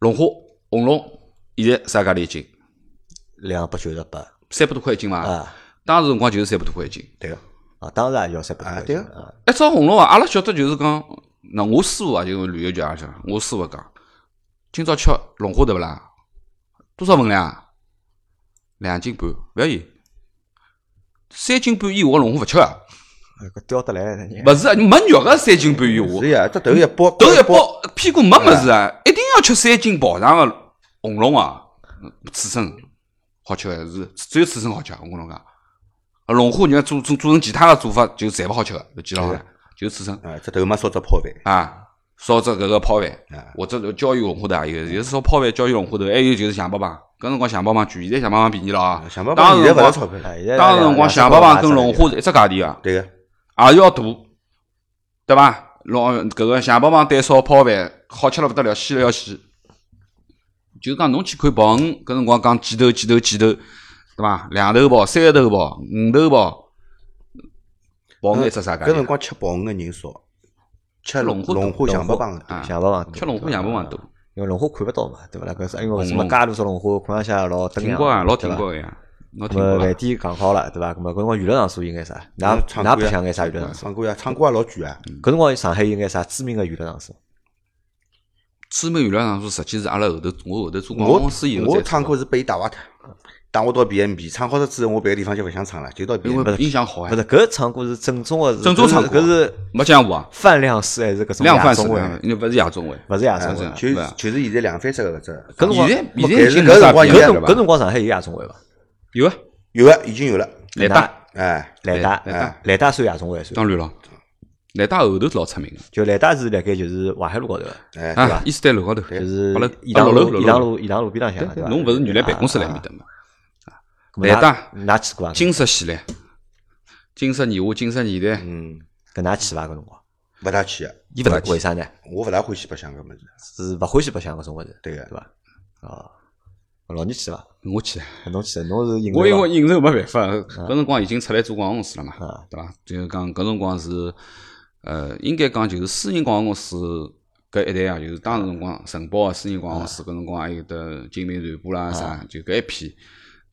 Speaker 2: 龙虾、红龙，现在啥价钿一斤？
Speaker 1: 两百九十八
Speaker 2: 三百多块一斤伐？
Speaker 1: 啊，
Speaker 2: 当时辰光就是三百多块一斤。
Speaker 3: 对个，
Speaker 1: 啊，当然也要三百多
Speaker 3: 啊
Speaker 1: 块
Speaker 3: 对
Speaker 1: 钱
Speaker 3: 啊
Speaker 1: 啊，
Speaker 2: 一只红龙啊，阿拉晓得就是讲，那我师傅啊，就是旅游局阿讲，我师傅讲，今朝吃龙虾对勿啦？多少分量啊？两斤半，勿要盐。三斤半以下个龙虾勿吃啊，
Speaker 1: 哎搿刁得来，你
Speaker 2: 勿是啊，没肉个三斤半以下
Speaker 3: 是，呀，这头一包，
Speaker 2: 嗯头一包屁股没物事啊，一定要吃三斤跑上个红龙啊，刺身好吃个是，只有刺身好吃。啊我跟侬讲，龙虾你要做做做成其他个做法，就侪勿好吃个，就记牢
Speaker 3: 是
Speaker 2: 了，就是刺身。
Speaker 3: 啊，这头没烧只泡饭，
Speaker 2: 啊，烧只搿个泡饭
Speaker 3: 啊，
Speaker 2: 或者椒盐龙虾头啊，有有烧泡饭、椒盐龙虾头，还有就是象拔蚌。搿辰光象拔蚌贵，现在象拔蚌便宜了啊。
Speaker 3: 想办
Speaker 2: 当
Speaker 3: 法
Speaker 2: 时
Speaker 3: 现在
Speaker 2: 辰
Speaker 3: 勿
Speaker 2: 光
Speaker 3: 要钞票了，
Speaker 1: 哎现在
Speaker 2: 当时辰光象拔蚌跟龙虾
Speaker 1: 虾
Speaker 2: 是一只价钿啊，
Speaker 3: 对个，
Speaker 2: 也是要大，对伐？龙搿个象拔蚌对烧泡饭好吃了勿得了，鲜了要鲜。就是讲侬去看鲍鱼，搿辰光讲几头几头几头，对伐？两头鲍、三头鲍、五头鲍，鲍鱼一只啥价钿
Speaker 3: 搿
Speaker 2: 啊？
Speaker 3: 辰光吃鲍鱼个人少，吃
Speaker 2: 龙虾多
Speaker 3: 龙虾、象拔蚌个
Speaker 2: 啊
Speaker 3: 多，
Speaker 1: 象拔蚌多，
Speaker 2: 吃龙虾、象拔蚌多。
Speaker 1: 因为龙虾看勿到嘛，对勿啦？搿是因为什
Speaker 2: 红
Speaker 1: 么
Speaker 2: 龙
Speaker 1: 介多只龙虾，看上去也老得
Speaker 2: 挺
Speaker 1: 亮
Speaker 2: 高嗯啊，
Speaker 1: 对
Speaker 2: 老挺
Speaker 1: 伐
Speaker 2: 高个呀，老挺
Speaker 1: 咁么
Speaker 2: 高
Speaker 1: 饭
Speaker 2: 啊。
Speaker 1: 店讲好了，对伐？咁么搿辰光娱乐场所应该啥？㑚
Speaker 3: 嗯唱歌
Speaker 1: 㑚白
Speaker 3: 呀
Speaker 1: 相眼啥娱乐场所？
Speaker 3: 唱歌呀，唱歌也老贵啊，
Speaker 2: 嗯
Speaker 1: 搿辰光上海有眼啥知名个娱乐场所？
Speaker 2: 知名娱乐场所实际是阿拉后头，我后头做广告
Speaker 3: 我
Speaker 2: 公司以后
Speaker 3: 我
Speaker 2: 再
Speaker 3: 唱
Speaker 2: 做，
Speaker 3: 歌是被伊带坏脱，带我到 B M B，唱好了之后我别个地方就勿想唱了，就到 B
Speaker 2: 因
Speaker 3: M B。
Speaker 2: 为印象好
Speaker 1: 勿
Speaker 2: 哎，
Speaker 1: 是搿唱歌是正宗个，是
Speaker 2: 正宗
Speaker 1: 搿是
Speaker 2: 唱歌
Speaker 1: 搿是
Speaker 2: 没讲过啊，
Speaker 1: 饭量式还是搿种
Speaker 2: 量贩
Speaker 1: 夜
Speaker 2: 式
Speaker 1: 总会？
Speaker 2: 的，因为勿是夜总会。
Speaker 1: 勿是夜总
Speaker 2: 是
Speaker 1: 会
Speaker 2: 啊。
Speaker 3: 哎就
Speaker 2: 对
Speaker 3: 是
Speaker 2: 吧
Speaker 3: 就是现在两番式个搿只，
Speaker 1: 搿辰光
Speaker 2: 现在
Speaker 1: 没
Speaker 2: 现在已
Speaker 3: 搿
Speaker 2: 经
Speaker 3: 搿
Speaker 2: 啥
Speaker 3: 辰光
Speaker 2: 变
Speaker 1: 搿辰
Speaker 2: 了对
Speaker 1: 搿
Speaker 2: 吧？
Speaker 1: 辰光上海有夜总会伐？
Speaker 2: 有啊，
Speaker 3: 有啊，已经有了，
Speaker 1: 南
Speaker 2: 来大
Speaker 1: 大
Speaker 3: 哎，
Speaker 1: 来
Speaker 2: 来
Speaker 1: 大
Speaker 2: 大，
Speaker 1: 来大算夜总会算，
Speaker 2: 当然了，来大后头是老出名
Speaker 1: 就来大是辣盖就是淮海路高头，
Speaker 3: 哎
Speaker 2: 的，啊，伊斯丹楼高头，
Speaker 1: 就
Speaker 2: 八楼
Speaker 1: 是颐
Speaker 2: 八
Speaker 1: 塘
Speaker 2: 楼
Speaker 1: 路颐塘
Speaker 2: 楼。
Speaker 1: 路颐塘路边浪向，啊
Speaker 2: 对啊
Speaker 1: 伐？
Speaker 2: 侬勿是原来办公室来面
Speaker 1: 的？
Speaker 2: 搭嘛？
Speaker 1: 来
Speaker 2: 来大
Speaker 1: 㑚嗯去过伐？
Speaker 2: 金色系列，金色年华，金色年代，
Speaker 3: 嗯，
Speaker 1: 搿㑚去伐？啊搿辰光？
Speaker 3: 勿大去啊，
Speaker 1: 伊
Speaker 2: 勿大去
Speaker 1: 为啥呢？
Speaker 3: 我勿大欢喜白相搿物事，
Speaker 1: 是勿欢喜白相搿种物事，
Speaker 3: 对个
Speaker 1: 对伐？啊，老年去伐？
Speaker 2: 我去。
Speaker 1: 侬去，侬是应
Speaker 2: 我因为
Speaker 1: 为
Speaker 2: 应酬没办法，搿辰光已经出来做广告公司了嘛
Speaker 1: 啊，
Speaker 2: 对伐？就是讲搿辰光是，呃，应该讲就是私营广告公司搿一代啊，就是当时辰光承包啊个私营广告公司，搿辰光还有得精品传播啦
Speaker 1: 啊
Speaker 2: 啥，啊就搿一批，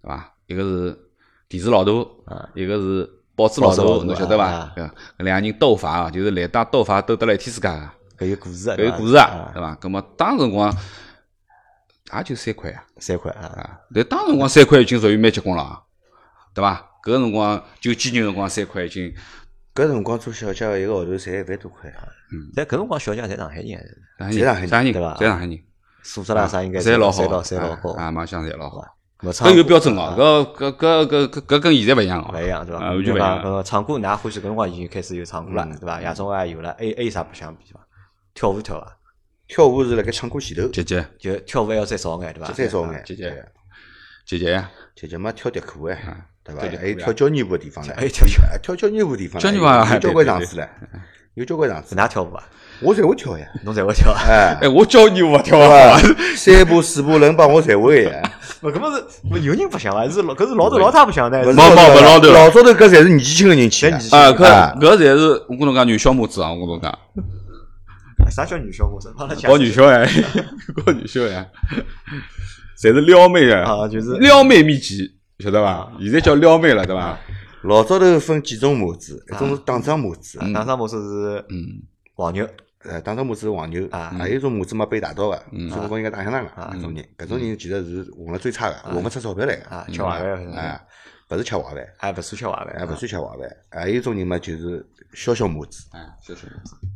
Speaker 2: 对伐？一个是电视老大，一个是报纸老大，
Speaker 1: 啊报纸老大
Speaker 2: 侬晓得伐
Speaker 1: 啊？
Speaker 2: 对伐搿两个人斗法啊，就是来打斗法斗得来一天世界啊，
Speaker 1: 搿有故事啊，
Speaker 2: 搿
Speaker 1: 对
Speaker 2: 有
Speaker 1: 伐
Speaker 2: 故事啊，，对伐？搿么当时辰光也就三块啊。
Speaker 1: 三块啊，
Speaker 2: 啊，但当辰光三块已经属于蛮结棍了啊，对伐？搿辰光九几年辰光三块已经，
Speaker 3: 搿辰光做小姐一个号头才一万多啊块，
Speaker 1: 但搿辰光小姐侪上海人还是，
Speaker 2: 侪上海人，上海人，
Speaker 1: 对伐
Speaker 2: 侪上海人，啊
Speaker 1: 素质啦啥应该
Speaker 2: 侪老好，
Speaker 1: 侪老侪老高
Speaker 2: 啊，啊，马相侪老好，
Speaker 1: 搿
Speaker 2: 搿有标准哦，搿搿搿搿搿跟现在勿一样哦，
Speaker 1: 勿一样对伐？
Speaker 2: 啊，完全勿一样嗯啊。
Speaker 1: 呃，唱歌㑚欢喜搿辰光已经开始有唱歌了，对伐？夜总会也有了，还有还有啥白相比对伐？跳舞跳啊，
Speaker 3: 跳舞是辣盖唱歌前头，
Speaker 2: 姐姐，
Speaker 1: 就跳舞还要再早
Speaker 2: 啊
Speaker 1: 眼对啊伐？
Speaker 3: 再少眼，
Speaker 2: 姐姐
Speaker 3: 对啊
Speaker 2: 姐姐呀，
Speaker 3: 姐姐嘛跳迪克舞
Speaker 2: 啊
Speaker 3: 哎，对伐
Speaker 2: 跳迪？克舞
Speaker 3: 还有
Speaker 2: 呀
Speaker 3: 跳交谊舞的地方唻，
Speaker 1: 还有跳
Speaker 3: 哎跳交谊舞地方唻，
Speaker 2: 交谊舞啊
Speaker 3: 有交
Speaker 2: 对对
Speaker 3: 关场
Speaker 2: 对
Speaker 3: 次唻，有交关场次，
Speaker 1: 㑚跳舞伐？
Speaker 3: 我侪会跳呀，
Speaker 1: 侬侪会跳 啊？
Speaker 3: 哎，
Speaker 2: 哎，我教你舞 跳
Speaker 3: 对
Speaker 2: 啊，
Speaker 3: 伐？三步四步轮帮我啊侪会 呀，
Speaker 1: 勿，搿么是勿有人白相伐？是老搿是老头老太白相呢？
Speaker 3: 勿是
Speaker 2: 没
Speaker 3: 老
Speaker 2: 没
Speaker 3: 早
Speaker 2: 没老头了
Speaker 3: 老早头搿侪是年纪轻个人去
Speaker 1: 侪
Speaker 3: 的
Speaker 1: 年纪，轻
Speaker 2: 啊，
Speaker 3: 啊
Speaker 2: 搿搿侪是我跟侬讲女小模子啊，我跟侬讲，
Speaker 1: 啥叫女小伙子？帮拉讲
Speaker 2: 搞女小哎， 搞女小哎，侪是撩妹
Speaker 1: 啊，就是
Speaker 2: 撩妹秘籍，晓得伐？现在叫撩妹了，对伐？
Speaker 3: 老早头分几种模子，一种是打桩模子，
Speaker 1: 打上模式是
Speaker 2: 嗯，
Speaker 1: 黄牛
Speaker 3: 呃，打桩模子是黄牛，
Speaker 1: 啊
Speaker 3: 还有一种模子嘛被打到个，
Speaker 2: 嗯
Speaker 3: 所以讲应该打相当个，搿种人，啊搿种人其实是混了最差个，混勿出钞票来个，
Speaker 1: 啊，哎吃坏饭，
Speaker 3: 啊，勿是吃坏饭，
Speaker 1: 还勿算吃坏
Speaker 3: 还
Speaker 1: 饭，
Speaker 3: 勿算吃坏饭，还有一种人嘛就是消消模子，
Speaker 2: 哎，谢谢。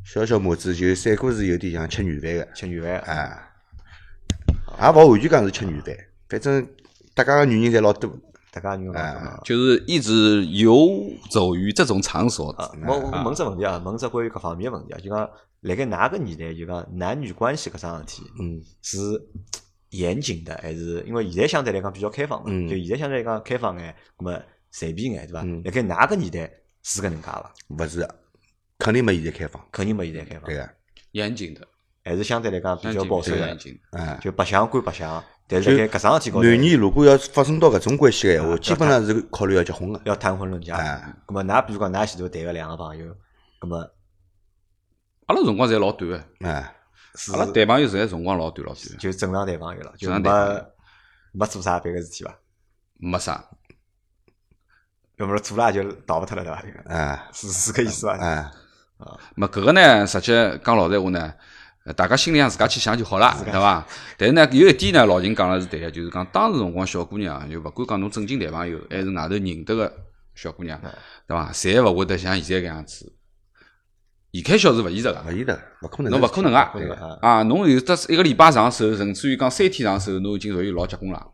Speaker 3: 消消模子就三哥是有点像吃软饭个，
Speaker 1: 吃软饭。
Speaker 3: 啊，也勿完全讲是吃软饭，反正大家个女人侪老多，
Speaker 1: 大家牛啊！
Speaker 2: 就是一直游走于这种场所，
Speaker 1: 啊，我我问只问题啊，问只关于各方面个问题啊，就讲辣盖哪个年代，就讲男女关系搿桩事体
Speaker 3: 嗯，
Speaker 1: 是严谨的，还是因为现在相对来讲比较开放嘛？
Speaker 3: 嗯
Speaker 1: 就现在相对来讲开放眼，那么随便眼，对伐？
Speaker 3: 嗯
Speaker 1: 辣盖哪个年代是搿能介伐？
Speaker 3: 勿是的，肯定没现在开放，
Speaker 1: 肯定没现在开放
Speaker 3: 对，啊个，
Speaker 2: 严谨的，
Speaker 1: 还是相对来讲比
Speaker 2: 严
Speaker 1: 较
Speaker 2: 谨
Speaker 1: 保守
Speaker 2: 严
Speaker 1: 的，
Speaker 2: 谨的。
Speaker 3: 啊。
Speaker 1: 就白相归白相，但是辣盖搿桩事体高头
Speaker 3: 男女如果要发生到搿种关系个闲话，
Speaker 1: 啊
Speaker 3: 基本上是考虑要结婚个。
Speaker 1: 要谈婚论嫁。
Speaker 3: 啊，
Speaker 1: 咁么，㑚比如讲，㑚前头谈个两个朋友，咁么
Speaker 2: 阿拉辰光侪老短的，
Speaker 3: 啊，
Speaker 1: 是
Speaker 2: 阿拉谈朋友实在辰光老短老短的，
Speaker 1: 就正常谈朋友了，就
Speaker 2: 正常谈朋
Speaker 1: 没没做啥别个事体伐？
Speaker 2: 没啥。
Speaker 1: 要么做了也就逃勿脱了，对伐？
Speaker 3: 啊
Speaker 1: 是是搿意思伐？
Speaker 3: 啊，
Speaker 2: 么搿个呢，实际讲老实闲话呢，呃大家心里向自家去想就好了，对伐？但是呢，有一点呢，老秦讲了是对个，就是讲当时辰光小姑娘，就勿管讲侬正经谈朋友，还是外头认得个小姑娘，
Speaker 1: 啊
Speaker 2: 对伐？侪勿会得像现在搿样子。一开销是勿现实个
Speaker 3: 勿，现得，勿可能的事体，
Speaker 2: 侬勿可能
Speaker 3: 勿可能的
Speaker 2: 个啊！侬有得一个礼拜上手，甚至于讲三天上手，侬已经属于老结棍了。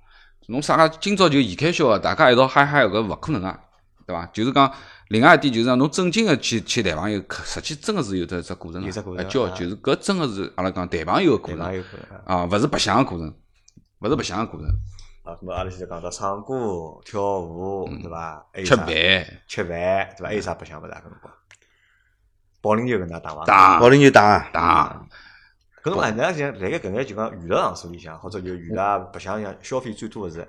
Speaker 2: 侬啥个今朝就现开销个，啊大家一道嗨嗨搿勿可能个，对伐？就是讲另外一点就是讲侬正经个去去谈朋友，可实际真个是有得一只过程
Speaker 1: 有只
Speaker 2: 个，
Speaker 1: 过
Speaker 2: 啊
Speaker 1: 程
Speaker 2: 交
Speaker 1: 啊
Speaker 2: 就是搿真个是阿拉讲谈朋友个过
Speaker 1: 对
Speaker 2: 程
Speaker 1: 伐？有可能啊。
Speaker 2: 啊，勿是白相个过程，勿是白相个过程。
Speaker 1: 啊，咾么阿拉现在讲到唱歌、跳舞，对伐？还有
Speaker 2: 吃
Speaker 1: 啥
Speaker 2: 饭、
Speaker 1: 吃饭，对伐？还有啥白相勿是啊？搿辰光，保龄球搿能介打伐？
Speaker 2: 打
Speaker 3: 保龄球打啊，
Speaker 2: 打，
Speaker 1: 搿辰光，人家讲辣盖搿眼就讲娱乐场所里向，或者就娱乐白相里向消费最多个是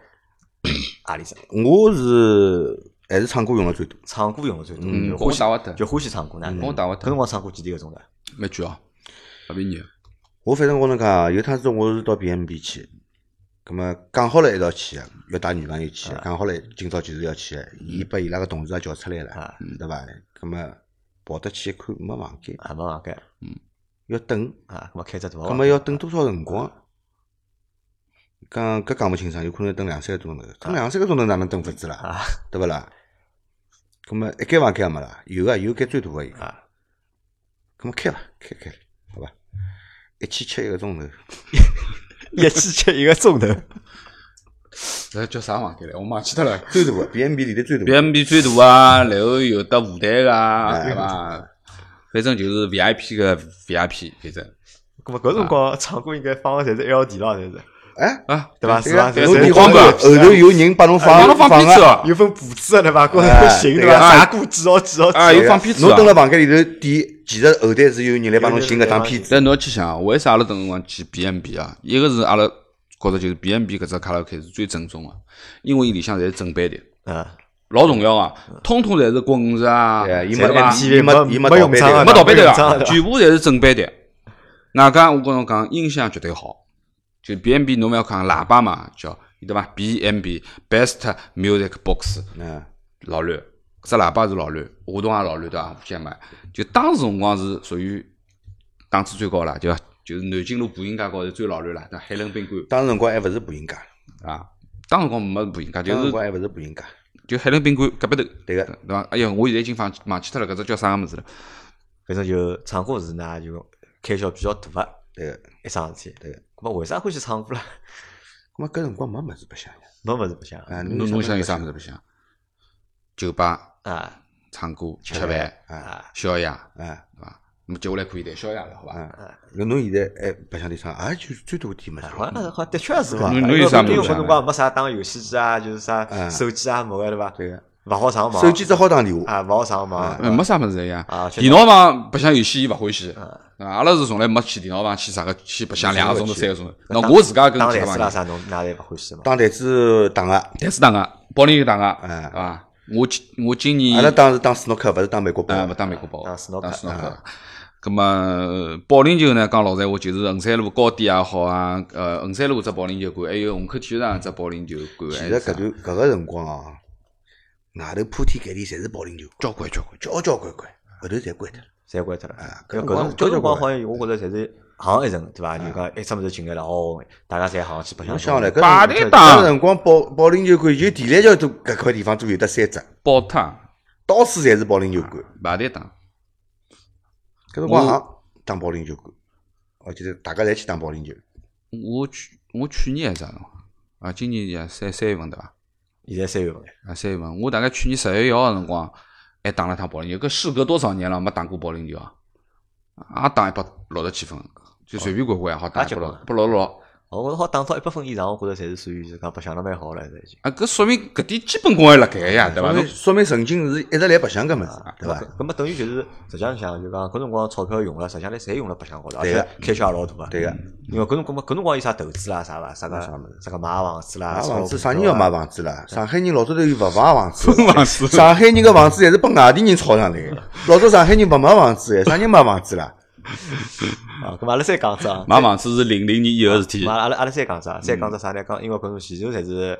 Speaker 1: 何里只？
Speaker 3: 我是还是唱歌用的最多，
Speaker 1: 唱歌用个最多，
Speaker 2: 嗯，
Speaker 1: 就
Speaker 2: 光
Speaker 1: 欢
Speaker 2: 打
Speaker 1: 喜
Speaker 2: 勿得，
Speaker 1: 就欢喜唱歌呢。
Speaker 2: 光打勿
Speaker 1: 搿辰
Speaker 2: 得，
Speaker 1: 光唱歌几点个钟头？
Speaker 2: 蛮贵哦，勿便宜的。
Speaker 3: 我反正我能讲，有趟子我是到 BMB 去，葛么讲好了一道去的，要带女朋友去的，讲好了今朝就是要去的，伊把伊拉个同事也叫出来了
Speaker 1: 啊，
Speaker 3: 对伐？葛么跑得去一看没房间，
Speaker 1: 啊，没房间
Speaker 3: 要等，
Speaker 1: 啊，搿么开只大房
Speaker 3: 葛
Speaker 1: 间。
Speaker 3: 么要等多少辰光？讲搿讲勿清爽，有可能等两三个钟头，等两三个钟头哪能等法子啦？
Speaker 1: 啊
Speaker 3: 对勿啦？葛么一间房间也没啦，有啊，有间最大个有，
Speaker 1: 啊，
Speaker 3: 葛么开伐，开开，好伐？一起吃一个钟头，
Speaker 1: 一起吃一个钟头，
Speaker 2: 搿叫啥房间来？我忘记脱 了。
Speaker 3: 最大个 BMB 里头最大个。
Speaker 2: BMB 最大啊，然后有得舞台个啊，
Speaker 3: 嗯哎
Speaker 2: 对伐？反正就是 VIP 个 VIP，反正
Speaker 1: 搿么搿辰光唱歌应该放个侪是 LD 咯，侪是
Speaker 3: 哎，
Speaker 2: 啊，
Speaker 1: 对伐？
Speaker 3: 对
Speaker 1: 是伐？
Speaker 3: 啊
Speaker 1: 侪
Speaker 2: 有
Speaker 1: 是
Speaker 2: 地
Speaker 3: 你
Speaker 2: 方
Speaker 3: 光
Speaker 2: 吧
Speaker 3: 管后头有人帮侬
Speaker 2: 帮
Speaker 3: 放
Speaker 2: 侬放
Speaker 3: 放
Speaker 2: 屁子
Speaker 3: 啊
Speaker 2: 哦
Speaker 1: 有份谱子个对伐？各
Speaker 3: 哎
Speaker 1: 种型
Speaker 3: 对
Speaker 1: 对
Speaker 3: 个
Speaker 1: 伐？
Speaker 2: 啊
Speaker 1: 啥哦歌几号几号？
Speaker 2: 啊，
Speaker 1: 几
Speaker 2: 有
Speaker 1: 号
Speaker 2: 放屁子
Speaker 3: 侬
Speaker 2: 啊
Speaker 3: 蹲。辣房间里头点，其实后台是有人来帮侬寻搿张片子。
Speaker 2: 但侬要去想，啊为啥阿拉等辰光去 BMB 啊？一个是阿拉觉着就是 BMB 搿只卡拉 OK 是最正宗个，啊因为伊里向侪是正版的，
Speaker 1: 啊，
Speaker 2: 老重要啊，通通侪是滚石啊，
Speaker 3: 对啊伊
Speaker 2: 侪
Speaker 3: 没
Speaker 2: 是吧
Speaker 1: MTV
Speaker 3: 伊没
Speaker 1: 没
Speaker 3: 伊
Speaker 1: 没
Speaker 3: 没盗
Speaker 1: 用
Speaker 3: 版
Speaker 1: 唱
Speaker 3: 的
Speaker 1: 啊
Speaker 2: 没盗版
Speaker 1: 没
Speaker 2: 对
Speaker 1: 用唱
Speaker 2: 伐？
Speaker 1: 的
Speaker 2: 全部侪是正版的。外加我跟侬讲，音响绝对好，就 B M B 侬勿要讲喇叭嘛，叫对伐？B M B Best Music Box
Speaker 3: 嗯，
Speaker 2: 老乱，搿只喇叭是老乱，话筒也老乱对伐？无线嘛，就当时辰光是属于档次最高了，对伐？就是南京路步行街高头最老乱了，那海伦宾馆
Speaker 3: 当时辰光还勿是步行街，
Speaker 2: 啊，当时辰光没步行街，
Speaker 3: 当时
Speaker 2: 就
Speaker 3: 辰
Speaker 2: 是
Speaker 3: 光还勿是步行街。
Speaker 2: 就海伦宾馆隔壁头，
Speaker 3: 对
Speaker 2: 对
Speaker 3: 个，
Speaker 2: 伐？哎呀，我现在已经忘记忘记脱了，搿只叫啥个物事了？
Speaker 1: 反正就唱歌是呢，就开销比较大个
Speaker 3: 对个。
Speaker 1: 一桩事体。
Speaker 3: 对个
Speaker 1: 搿么为啥欢喜唱歌啦？
Speaker 3: 咾么搿辰光没物事白相呀。
Speaker 1: 没物事白相
Speaker 3: 啊，
Speaker 2: 侬侬想有啥物事白相？酒吧、
Speaker 1: 啊
Speaker 2: 唱歌、吃
Speaker 3: 吃
Speaker 2: 饭、
Speaker 3: 啊
Speaker 1: 啊
Speaker 2: 宵夜，对
Speaker 3: 啊
Speaker 2: 伐？那么接下来可以谈宵夜了，好伐？
Speaker 3: 啊！搿侬现在还白相点啥？也就最多点物事
Speaker 1: 啊
Speaker 2: 哎
Speaker 3: 了。
Speaker 1: 好像好像的确是伐？
Speaker 2: 侬
Speaker 1: 因
Speaker 2: 侬
Speaker 1: 为
Speaker 2: 有啥
Speaker 1: 因为
Speaker 2: 物事
Speaker 1: 搿
Speaker 2: 白相
Speaker 1: 辰光没啥打游戏机啊，就是啥
Speaker 3: 嗯
Speaker 1: 手机啊没个对伐？
Speaker 3: 对个，
Speaker 1: 勿好上网，
Speaker 3: 手机只好打电话。
Speaker 1: 啊勿好上网，
Speaker 2: 嗯，没啥物事的呀
Speaker 1: 啊。确实
Speaker 2: 电脑房白相游戏伊勿欢喜，
Speaker 1: 嗯
Speaker 2: 啊阿拉是从来没去电脑房去啥个去白相两个钟头、三个钟头。那
Speaker 1: 打
Speaker 2: 我自家跟
Speaker 1: 打
Speaker 2: 其
Speaker 1: 台
Speaker 2: 他
Speaker 1: 子啦
Speaker 2: 朋友，
Speaker 1: 啥侬哪侪勿欢喜嘛？
Speaker 3: 打台子打啊个，
Speaker 2: 台式打个，保龄球打个，
Speaker 3: 嗯
Speaker 2: 对
Speaker 3: 啊
Speaker 2: 伐？我今我今年
Speaker 3: 阿拉当时打斯诺克，勿是打美国
Speaker 2: 啊，
Speaker 3: 杯
Speaker 2: 勿。打美国包，
Speaker 1: 打斯诺克
Speaker 2: 打斯诺克。咁么呃保龄球呢？讲老实闲话，就是衡山路高点也好啊，呃，衡山路只保龄球馆，还有虹口体育场只保龄球馆，
Speaker 3: 其
Speaker 2: 还
Speaker 3: 实
Speaker 2: 有
Speaker 3: 搿
Speaker 2: 啥
Speaker 3: 段搿个辰光啊，外头铺天盖地侪是保龄球，
Speaker 2: 交关交关交
Speaker 3: 交交关关，后头侪关脱了。
Speaker 1: 侪关脱了。
Speaker 3: 啊搿辰
Speaker 1: 搿
Speaker 3: 光
Speaker 1: 种
Speaker 3: 交
Speaker 1: 搿
Speaker 3: 交
Speaker 1: 辰
Speaker 3: 关
Speaker 1: 光
Speaker 3: 关
Speaker 1: 好像我觉着侪是行一层对伐？就讲一只物事进来了，哦，大家侪行去白相
Speaker 3: 侬。想嘞，搿
Speaker 2: 摆
Speaker 3: 辰
Speaker 2: 摊打
Speaker 3: 搿辰光保保龄球馆就地雷桥都搿块地方都有得三只，
Speaker 2: 关爆汤、
Speaker 3: 到处侪是保龄球馆。
Speaker 2: 排队打，
Speaker 3: 搿辰光行打保龄球馆，我记得大家侪去打保龄球。
Speaker 2: 我去我去年还是啥辰光啊？今年也三三月份对伐？
Speaker 1: 现在三月份了，
Speaker 2: 啊，三月份，我大概去年十月一号个辰光还打了一趟保龄球，搿事隔多少年了没打过保龄球啊？也打一百六十几分，就随便管管也好打
Speaker 1: 啊
Speaker 2: 一百
Speaker 1: 结
Speaker 2: 六
Speaker 1: 棍
Speaker 2: 一百六十六。
Speaker 1: 我觉着好打到一百分以上，我觉着侪是属于是讲白相了蛮好了，现在已经。
Speaker 2: 啊，搿说明搿点基本功还辣盖个呀，对伐？
Speaker 3: 说
Speaker 2: 侬，
Speaker 3: 明说明陈静是一直来白相搿物事
Speaker 1: 啊，，
Speaker 3: 对
Speaker 1: 伐
Speaker 3: 伐？？
Speaker 1: 搿么等于就是，实际上想就讲，搿辰光钞票用了，实际上来侪用了白相高头，而
Speaker 3: 对
Speaker 1: 且
Speaker 3: 个
Speaker 1: 开销也老大个。
Speaker 3: 对个，
Speaker 1: 因为搿辰光嘛，搿辰光有啥投资啦，啥伐？啥个啥个买房子啦，
Speaker 3: 买
Speaker 1: 炒
Speaker 3: 房子
Speaker 1: 股
Speaker 3: 啥
Speaker 1: 票
Speaker 3: 人要
Speaker 1: 啊
Speaker 3: 买？房子啦？上海人老早头又勿买房子
Speaker 2: 房子
Speaker 3: 上海人个房子侪是拨外地人炒上来个。老早上海人勿买房子个，啥人买房子啦？
Speaker 1: 啊，搿么阿拉再讲只啊，
Speaker 2: 买 房子是零零年以后的事体
Speaker 1: 嘛，阿拉阿拉再讲只啊，再讲只啥呢？讲因为搿种前头侪是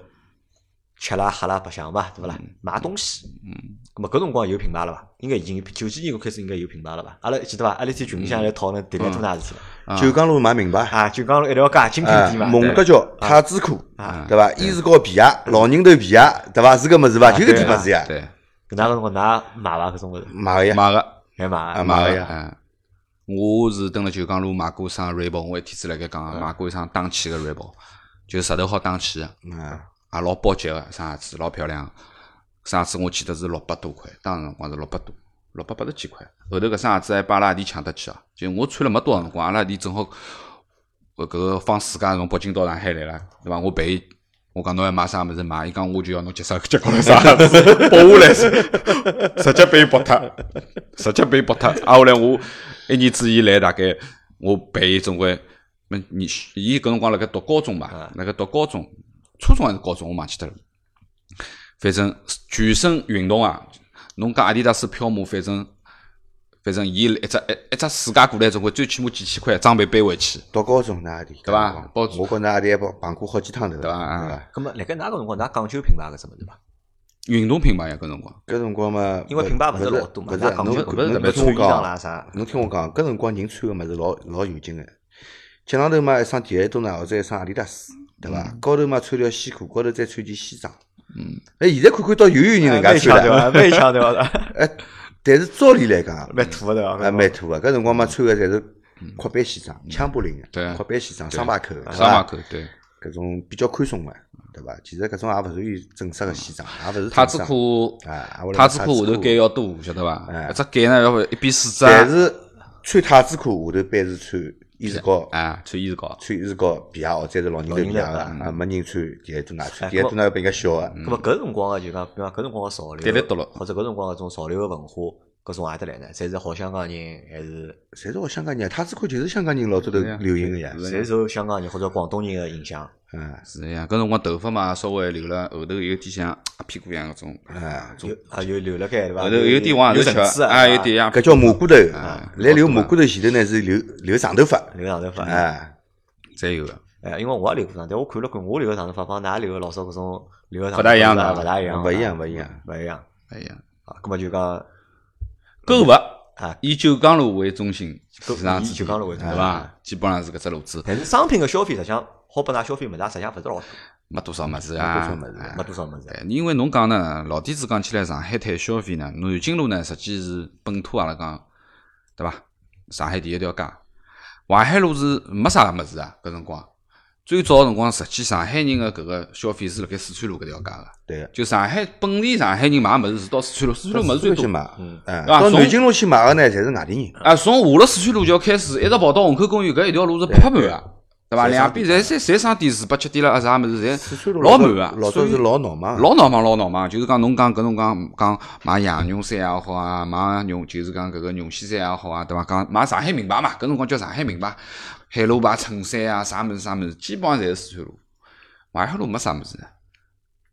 Speaker 1: 吃啦喝啦白相嘛，对勿啦？买东西，
Speaker 2: 嗯，
Speaker 1: 咁么搿辰光有品牌了伐？应该已经九几年开始应该有品牌了伐？阿拉记得伐？阿拉天群里向来讨论迪拜做哪事体了
Speaker 2: 啊
Speaker 3: 九江路买名牌，
Speaker 1: 啊？就讲一条街精品
Speaker 3: 哎
Speaker 1: 店，嘛，
Speaker 3: 蒙
Speaker 1: 对
Speaker 3: 格桥、太子库，
Speaker 1: 啊，
Speaker 3: 对伐？伊是搞皮鞋，啊老人头皮鞋，对伐？是搿物事伐？
Speaker 1: 啊
Speaker 3: 就搿
Speaker 1: 对
Speaker 3: 点
Speaker 1: 啊
Speaker 3: 物事呀，
Speaker 2: 对，
Speaker 1: 搿哪个辰光㑚买伐？搿种物事
Speaker 3: 买个呀，
Speaker 2: 买个
Speaker 1: 还买啊
Speaker 3: 啊
Speaker 2: 买
Speaker 3: 买
Speaker 2: 个
Speaker 3: 个呀
Speaker 2: 哎。我是蹲辣九江路买过一双 r a b o 我一天子辣盖讲啊
Speaker 1: 啊
Speaker 2: 买过一双打气个 r a b o 就石头好打气个，
Speaker 3: 嗯，
Speaker 2: 也啊老包脚个，双鞋子老漂亮个。双鞋子我记得是六百多块，当时辰光是六百多，六百八十几块。后头搿双鞋子还把阿拉弟抢得去啊！就我穿了没多少辰光，阿拉弟正好呃搿个放暑假从北京到上海来了，对伐？我陪伊，我讲侬要买啥物事买，伊讲我就要侬结啥结棍啥鞋子， 剥下来是，直接被伊剥脱，直接被伊剥脱。 啊，后来我一年子伊来大概，我陪伊总归，嗯，你伊搿辰光辣盖读高中
Speaker 3: 啊
Speaker 2: 嘛，辣盖读高中，初中还是高中，我忘记脱了。反正全身运动啊，侬讲阿迪达斯飘马，反正反正伊一只一一只暑假过来，总归最起码几千块装备背回去。
Speaker 3: 到高中那阿弟，
Speaker 2: 对伐包
Speaker 3: 我觉着阿弟还碰碰过好几趟头，
Speaker 2: 对伐
Speaker 3: 伐？
Speaker 1: 咁么辣盖哪个辰光㑚讲究品牌搿只物事伐？
Speaker 2: 运动品牌啊呀，搿辰光，
Speaker 3: 搿辰光嘛，
Speaker 1: 因为品牌勿
Speaker 3: 是
Speaker 1: 是老多嘛，
Speaker 3: 勿是
Speaker 1: 㑚讲
Speaker 3: 侬
Speaker 1: 究
Speaker 2: 不
Speaker 1: 搿
Speaker 2: 是
Speaker 1: 物事
Speaker 2: 特别
Speaker 1: 勿穿
Speaker 3: 侬听
Speaker 1: 衣
Speaker 3: 我
Speaker 1: 裳啦
Speaker 3: 讲，
Speaker 1: 啥？
Speaker 3: 侬听我讲，搿辰光人穿个物事老老有劲个，脚上头嘛一双迪埃多纳或者一双阿迪达斯，对伐？高头嘛穿条西裤，高头再穿件西装。
Speaker 2: 嗯，哎
Speaker 3: 哎，现在看看到有有人能
Speaker 1: 蛮
Speaker 3: 介
Speaker 1: 强
Speaker 3: 穿
Speaker 1: 对
Speaker 3: 了，
Speaker 1: 伐？蛮强对伐？
Speaker 3: 哎，但是照理来讲，
Speaker 2: 嗯
Speaker 1: 蛮土个对伐？
Speaker 3: 啊，蛮土个。搿辰光嘛穿个侪是阔背西装、枪布领
Speaker 2: 嗯对
Speaker 3: 个，阔背西装、双排扣个，
Speaker 2: 三马
Speaker 3: 扣，
Speaker 2: 口对，
Speaker 3: 搿种比较宽松个，对伐？其实搿种也勿属于正式个西装，也勿是正式
Speaker 2: 嗯太子裤
Speaker 3: 啊，我来
Speaker 2: 太子裤
Speaker 3: 太
Speaker 2: 下
Speaker 3: 子
Speaker 2: 头
Speaker 3: 裤
Speaker 2: 改要多，晓得伐？
Speaker 3: 哎
Speaker 2: 一只改呢要一边四只，
Speaker 3: 但是穿太子裤下头板是穿衣服高，
Speaker 2: 啊，穿衣裳高，
Speaker 3: 穿衣服高皮鞋或者是老人头皮鞋
Speaker 1: 老
Speaker 3: 个
Speaker 1: 人
Speaker 3: 啊，没人穿底鞋多哪穿，
Speaker 1: 哎
Speaker 3: 底鞋多哪要比人家小个。
Speaker 2: 嗯
Speaker 1: 咁么搿辰光个就讲，比方搿辰光个潮流，
Speaker 2: 对立多了
Speaker 1: 或者搿辰光搿种潮流个文化，搿种阿搭来呢，侪是好香港人，还是
Speaker 3: 侪是我香港人，太子裤就是香港人老早头
Speaker 2: 对呀啊
Speaker 3: 流行个呀。
Speaker 2: 是
Speaker 1: 侪受香港人或者广东人个影响？
Speaker 3: 嗯，
Speaker 2: 是呀。搿辰光头发嘛稍微留了，后头有点像阿屁股一样搿种，
Speaker 3: 哎
Speaker 2: 种
Speaker 1: 有啊，有留辣盖对伐？
Speaker 2: 后头有点往后
Speaker 1: 有
Speaker 2: 头
Speaker 1: 层次
Speaker 2: 吃，啊，有点像
Speaker 3: 搿叫蘑菇头，
Speaker 2: 啊
Speaker 3: 来留蘑菇头前头呢是留留长头发，
Speaker 1: 留长头
Speaker 2: 嗯
Speaker 1: 发。
Speaker 3: 啊，
Speaker 2: 侪有啊个。
Speaker 1: 哎，因为我也留过长，但我看了看，我留个长头发帮㑚留个老早搿种留个长头发
Speaker 2: 不大一样的
Speaker 1: 勿大一样，啊
Speaker 3: 勿一样，，勿一样。
Speaker 1: 勿一样。
Speaker 2: 哎呀，
Speaker 1: 啊，搿么就讲
Speaker 2: 购物
Speaker 1: 啊，
Speaker 2: 以九江路为中心，
Speaker 1: 购
Speaker 2: 市场
Speaker 1: 以
Speaker 2: 之
Speaker 1: 九
Speaker 2: 地
Speaker 1: 江路为中
Speaker 2: 对
Speaker 1: 心啊
Speaker 2: 伐？基本上是搿只路子，
Speaker 1: 但是商品个消费实际上好拨㑚消费物事，实际上勿是老多，
Speaker 2: 没多少物事啊，
Speaker 3: 没多少物事
Speaker 2: 哎
Speaker 1: 没多少物事。
Speaker 2: 对，因为侬讲呢，老底子讲起来，上海滩消费呢，南京路呢，实际是本土阿拉讲，对伐？上海第一条街，淮海路是没啥物事啊。搿辰光，最早辰光，实际上海人的搿个消费是辣盖四川路搿条街个。
Speaker 3: 对个，
Speaker 2: 就上海本地上海人买物事是到四川路，四川路物事最
Speaker 3: 去
Speaker 2: 多。
Speaker 3: 买，
Speaker 1: 嗯
Speaker 3: 啊，
Speaker 2: 对吧
Speaker 3: 到
Speaker 2: 从
Speaker 3: 南京路去买个呢，侪是外地人。
Speaker 2: 啊，从下了四川路桥开始，一直跑到虹口公园搿一条路是拍满个，对伐？
Speaker 3: 侪
Speaker 2: 两
Speaker 3: 商
Speaker 2: 边侪侪侪商店，四八七店啦，啊啥物事
Speaker 3: 四
Speaker 2: 侪
Speaker 3: 川路
Speaker 2: 老
Speaker 3: 早
Speaker 2: 满啊。
Speaker 3: 老
Speaker 2: 所
Speaker 3: 早
Speaker 2: 以
Speaker 3: 是老闹忙的，
Speaker 2: 老闹忙，老闹忙，就是讲侬讲搿辰光讲买羊绒衫也好啊，买牛就是讲搿个绒线衫也好啊，对伐？讲买上海名牌嘛，搿辰光叫上海名牌，海螺牌、衬衫啊，啥物事啥物事，基本上侪是四川路，淮海路没啥物事的。啊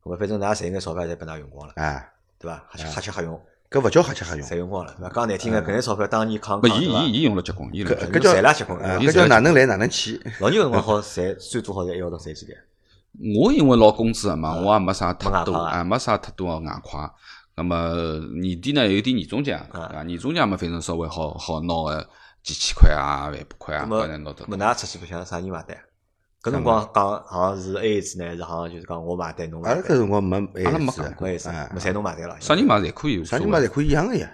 Speaker 1: 咁么反正㑚赚眼钞票侪拨㑚用光了，
Speaker 3: 啊，
Speaker 1: 对伐？瞎吃瞎吃瞎用。
Speaker 3: 搿勿叫瞎吃瞎用，
Speaker 1: 侪用光了，对伐？讲难听个，搿眼钞票当年扛
Speaker 2: 勿，
Speaker 1: 扛
Speaker 2: 伊
Speaker 1: 对伐
Speaker 2: 伊伊用了结棍，伊用了结
Speaker 3: 搿
Speaker 2: 棍
Speaker 1: 侬
Speaker 3: 搿叫
Speaker 1: 赚啦结棍
Speaker 3: 啊，
Speaker 1: 哎
Speaker 2: 伊
Speaker 3: 搿
Speaker 2: 侪
Speaker 3: 叫哪能来哪能去，
Speaker 1: 老年个辰光好赚，最多好赚一个号头赚几钿？
Speaker 2: 我因为拿工资个啊嘛，我也没啥太多，
Speaker 1: 嗯没外快啊
Speaker 2: 啊，没啥太多个外快。那么年底呢，有点年终奖，
Speaker 1: 嗯
Speaker 2: 对伐？年终奖嘛，反正稍微好好拿个几千块啊、万把块啊，
Speaker 1: 那
Speaker 2: 好
Speaker 1: 么
Speaker 2: 像拿得到。
Speaker 1: 么㑚出去白相啥人买单？搿辰光讲好像是 A 制呢，还是好像就是讲我买单，侬
Speaker 3: 阿
Speaker 1: 买
Speaker 3: 啊拉搿
Speaker 1: 单，
Speaker 3: 辰光没
Speaker 2: 阿拉没啊
Speaker 3: 没
Speaker 2: 讲
Speaker 1: 我也是，
Speaker 3: 啊
Speaker 1: 没，侪侬买单了。
Speaker 2: 啥人？买侪可以，无
Speaker 3: 啥
Speaker 2: 所
Speaker 3: 人
Speaker 2: 谓
Speaker 1: 啊
Speaker 3: 买侪可以一样个呀，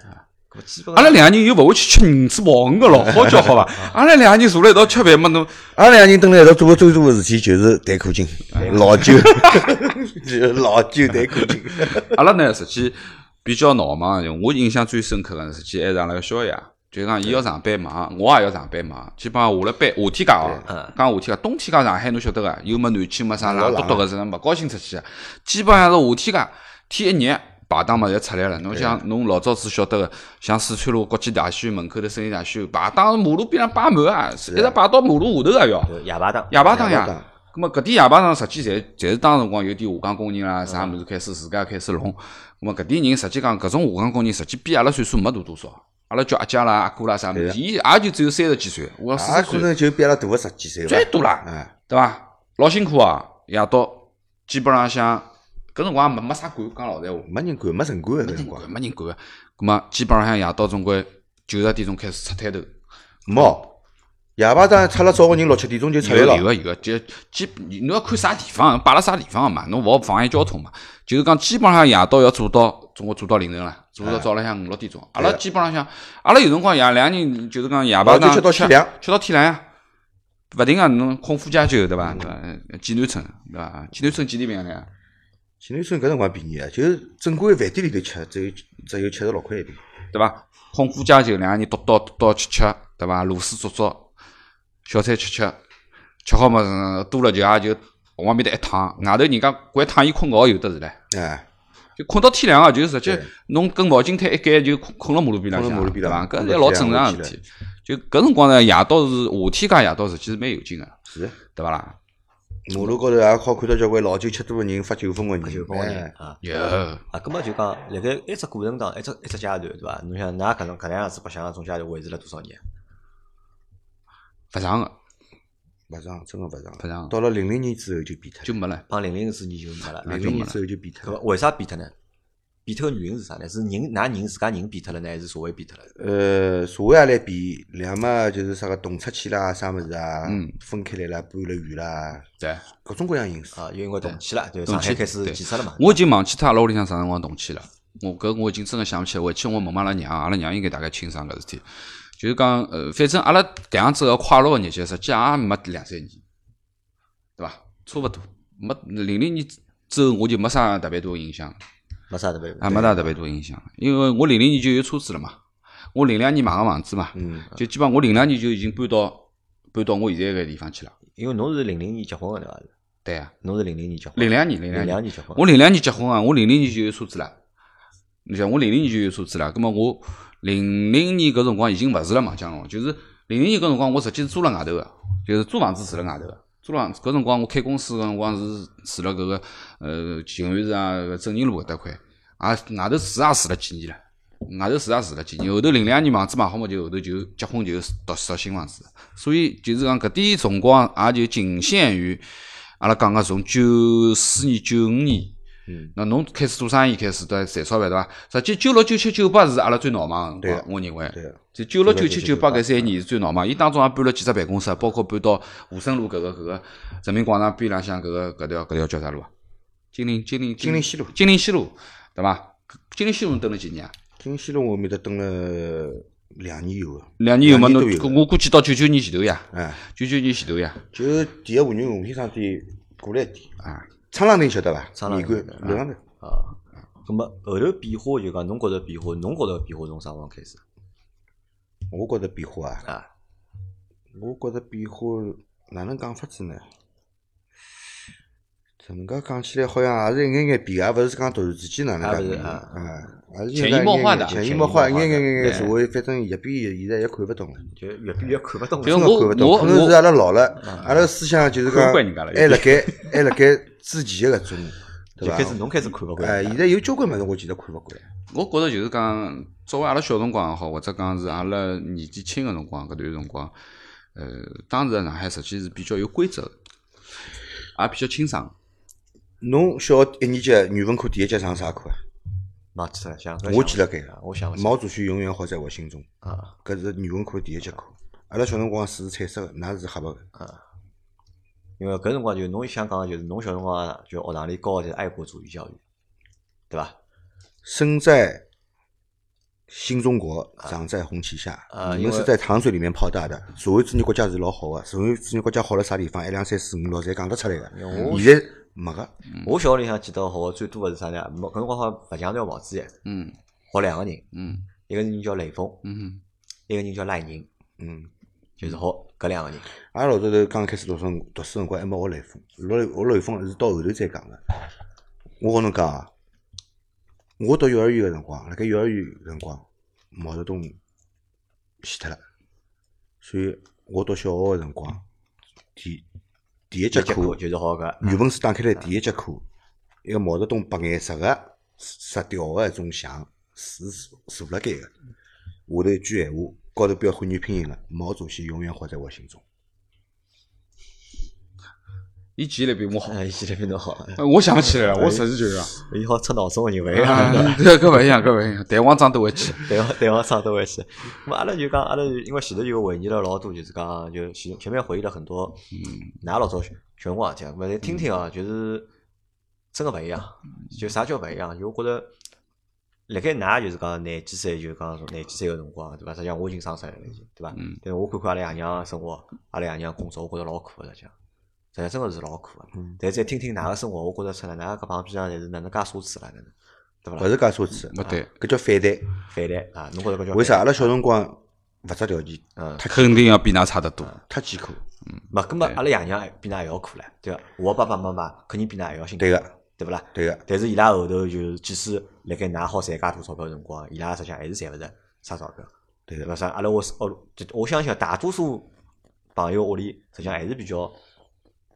Speaker 1: 搿么基本
Speaker 2: 阿
Speaker 1: 上
Speaker 2: 拉两个人又勿会去吃鱼子跑鱼个咯，好叫好伐？
Speaker 1: 嗯
Speaker 2: 阿拉两个人坐辣一道吃饭嘛，侬
Speaker 3: 阿拉两个人蹲辣一道做个最多个事体就是谈苦情，老酒，就老酒谈苦 情，
Speaker 2: 阿拉呢实际比较闹忙的，我印象最深刻个实际还是阿拉个宵夜，就是讲伊要上班忙，我也要上班忙，基本上下了班夏天讲哦
Speaker 1: 嗯，
Speaker 2: 讲夏天介，冬天介上海侬晓得个，又没暖气没啥
Speaker 3: 老
Speaker 2: 冷
Speaker 3: 冷
Speaker 2: 笃笃个，是勿高兴出去的，基本上是夏天介天一热。排档嘛，侪出来了。侬像侬老早子晓得个，像四川路国际大戏院门口头森林大戏院，排档马路边浪摆满啊，一直摆到马路下头啊要。
Speaker 1: 有夜排档，
Speaker 2: 夜排档
Speaker 3: 夜排档
Speaker 2: 呀。咁啊么搿点夜排档实际侪侪是当辰光有点下岗工人啦，啥物事开始自家开始弄。咁啊么搿点人实际讲搿种下岗工人实际比阿拉岁数没大多少，阿拉叫阿姐啦、阿哥啦啥物事，伊也就只有三十几岁，我四
Speaker 3: 也
Speaker 2: 十
Speaker 3: 可
Speaker 2: 岁
Speaker 3: 能就比阿拉大个十几岁
Speaker 2: 最
Speaker 3: 伐，
Speaker 2: 多啦，
Speaker 3: 啊，
Speaker 2: 对伐？老辛苦啊，夜到基本浪向搿辰光也没没啥管，讲老实闲话，
Speaker 3: 没人管，没人
Speaker 2: 没
Speaker 3: 管个搿
Speaker 2: 人
Speaker 3: 辰光
Speaker 2: 管，，没人管个。葛末基本浪向夜到总归九十点钟开始出摊头，
Speaker 3: 没。夜排档出了早个人六七点钟就出来
Speaker 2: 有有
Speaker 3: 了，
Speaker 2: 个有个，就基本侬要看啥地方，摆辣啥地方嘛，侬勿好妨碍交通嘛。就是讲，基本上夜到要做到，总归做到凌晨了，做到早浪向五六点钟。阿拉
Speaker 3: 哎对
Speaker 2: 基本上向，阿拉有辰光夜两个人就是讲夜
Speaker 3: 老
Speaker 2: 班
Speaker 3: 就
Speaker 2: 上
Speaker 3: 吃到天亮，
Speaker 2: 吃到天亮呀。勿停啊，侬空腹加酒对伐？对伐？呃济南村对伐？济南村几点平呢？
Speaker 3: 济南村搿辰光便宜啊，就是正规饭店里头吃，只有只有七十六块一瓶。
Speaker 2: 对伐？空腹加酒，两个人倒倒倒吃吃，对伐？螺丝做做，小菜吃吃，吃好么子多了就也就往面搭一躺，外头人家掼躺椅困觉有的是唻。
Speaker 3: 哎，
Speaker 2: 就困到天亮啊，就直接
Speaker 3: 对
Speaker 2: 侬跟毛巾摊一盖就困困了马路边浪
Speaker 3: 困
Speaker 2: 向
Speaker 3: 了马
Speaker 2: 了，
Speaker 3: 路边
Speaker 2: 对伐？
Speaker 3: 浪
Speaker 2: 搿
Speaker 3: 困
Speaker 2: 侪
Speaker 3: 到
Speaker 2: 老
Speaker 3: 天
Speaker 2: 正
Speaker 3: 亮
Speaker 2: 常
Speaker 3: 就
Speaker 2: 个
Speaker 3: 起
Speaker 2: 事体。就搿辰光呢，夜到是夏天介夜到实际是蛮有劲个，
Speaker 3: 是。
Speaker 2: 对伐啦？
Speaker 3: 马路高头也好看到交关老酒吃多个人发酒疯个人，
Speaker 1: 就帮我人
Speaker 3: 哎
Speaker 1: 啊。
Speaker 2: 有
Speaker 1: 啊，葛末就讲，辣盖一只过程当，一只一只阶段，对伐？侬想，㑚搿能搿能样子白相，中间就维持了多少年？
Speaker 2: 勿上个，
Speaker 3: 勿上，真个勿上。
Speaker 2: 勿上
Speaker 3: 到了零零年之后就变脱了，
Speaker 2: 就没了。
Speaker 1: 帮零零之年就没了，
Speaker 3: 零
Speaker 1: 零
Speaker 3: 零
Speaker 1: 零
Speaker 3: 年
Speaker 1: 年
Speaker 3: 之后就变
Speaker 1: 搿
Speaker 3: 脱
Speaker 1: 么
Speaker 3: 了。
Speaker 1: 为啥变脱呢？变脱个原因是啥呢？是人㑚人自家人变脱了呢，还是社会变脱了？
Speaker 3: 呃，社会也来变，两嘛就是啥个动车去啦，啥物事啊
Speaker 2: 嗯，
Speaker 3: 分开来啦，搬了远啦，
Speaker 2: 对，
Speaker 3: 各种各样因素。
Speaker 1: 啊，又因为动迁了，对，
Speaker 2: 动
Speaker 1: 上
Speaker 2: 迁
Speaker 1: 海开始
Speaker 2: 对嗯
Speaker 1: 建设了嘛。
Speaker 2: 我已经忘记脱阿拉屋里向啥辰光动迁了。我搿我已经真个想勿起来，回去我问问阿拉娘，阿拉娘应该大概清爽搿事体。就是讲，呃，反正阿拉迭样子个快乐个日节，实际也没两三年，对伐？差勿多，没零零年之后我就没啥特别多个印象了。
Speaker 1: 没啥特别，
Speaker 2: 啊，没啥特别多影响，因为我零零年就有车子了嘛，我零两年买个房子嘛，
Speaker 3: 嗯，
Speaker 2: 就基本上我零两年就已经搬到搬到我现在个地方去了。
Speaker 1: 因为侬是零零年结婚个对伐？
Speaker 2: 对啊，
Speaker 1: 侬是零零年结婚，
Speaker 2: 零两年，零
Speaker 1: 零
Speaker 2: 两
Speaker 1: 两
Speaker 2: 年，
Speaker 1: 年结婚，
Speaker 2: 我零两年结婚啊，我零零年就有车子了。你想，我零零年就有车子了，葛么我零零年搿辰光已经勿是了嘛，讲侬就是零零年搿辰光，我实际是租了外头个，就是租房子住了外头个。租了房子搿辰光，我开公司搿辰光是住了搿个呃静安寺啊、搿正宁路搿搭块，也外头住也住了几年了。外头住也住了几年，后头零两年房子买好么，就后头就结婚就读读新房子了，所以就是讲搿点辰光也就仅限于阿拉讲个从九四年、九五年，
Speaker 3: 嗯，
Speaker 2: 那侬开始做生意开始在赚钞票对伐？实际九六、九七、九八是阿拉最闹忙个辰光，我认为。
Speaker 3: 对个，啊
Speaker 2: 就九六、九七、
Speaker 3: 97
Speaker 2: 九八搿三年是最闹嘛，伊当中也搬了几只办公室，包括搬到沪深路搿个搿个人民广场边浪向搿个搿条搿条叫啥路啊？金陵金陵
Speaker 3: 金陵西路
Speaker 2: 金陵西路对伐？金陵西路侬蹲了几年啊？
Speaker 3: 金西路我面搭蹲了两年有个，
Speaker 2: 两年有没
Speaker 3: 两
Speaker 2: 侬
Speaker 3: 年都？有
Speaker 2: 我估计到九九年前头呀，
Speaker 3: 哎，
Speaker 2: 九九年前头呀，
Speaker 3: 就是第一妇女用品商店过来一点，
Speaker 2: 啊，
Speaker 3: 沧浪亭晓得伐？
Speaker 1: 沧浪
Speaker 3: 米
Speaker 1: 亭
Speaker 3: 馆，流浪头。
Speaker 1: 啊。咁么后头变化就讲，侬觉着变化，侬觉着变化从啥辰光开始
Speaker 3: 我觉着变化啊，
Speaker 1: 啊？
Speaker 3: 我觉着变化哪能讲法子呢？人家讲起来好像也是一眼眼变，也勿是讲突然之间哪能
Speaker 1: 也
Speaker 3: 介
Speaker 1: 不是
Speaker 3: 变，
Speaker 1: 啊
Speaker 3: 啊，也是
Speaker 2: 潜移
Speaker 3: 一眼
Speaker 2: 默化
Speaker 3: 眼
Speaker 2: 的
Speaker 3: 潜移
Speaker 1: 潜移
Speaker 3: 默化，一
Speaker 1: 默化
Speaker 3: 眼眼
Speaker 1: 的
Speaker 3: 眼眼社会，反正一变现在也看勿懂了。
Speaker 1: 就越变越看勿懂
Speaker 2: 就
Speaker 1: 了。
Speaker 3: 真的
Speaker 2: 我
Speaker 3: 看勿懂，
Speaker 2: 我
Speaker 3: 可能
Speaker 2: 我
Speaker 3: 是阿拉老了，
Speaker 1: 啊
Speaker 3: 阿拉思想就是
Speaker 2: 看
Speaker 3: 讲
Speaker 2: 不惯人家了
Speaker 3: 还辣盖 还辣盖之前的搿种，对
Speaker 1: 就
Speaker 3: 伐？
Speaker 1: 开始侬开始看勿惯
Speaker 3: 哎，
Speaker 1: 了。
Speaker 3: 现在有交关物事我其实看勿惯，
Speaker 2: 我觉着就是讲，作为阿拉小辰光也好，或者讲是阿拉年纪轻个辰光搿段辰光，呃，当时的上海实际是比较有规则的，也比较清爽的。
Speaker 3: 侬小学一年级语文课第一节上啥课啊？
Speaker 1: 忘记脱了，想
Speaker 3: 我记了该
Speaker 1: 啊我想勿起
Speaker 3: 毛主席永远活在我心中，
Speaker 1: 啊
Speaker 3: 搿是语文课第一节课。阿拉小辰光水是彩色的，㑚是黑白的。
Speaker 1: 啊。因为搿辰光就侬想讲，就是侬小辰光啊就学堂里教的就是爱国主义教育，对伐？
Speaker 3: 生在新中国，长在红旗下。
Speaker 1: 啊
Speaker 3: 你
Speaker 1: 因
Speaker 3: 们
Speaker 1: 为
Speaker 3: 是在糖水里面泡大的。社会主义国家是老好的，社会主义国家好了啥地方？一两三四五六侪讲得出来的
Speaker 1: 因为我。
Speaker 3: 现在没个。
Speaker 2: 嗯
Speaker 1: 我小学里向记得学的最多的是啥呢？没搿辰光好像勿强调毛主席，
Speaker 2: 嗯
Speaker 1: 学两个人，
Speaker 2: 嗯
Speaker 1: 一个人叫雷锋，
Speaker 2: 嗯，
Speaker 1: 一个人叫赖宁，
Speaker 3: 嗯，
Speaker 1: 就是学搿两个人。
Speaker 3: 阿拉老早头刚开始读书读书辰光还没学雷锋，学学雷锋是到后头再讲的。我跟侬讲啊，我读幼儿园个辰光，辣盖幼儿园个辰光，毛泽东死脱了，所以我读小学个辰光，第第一节
Speaker 1: 结
Speaker 3: 课
Speaker 1: 果就是学搿
Speaker 3: 语文书打开来第一节课，一个毛泽东白颜色个石雕个一种像，竖竖辣盖个，下头一句闲话，高头标汉语拼音个，毛主席永远活在我心中。
Speaker 2: 伊记忆力比我好。
Speaker 1: 哎，记得比侬好，
Speaker 2: 呃我想不起来了，我实事求是啊。
Speaker 1: 伊好出脑子的人为啊，
Speaker 2: 啊，对，搿勿一样，搿勿一样，弹簧装得会去。
Speaker 1: 对方对方啥都会去。那么阿拉就讲，阿拉就因为前头就回忆了老多，就是讲就前前面回忆了很多，㑚老早学学辰光事体啊，勿是听听啊，就是真个勿一样，就啥叫勿一样？就我觉着。辣盖㑚就是讲廿几岁，就是讲廿几岁个辰光，对伐？实际上我已经生出来了，已经，对伐？
Speaker 2: 嗯
Speaker 1: 但是我看看阿拉爷娘生活，阿拉爷娘工作，我觉着老苦个，实际上，实际上真个是老苦个。
Speaker 3: 嗯
Speaker 1: 但是再听听㑚个生活，我觉着出来，㑚搿旁边上侪是哪能介奢侈啦，哪能，对伐
Speaker 3: 勿？是介奢侈，
Speaker 2: 勿对，
Speaker 3: 搿叫反弹。
Speaker 1: 反弹啊！侬觉着搿叫
Speaker 3: 为啥？
Speaker 1: 反
Speaker 3: 阿拉小辰光物质条件
Speaker 1: 弹？嗯，
Speaker 2: 他肯定要比㑚差得多。
Speaker 3: 太艰苦，
Speaker 1: 没，根本
Speaker 2: 对
Speaker 1: 阿拉爷娘还比㑚还要苦唻，对伐？我爸爸妈妈肯定比㑚还要辛苦，
Speaker 3: 对个，
Speaker 1: 对勿啦？
Speaker 3: 对个，
Speaker 1: 但是伊拉后头就是，即使辣盖㑚好赚介大钞票个辰光，伊拉实际上还是赚勿着啥钞票，
Speaker 3: 对
Speaker 1: 对
Speaker 3: 个
Speaker 1: 伐？。啥阿拉我是哦，就我相信啊大多数朋友屋里实际上还是比较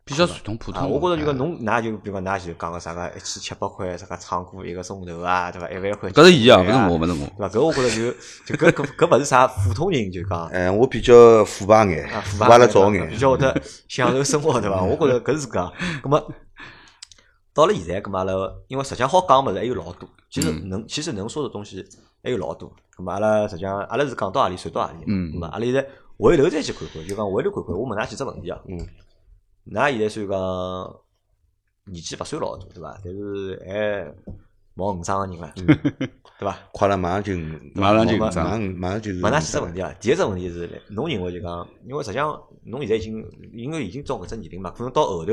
Speaker 2: 比较传统普
Speaker 1: 啊，
Speaker 2: 通。
Speaker 1: 我觉着就讲
Speaker 2: 哎，
Speaker 1: 侬，㑚就比如讲㑚就讲个啥个一千七八块，啥个唱歌一个钟头啊，对伐？一万块钱
Speaker 2: 搿
Speaker 1: 啊，
Speaker 2: 是伊啊，勿是我，勿是我。
Speaker 1: 对伐？搿我觉着就就搿搿搿勿是啥普通人就讲。
Speaker 3: 哎，我比较腐败眼
Speaker 1: 啊，，
Speaker 3: 腐
Speaker 1: 富
Speaker 3: 败了早
Speaker 1: 比
Speaker 3: 眼。嗯
Speaker 1: 较会得享受生活，对伐？我觉着搿是搿样。葛末到了现在，葛末阿拉因为实际上好讲物事还有老多，其实能其实能说的东西还有老多。葛末阿拉实际上阿拉是讲到何里算到何里，
Speaker 2: 嗯
Speaker 1: 葛末阿拉现在回头再去看看，就讲回头看看，我问㑚几只问题啊。
Speaker 3: 嗯，
Speaker 1: 㑚现在算讲年纪勿算老大，对伐？但是还毛五张个人了，对伐？
Speaker 3: 快了，马上就
Speaker 2: 马上就
Speaker 3: 马
Speaker 2: 五十
Speaker 3: 上马上就是
Speaker 1: 问㑚几只问
Speaker 3: 五十
Speaker 1: 题啊？第一只问题是，侬认为就讲，因为实际上侬现在已经因为已经到搿只年龄嘛，可能到后头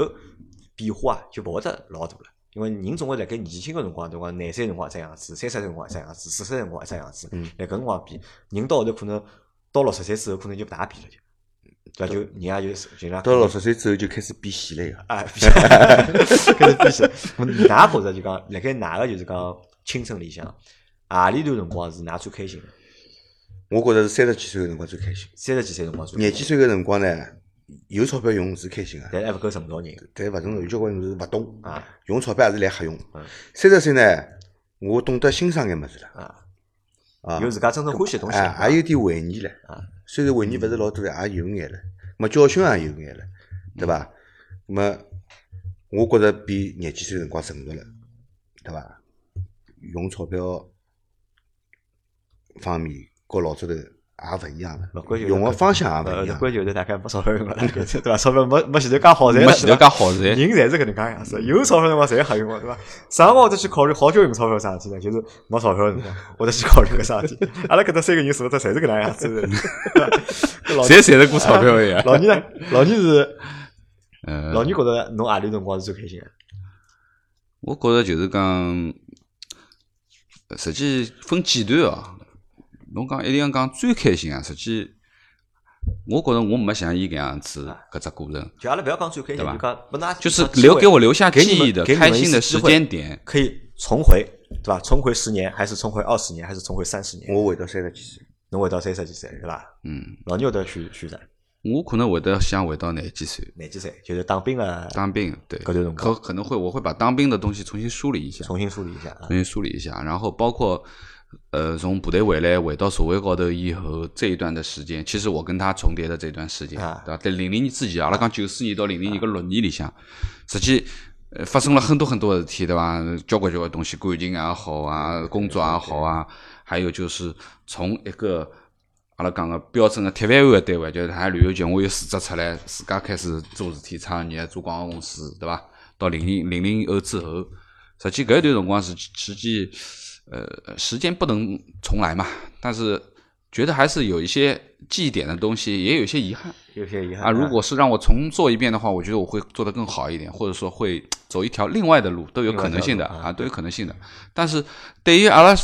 Speaker 1: 变化啊就勿会得老大了。因为人总归辣盖年轻个辰光，对伐？廿岁辰光一只样子，三十岁辰光一只样子，四十岁辰光一只样子
Speaker 3: 嗯，
Speaker 1: 辣搿辰光比人到后头可能到六十岁之后，可能就勿大变了，就对伐？就人也就是就像
Speaker 3: 到六十岁之后就开始变细了呀。
Speaker 1: 啊， 搿是必须。㑚觉着就讲，辣盖㑚个就是讲青春里向，何里段辰光是㑚最开心的？
Speaker 3: 我觉着是三十几岁个辰光最开心，
Speaker 1: 三十几岁辰光最开
Speaker 3: 廿
Speaker 1: 心
Speaker 3: 几岁个辰光呢，有钞票用是开心个，
Speaker 1: 但是还勿够成熟人
Speaker 3: 但勿成熟，有交关人是勿懂，
Speaker 1: 啊
Speaker 3: 用钞票也是来瞎用
Speaker 1: 嗯。
Speaker 3: 三十岁呢，我懂得欣赏眼物事了
Speaker 1: 啊，
Speaker 3: 啊，
Speaker 1: 有自家真正欢喜的东西
Speaker 2: 啊
Speaker 3: 哎，还有点回忆了
Speaker 1: 啊。
Speaker 3: 虽然回忆勿是老多，也有眼了，么教训也有眼了，对伐？么我觉着比廿几岁辰光成熟了，对伐？用钞票方面，和老早头也勿一样
Speaker 1: 勿
Speaker 3: 了
Speaker 1: 关，键
Speaker 3: 用个方向也勿
Speaker 1: 呃
Speaker 3: 一，样。
Speaker 1: 关键就是大概没钞票用了，对吧？ 钞票没没前头介好赚
Speaker 2: 没
Speaker 1: 了，
Speaker 2: 前头
Speaker 1: 对
Speaker 2: 介
Speaker 1: 吧
Speaker 2: 好
Speaker 1: 人
Speaker 2: 赚，
Speaker 1: 侪是搿能介样子，有钞票辰光侪瞎用的，对伐？啥辰光我得去考虑好久用钞票啥事体呢？就是没钞票的辰光，我得去考虑搿啥事体。阿拉搿搭三个人是勿是侪是搿能样子的？ 搿老
Speaker 2: 侪赚得过钞票个呀。
Speaker 1: 老倪呢？老倪是
Speaker 2: 嗯，
Speaker 1: 老倪觉得侬何里辰光是最开心的？
Speaker 2: 我觉着就是讲，呃实际分阶段哦。侬讲一定要讲最开心啊，实际我觉着我没像伊搿样
Speaker 3: 啊
Speaker 2: 子搿只过程，
Speaker 1: 就阿拉勿要讲最开心，
Speaker 2: 对吧
Speaker 1: 就讲拨㑚
Speaker 2: 就是留给我留下
Speaker 3: 给
Speaker 2: 记
Speaker 3: 你们
Speaker 2: 忆的
Speaker 3: 给你
Speaker 2: 开
Speaker 3: 们
Speaker 2: 心的
Speaker 3: 一次
Speaker 2: 时
Speaker 3: 机会
Speaker 2: 间点。
Speaker 1: 可以重回，对伐？重回十年，还是重回二十年，还是重回三十年？
Speaker 3: 我回到三十几岁，
Speaker 1: 侬会到三十几岁，对伐？
Speaker 2: 嗯，
Speaker 1: 老牛的选选择
Speaker 2: 我可能会得想回到廿几岁
Speaker 1: 哪几岁？就是当兵啊的，
Speaker 2: 当兵，对，
Speaker 1: 搿段辰光
Speaker 2: 可可能会我会把当兵的东西重新梳理一下，
Speaker 1: 重新梳理一下啊
Speaker 2: 重。新梳理一下，然后包括呃从部队回来回到社会高头以后这一段的时间，其实我跟他重叠的这段时间，
Speaker 1: 啊
Speaker 2: 对吧？在零零年之前，阿拉讲九四年到零零年搿六年里向，实际。呃，发生了很多很多的事体，对吧？交关交关东西，感情也好啊，工作也好啊，还有就是从一个阿拉讲个标准个铁饭碗个单位，就是海旅游局，我有辞职出来，自家开始做事体，创业，做广告公司，对伐？到零零零零后之后，实际搿一段辰光是实际，呃，时间不能重来嘛，但是觉得还是有一些记忆点的东西，也有一些遗憾
Speaker 1: 有些遗憾
Speaker 2: 啊。如果是让我重做一遍的话，我觉得我会做得更好一点，或者说会走一条另外的路，都有可能性的
Speaker 1: 另外一条路
Speaker 2: 啊，都有可能性的。但是对于阿拉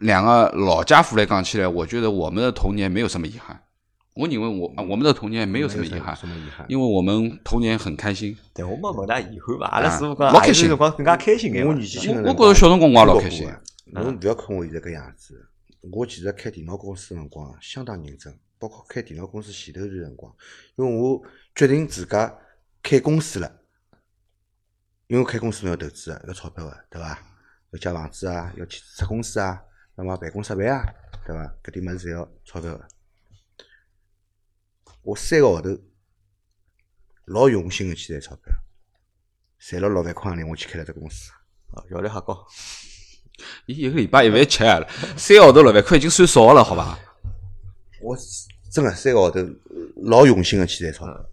Speaker 2: 两个老家伙来讲起来，我觉得我们的童年没有什么遗憾。我认为我啊我们的童年没有什么遗憾，
Speaker 3: 什么遗憾？
Speaker 2: 因为我们童年很开心。
Speaker 1: 对我没问㑚遗憾吧，阿拉
Speaker 2: 啊
Speaker 1: 只不过
Speaker 2: 老
Speaker 1: 还
Speaker 2: 开
Speaker 1: 有
Speaker 2: 心
Speaker 1: 辰光更加开心眼嘛。
Speaker 3: 我年纪轻
Speaker 2: 我
Speaker 3: 的
Speaker 2: 我觉着
Speaker 3: 辰光
Speaker 2: 小辰光我也老开
Speaker 3: 是
Speaker 2: 心啊
Speaker 3: 不。过啊的。侬勿要看我现在搿样子，我其实开电脑公司的辰光相当认真，包括开电脑公司前头段辰光，因为我决定自家开公司了。因为开公司侬要投资啊，要钞票啊，对伐？要借房子啊，要去设公司啊，那么办公室办啊，对伐？搿点物事侪要钞票啊个。我三个号头老用心个去赚钞票，赚了六万块钿，我去开了只公司。
Speaker 1: 啊，效率还高。
Speaker 2: 伊一个礼拜一万七了，三个号头六万块已经算少了，好伐？
Speaker 3: 我真个三个号头老用心个去赚钞票，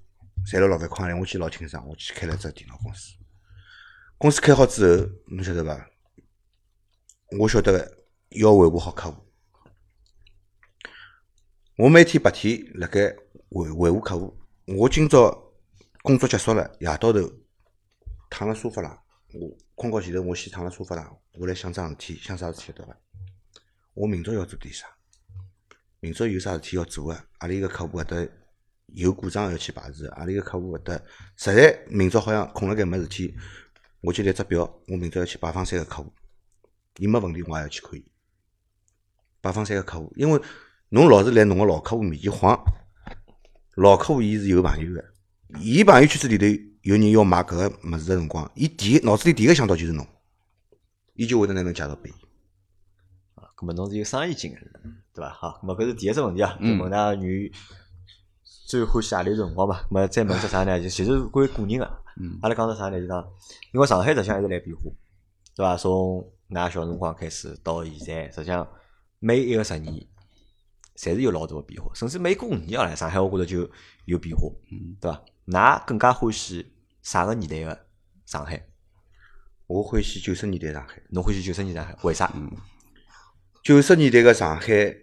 Speaker 3: 赚了六万块钿，我去老清爽，我去开了只电脑公司。公司开好之后，侬晓得伐？我晓得要维护好客户。我每天白天辣盖维维护客户，我今朝工作结束了，夜到头躺辣沙发浪，我困觉前头我先躺辣沙发浪，我来想桩事体，想啥事体晓得伐？我明朝要做点啥？明朝有啥事体要做个，阿拉一个客户搿搭有故障要去排除，阿拉一个客户搿搭实在明朝好像空了该没事体，我就拿只表，我明朝要去拜访三个客户，伊没问题我也要去看伊，拜访三个客户，因为侬老是来侬个老客户面前晃，老客户伊是有朋友个，伊朋友圈子里头有人要买搿个物事个辰光，伊第一脑子里第一个想到就是侬，伊就会得拿侬介绍拨伊。
Speaker 1: 啊，咁么侬是有生意经个，对伐？好，咁么搿是第一只问题啊。就问㑚女最欢喜何里种辰光嘛？咁么再问只啥呢？就其实是关于个人啊个。
Speaker 2: 嗯
Speaker 1: 阿拉讲到啥呢？就讲，因为上海实际上一直辣变化，对伐？从㑚小辰光开始到现在，实际上每一个十年，侪是有老大个变化，甚至每过五年啊，来上海我觉着就有变化，
Speaker 3: 嗯
Speaker 1: 对伐？㑚更加欢喜啥个年代个上海？
Speaker 3: 我欢喜九十年代上海。
Speaker 1: 侬欢喜九十年代上海？为啥？
Speaker 2: 嗯
Speaker 3: 九十年代个上海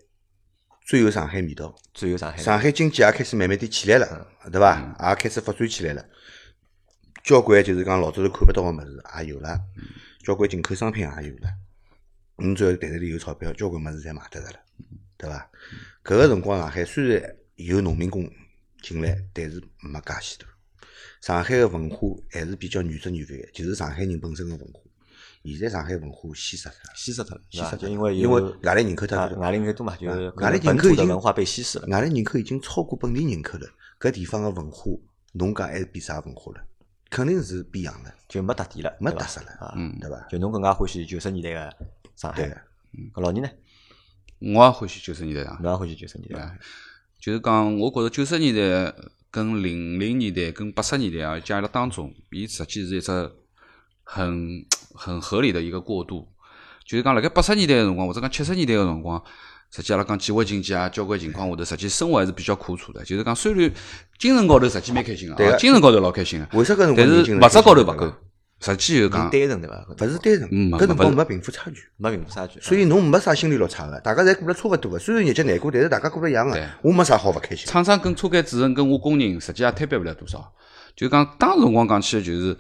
Speaker 3: 最有上海味道，
Speaker 1: 最有上海？
Speaker 3: 上海经济也开始慢慢点起来了，对伐？也开始发展起来了。交关就是讲老早头看不到个物事也有了，交关进口商品也有了。侬只要袋头里有钞票，交关物事侪买得着了，对伐？搿个辰光上海虽然有农民工进来，但是没介许多。上海个文化还是比较原汁原味个，就是上海人本身个文化。现在上海文化稀释脱了，
Speaker 1: 稀释脱了，
Speaker 3: 稀
Speaker 1: 是吧
Speaker 3: 释
Speaker 1: 就
Speaker 3: 脱了
Speaker 1: 因为
Speaker 3: 因
Speaker 1: 有
Speaker 3: 为外来人口太
Speaker 1: 啊
Speaker 3: 多了嗯
Speaker 1: 外来人口多嘛，就是
Speaker 3: 外来
Speaker 1: 可能
Speaker 3: 人口
Speaker 1: 本土
Speaker 3: 已经
Speaker 1: 的文化被稀释了。
Speaker 3: 外来人口已经超过本地人口了，搿地方个文化，侬讲还是比啥文化了？肯定是比洋了，
Speaker 1: 就没特点了，
Speaker 3: 没
Speaker 1: 对吧
Speaker 3: 特色了
Speaker 1: 啊。嗯
Speaker 2: 嗯，
Speaker 3: 对伐？
Speaker 1: 就侬更加欢喜九十年代的上海
Speaker 3: 对，
Speaker 1: 搿老年呢，
Speaker 2: 我也欢喜九十年代啊，
Speaker 1: 侬也欢喜九十年代
Speaker 2: 哎就是讲，我觉着九十年代跟零零年代跟八十年代啊，加了当中，伊实际是一只很很合理的一个过渡。就是讲，辣盖八十年代个辰光，或者讲七十年代个辰光，实际阿拉讲计划经济啊，交关情况下头，实际生活还是比较苦楚的。就是讲，虽然精神高头实际蛮开心
Speaker 3: 对
Speaker 2: 个，啊，
Speaker 3: 个
Speaker 2: 精神高头老开心个，
Speaker 3: 为啥搿辰光
Speaker 2: 但是
Speaker 3: 人
Speaker 2: 物
Speaker 3: 精
Speaker 2: 质
Speaker 3: 神
Speaker 2: 高头
Speaker 3: 开
Speaker 2: 勿
Speaker 3: 心
Speaker 2: 够。实际就讲
Speaker 1: 人，单纯对伐？
Speaker 3: 啊勿是单纯，
Speaker 2: 嗯
Speaker 3: 搿辰
Speaker 2: 勿
Speaker 3: 光
Speaker 2: 是
Speaker 3: 没贫富差距，
Speaker 1: 没嗯文化差距，
Speaker 3: 所
Speaker 1: 以
Speaker 3: 以侬没啥心理落差个，大家侪过了差勿多个。虽然日脚难过，但是大家过了一样
Speaker 2: 对
Speaker 3: 个，我没啥好勿开心。
Speaker 2: 厂长跟车间主任跟我工人，实际也摊别勿了多少。就讲当时辰光讲起来，就是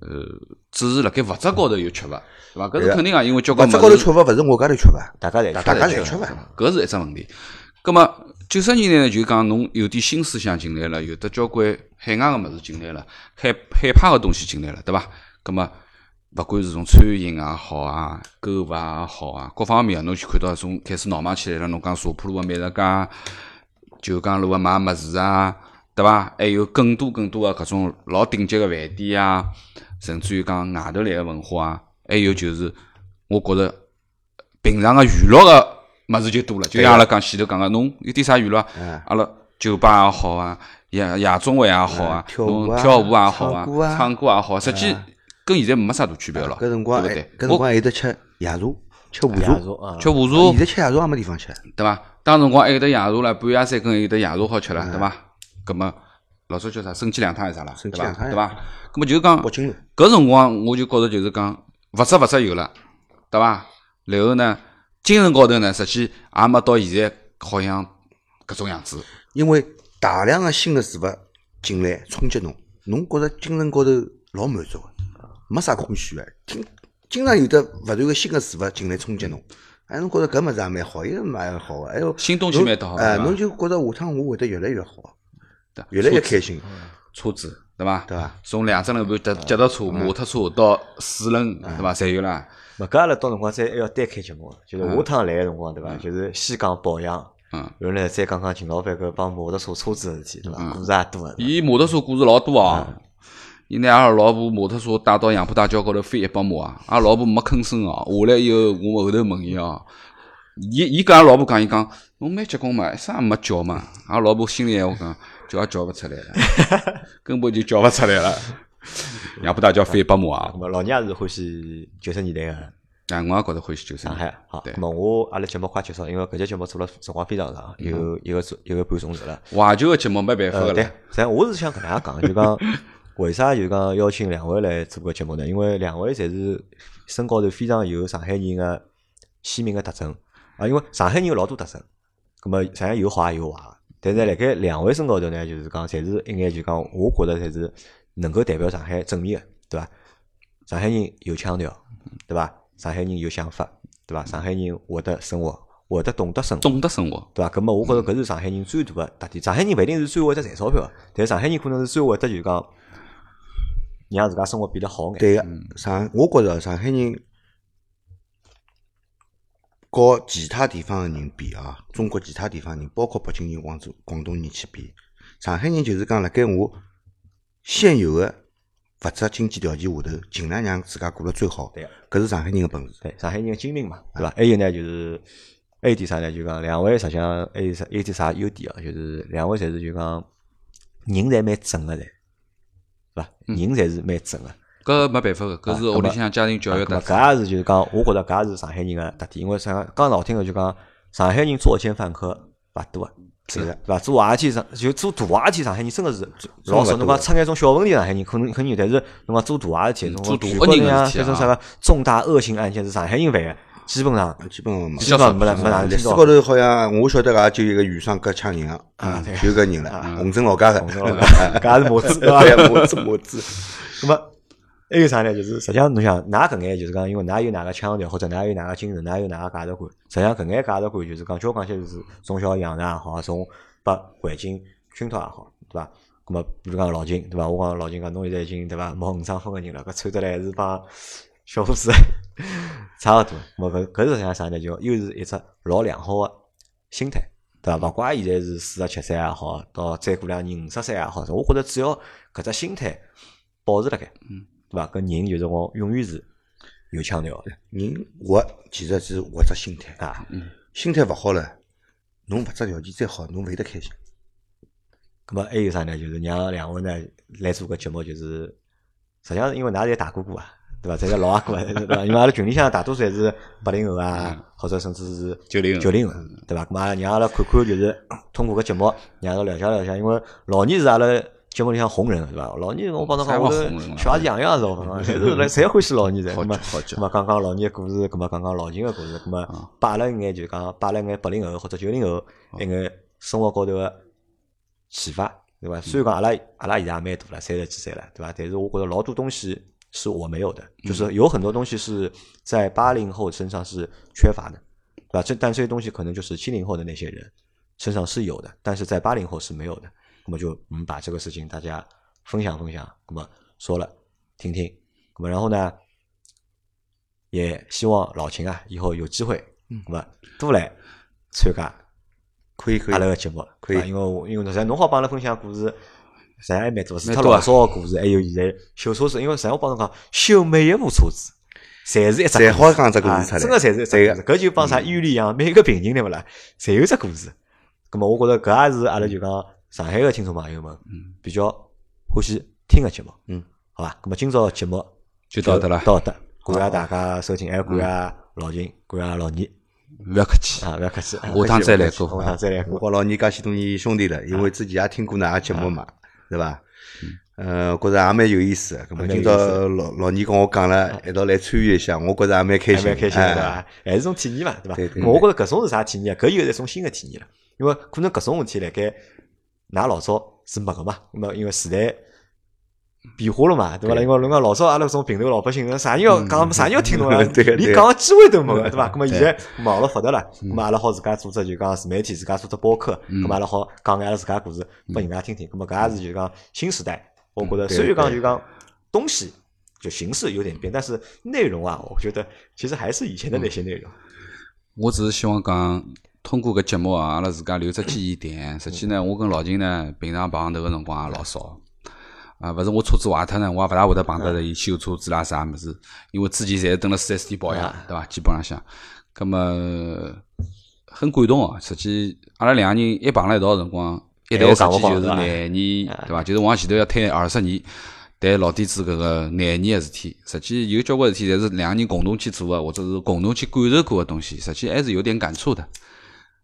Speaker 2: 呃，只是辣盖物质高头有缺乏，对伐？搿是
Speaker 3: 对啊
Speaker 2: 肯定啊，因为交
Speaker 3: 物
Speaker 2: 关
Speaker 3: 质高头
Speaker 2: 物事，
Speaker 3: 缺乏，勿是我家头缺乏，
Speaker 1: 大家侪
Speaker 3: 大家
Speaker 1: 是
Speaker 3: 侪
Speaker 1: 吧
Speaker 3: 缺乏。
Speaker 2: 搿是一只问题。葛末九十年代呢，就讲侬有点新思想进来了，有的交关海外个物事进来了，海海派个东西进来了，对伐？葛末勿管是从餐饮也好啊，购物也好啊，各方面啊，侬就看到从开始闹忙起来了。侬讲茶铺路啊个美食街，就讲路个卖物事啊，对伐？还有更多更多个搿种老顶级个饭店啊，甚至于讲外头来个文化啊，还有就是我觉着平常个娱乐个物事就多了，就
Speaker 3: 啊
Speaker 2: 像阿拉讲前头讲个，侬有点啥娱乐啊
Speaker 3: 嗯？
Speaker 2: 阿拉酒吧也好啊，夜夜总会也好啊
Speaker 3: 嗯，跳舞
Speaker 2: 侬
Speaker 3: 啊
Speaker 2: 跳舞也好
Speaker 3: 唱歌啊
Speaker 2: 唱歌也好，实际跟现在没啥大区别了，
Speaker 3: 搿辰光还，哎
Speaker 2: 对
Speaker 3: 搿
Speaker 2: 不
Speaker 3: 辰
Speaker 2: 对？
Speaker 3: 光
Speaker 2: 我
Speaker 3: 还有得吃夜茶，吃午
Speaker 1: 夜
Speaker 3: 茶。
Speaker 1: 茶啊，
Speaker 2: 吃午茶，
Speaker 3: 现在吃夜茶也没地方吃，
Speaker 2: 对伐？当辰光还有得夜茶了，半夜三更还有得夜茶好吃
Speaker 3: 啊
Speaker 2: 了，对伐？葛么老早叫啥？升级两趟还是啥啦？
Speaker 3: 升级
Speaker 2: 对伐
Speaker 3: 两趟呀
Speaker 2: 对伐？葛么就是讲
Speaker 3: 北，京路。
Speaker 2: 搿辰光我就觉着就是讲，物质物质有了，对伐？然后呢，精神高头呢，实际也没到现在好像搿种样子。
Speaker 3: 因为大量的新的事物进来冲击侬，侬觉着精神高头老满足个，没啥空虚个。经经常有得勿断个新的事物进来冲击侬，哎，侬觉着搿物事也蛮好，也蛮好个。哎哟，
Speaker 2: 新东西
Speaker 3: 侬
Speaker 2: 蛮多好
Speaker 3: 哎，
Speaker 2: 对伐
Speaker 3: 侬就觉着下趟我会得越来越好，
Speaker 2: 对伐
Speaker 3: 越来越
Speaker 2: 车
Speaker 3: 开心，
Speaker 2: 车子，对伐？
Speaker 3: 对伐？
Speaker 2: 从两只轮盘脚脚踏车、摩托车到四轮，对伐？侪有了。
Speaker 1: 勿搿阿拉到辰光再还要单开节目了，就是
Speaker 3: 嗯
Speaker 1: 下趟来个辰光对伐？就是先讲保养，
Speaker 2: 嗯，
Speaker 1: 然后呢再讲讲秦老板搿帮摩托车车子个事体对
Speaker 3: 嗯
Speaker 1: 伐？故事也多个，对伐
Speaker 2: 伊摩托车故事老多
Speaker 1: 嗯
Speaker 2: 啊。伊拿阿拉老婆摩托车带到杨浦大桥高头翻一百码啊！阿拉老婆没吭声哦。下来以后，我后头问伊哦，伊伊跟阿拉老婆讲，伊讲侬蛮结棍嘛，啥也没叫 嘛。阿拉老婆心里闲话讲，叫也叫勿出来了，根本就叫勿出来了。杨浦大桥翻拨我啊
Speaker 1: 那！么老娘也是欢喜九十年代
Speaker 3: 嗯
Speaker 1: 个
Speaker 2: 啊，我也觉着欢喜九十
Speaker 1: 上
Speaker 2: 年
Speaker 1: 海
Speaker 2: 代。
Speaker 1: 好，
Speaker 2: 对
Speaker 1: 那么我阿拉节目快结束了，因为搿节节目做了辰光非常长，有
Speaker 3: 嗯
Speaker 1: 一个钟一个半钟头了。
Speaker 2: 怀旧个节目没办法
Speaker 1: 呃，
Speaker 2: 个
Speaker 1: 对
Speaker 2: 了，，
Speaker 1: 咱我是想搿能介讲，就讲为啥就讲邀请两位来做搿节目呢？因为两位侪是身高头非常有上海人个鲜明个特征啊，因为上海人有老多特征，葛么实际上有好也有坏个，但是辣盖两位身高头呢，就是讲侪是一眼就讲，我觉着侪是能够代表上海正面个，对伐？上海人有腔调，对伐？上海人有想法，对伐？上海人会得生活，会得懂得生活。
Speaker 2: 懂得生活。
Speaker 1: 对伐？咁么，啊我觉着搿是上海人最大个特点。上海人勿一定是最会得赚钞票的，但上海人可能是最会得就讲让自家生活变得好眼。
Speaker 3: 对个，上我觉着上海人和其他地方个人比啊，中国其他地方人，包括北京人、广州、广东人去比，上海人就是讲辣盖我现有个物质经济条件下头，尽量让自家过得最好
Speaker 1: 对个。
Speaker 3: 搿是上海人个本事。
Speaker 1: 对，上海人个精明嘛，对伐？还有呢，就是还有点啥呢？就讲两位实际上还有啥？还有点啥优点啊？就是两位侪是就讲人侪蛮正个侪，对伐？人侪是蛮正个。
Speaker 2: 搿没办法个，搿是屋里向家庭教育
Speaker 1: 咁
Speaker 2: 的
Speaker 1: 啊么。搿也是就是讲，我觉着搿也是上海人个特点，因为上讲难听个就讲，上海人做奸犯科勿多个，
Speaker 3: 是的
Speaker 1: 对伐？做坏事体上就做大坏事体，上海人真个是老少。
Speaker 3: 真的
Speaker 1: 侬
Speaker 3: 勿多
Speaker 1: 讲出眼种小问题，上海人可能肯定有，但是侬讲做大坏事体，
Speaker 2: 嗯
Speaker 1: 侬
Speaker 2: 做
Speaker 1: 讲
Speaker 2: 大
Speaker 1: 全
Speaker 2: 恶
Speaker 1: 国
Speaker 2: 人的
Speaker 1: 呀，
Speaker 2: 事
Speaker 1: 搿
Speaker 2: 体
Speaker 1: 种
Speaker 2: 啊
Speaker 1: 啥个重大恶性案件是上海人犯个，基本 上
Speaker 3: 啊基本上没。
Speaker 1: 基本上没哪
Speaker 2: 少
Speaker 1: 没哪能
Speaker 3: 历
Speaker 1: 听
Speaker 3: 史
Speaker 1: 到
Speaker 3: 高。头好像我晓得个，就一个余双割抢人
Speaker 1: 啊
Speaker 3: 啊
Speaker 1: 对，
Speaker 3: 就搿人了，洪镇老家个。哎
Speaker 1: 懂了 吧搿也是模 子，对伐？
Speaker 3: 对，么子么子。
Speaker 1: 那么还有啥呢？就是实际上，侬想，㑚搿眼就是讲，因为㑚有㑚个腔调，或者㑚有㑚个精神，㑚有㑚个价值观。实际上，搿眼价值观就是讲，交关些是从小养成也好，从被环境熏陶也好，对伐？那么比如讲老金，对伐？我讲老金讲，侬现在已经对伐冒五丈分个人了，搿穿得来是帮小伙子 差勿多。那么搿搿是实际上啥呢？就又是一只老良好个心态。对伐？勿怪现在是四十七岁也好，到再过两年五十岁也好，我觉着只要搿只心态保持辣盖，
Speaker 2: 嗯，
Speaker 1: 对伐？搿人就是我永远是有腔调的
Speaker 3: 人活其实是活只心态，
Speaker 1: 啊。
Speaker 3: 心态勿好了，侬物质条件再好，侬勿会得开心。
Speaker 1: 咁么还有啥呢？就是让两位呢来做搿节目，就是实际上是因为㑚侪大哥哥啊，对伐？侪是老阿哥啊， 对伐？因为阿拉群里向大多数侪是八零后
Speaker 2: 嗯
Speaker 1: 啊，或者甚至是
Speaker 2: 90后嗯
Speaker 1: 九零后，对伐？咁啊，让阿拉看看，就是通过搿节目，让阿拉了解了解，因为老倪是阿拉。节目里向红人对伐？老倪我帮侬讲，我头
Speaker 2: 啥叫红人啊
Speaker 1: 小阿子洋洋是红人，侪是来侪欢喜老倪的。
Speaker 2: 好
Speaker 1: 咁么
Speaker 2: 好吃
Speaker 1: 咁么讲讲老倪个故事，咁么讲讲老金个故事，咁么摆了一眼就讲摆了一眼八零后或者九零后一眼生活高头个启发，对伐？虽然讲阿拉阿拉现在也蛮大了，三十几岁了，对伐？但是我觉得老多东西是我没有的，就是有很多东西是在八零后身上是缺乏的，对吧？这但这些东西可能就是七零后的那些人身上是有的，但是在八零后是没有的。那么就我们把这个事情大家分享分享，那么说了听听，那么然后呢，也希望老秦啊以后有机会，那么多来参加
Speaker 3: 可以可以
Speaker 1: 阿，拉个节目，啊
Speaker 3: 可以
Speaker 1: 对吧因为我因为实际上侬好帮阿拉分享故事，实际上还蛮多，除
Speaker 2: 蛮
Speaker 1: 脱
Speaker 2: 多啊
Speaker 1: 老早个故事，还有现在修车子，因为实际上我帮侬讲，修每一部车子，侪是一只
Speaker 3: 侪好
Speaker 1: 故事
Speaker 3: 讲只故事
Speaker 1: 啊
Speaker 3: 出来
Speaker 1: 真个侪是一只
Speaker 3: 对
Speaker 1: 故事，搿就帮啥医院里一样，每个病人对勿啦，侪有只故事。葛么我觉着搿也是阿拉就讲上海个听众朋友们
Speaker 2: 嗯
Speaker 1: 比较欢喜听个节目，
Speaker 3: 嗯，
Speaker 1: 好伐？葛么今朝节目
Speaker 2: 就到这了嗯
Speaker 1: 到这，感谢大家收听，还有感谢老秦，感谢老倪
Speaker 2: 勿要客气，
Speaker 1: 啊，勿要客气，
Speaker 2: 下趟再来做
Speaker 1: 下趟再来过
Speaker 3: 我。和老倪介许多年兄弟了，因为之前也听过㑚个节目嘛，对伐？呃，觉着也蛮有意思的。咁么
Speaker 1: 蛮有
Speaker 3: 今
Speaker 1: 意思
Speaker 3: 朝老老倪跟我讲了，一道来参与一下，我觉着也蛮开
Speaker 1: 还
Speaker 3: 心，
Speaker 1: 蛮开心的，对啊
Speaker 3: 哎
Speaker 1: 伐？还是种体验嘛，对伐？
Speaker 3: 对对
Speaker 1: 咾我觉着搿种是啥体验啊？搿又是一种新的体验了，因为可能搿种事体辣盖㑚老早是没个嘛，那么因为时代。变化了嘛，对伐啦？因为侬讲老早阿拉搿种平头老百姓，啥人 要讲，啥人要听侬啊
Speaker 3: 对个？对
Speaker 1: 连
Speaker 3: 个
Speaker 1: 讲个机会都没个，对伐？咁么现在 网络发达了，
Speaker 3: 嗯
Speaker 1: 咁么阿拉好自家做只就讲自媒体，自家做只播客，咁么阿拉好讲眼阿拉自家故事拨人家听
Speaker 3: 嗯
Speaker 1: 听，咁么搿也是就讲新时代，我觉着虽然讲就讲东西就形式有点变，但是内容啊，我觉得其实还是以前的那些内容。
Speaker 3: 嗯
Speaker 2: 我只是希望讲，通过搿节目啊，阿拉自家留只记忆点。实际呢，我跟老秦呢，平常碰头个辰光也老少。啊，勿是我车子坏脱呢，我也勿大会得碰得着伊修车子啦啥物事，因为之前侪是蹲辣四 S 店保养，对伐？基本浪向，葛么很感动哦。实际阿拉两个人一碰辣一道个辰光，一
Speaker 1: 哎
Speaker 2: 台
Speaker 1: 我
Speaker 2: 实
Speaker 1: 讲
Speaker 2: 际
Speaker 1: 不好
Speaker 2: 就是
Speaker 1: 是吧
Speaker 2: 廿年，对伐？就是往前头要推二十年。但老底子搿个难言个事体，实际有交关事体，侪是两个人共同去做个，或者是共同去感受过个东西，实际还是有点感触的。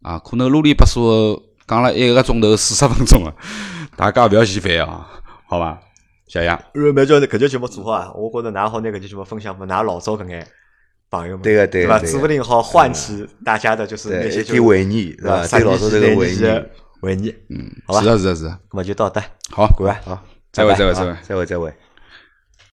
Speaker 2: 啊，可能啰里吧嗦讲了一个钟头四十分钟啊， 大家勿要嫌烦啊，好伐？小杨，
Speaker 1: 然后蛮叫搿节节目做好啊，我觉着㑚好拿搿节节目分享拨㑚老早搿眼朋友们，
Speaker 3: 对个啊对
Speaker 1: 对
Speaker 3: 个
Speaker 1: 吧？
Speaker 3: 对个
Speaker 1: 指不定好唤起大家的就是呃那
Speaker 3: 对，
Speaker 1: 些
Speaker 3: 一
Speaker 1: 就
Speaker 3: 点回忆，是
Speaker 1: 啊
Speaker 3: 吧？对老早这个回忆，
Speaker 1: 回忆，嗯，好吧
Speaker 3: 啊
Speaker 2: 是，的，是的，是的，
Speaker 1: 那么就到这，
Speaker 2: 好，
Speaker 1: 管啊。
Speaker 3: 好，
Speaker 2: 再会，再会，
Speaker 3: 好
Speaker 2: 再会。
Speaker 3: 啊再会，再会。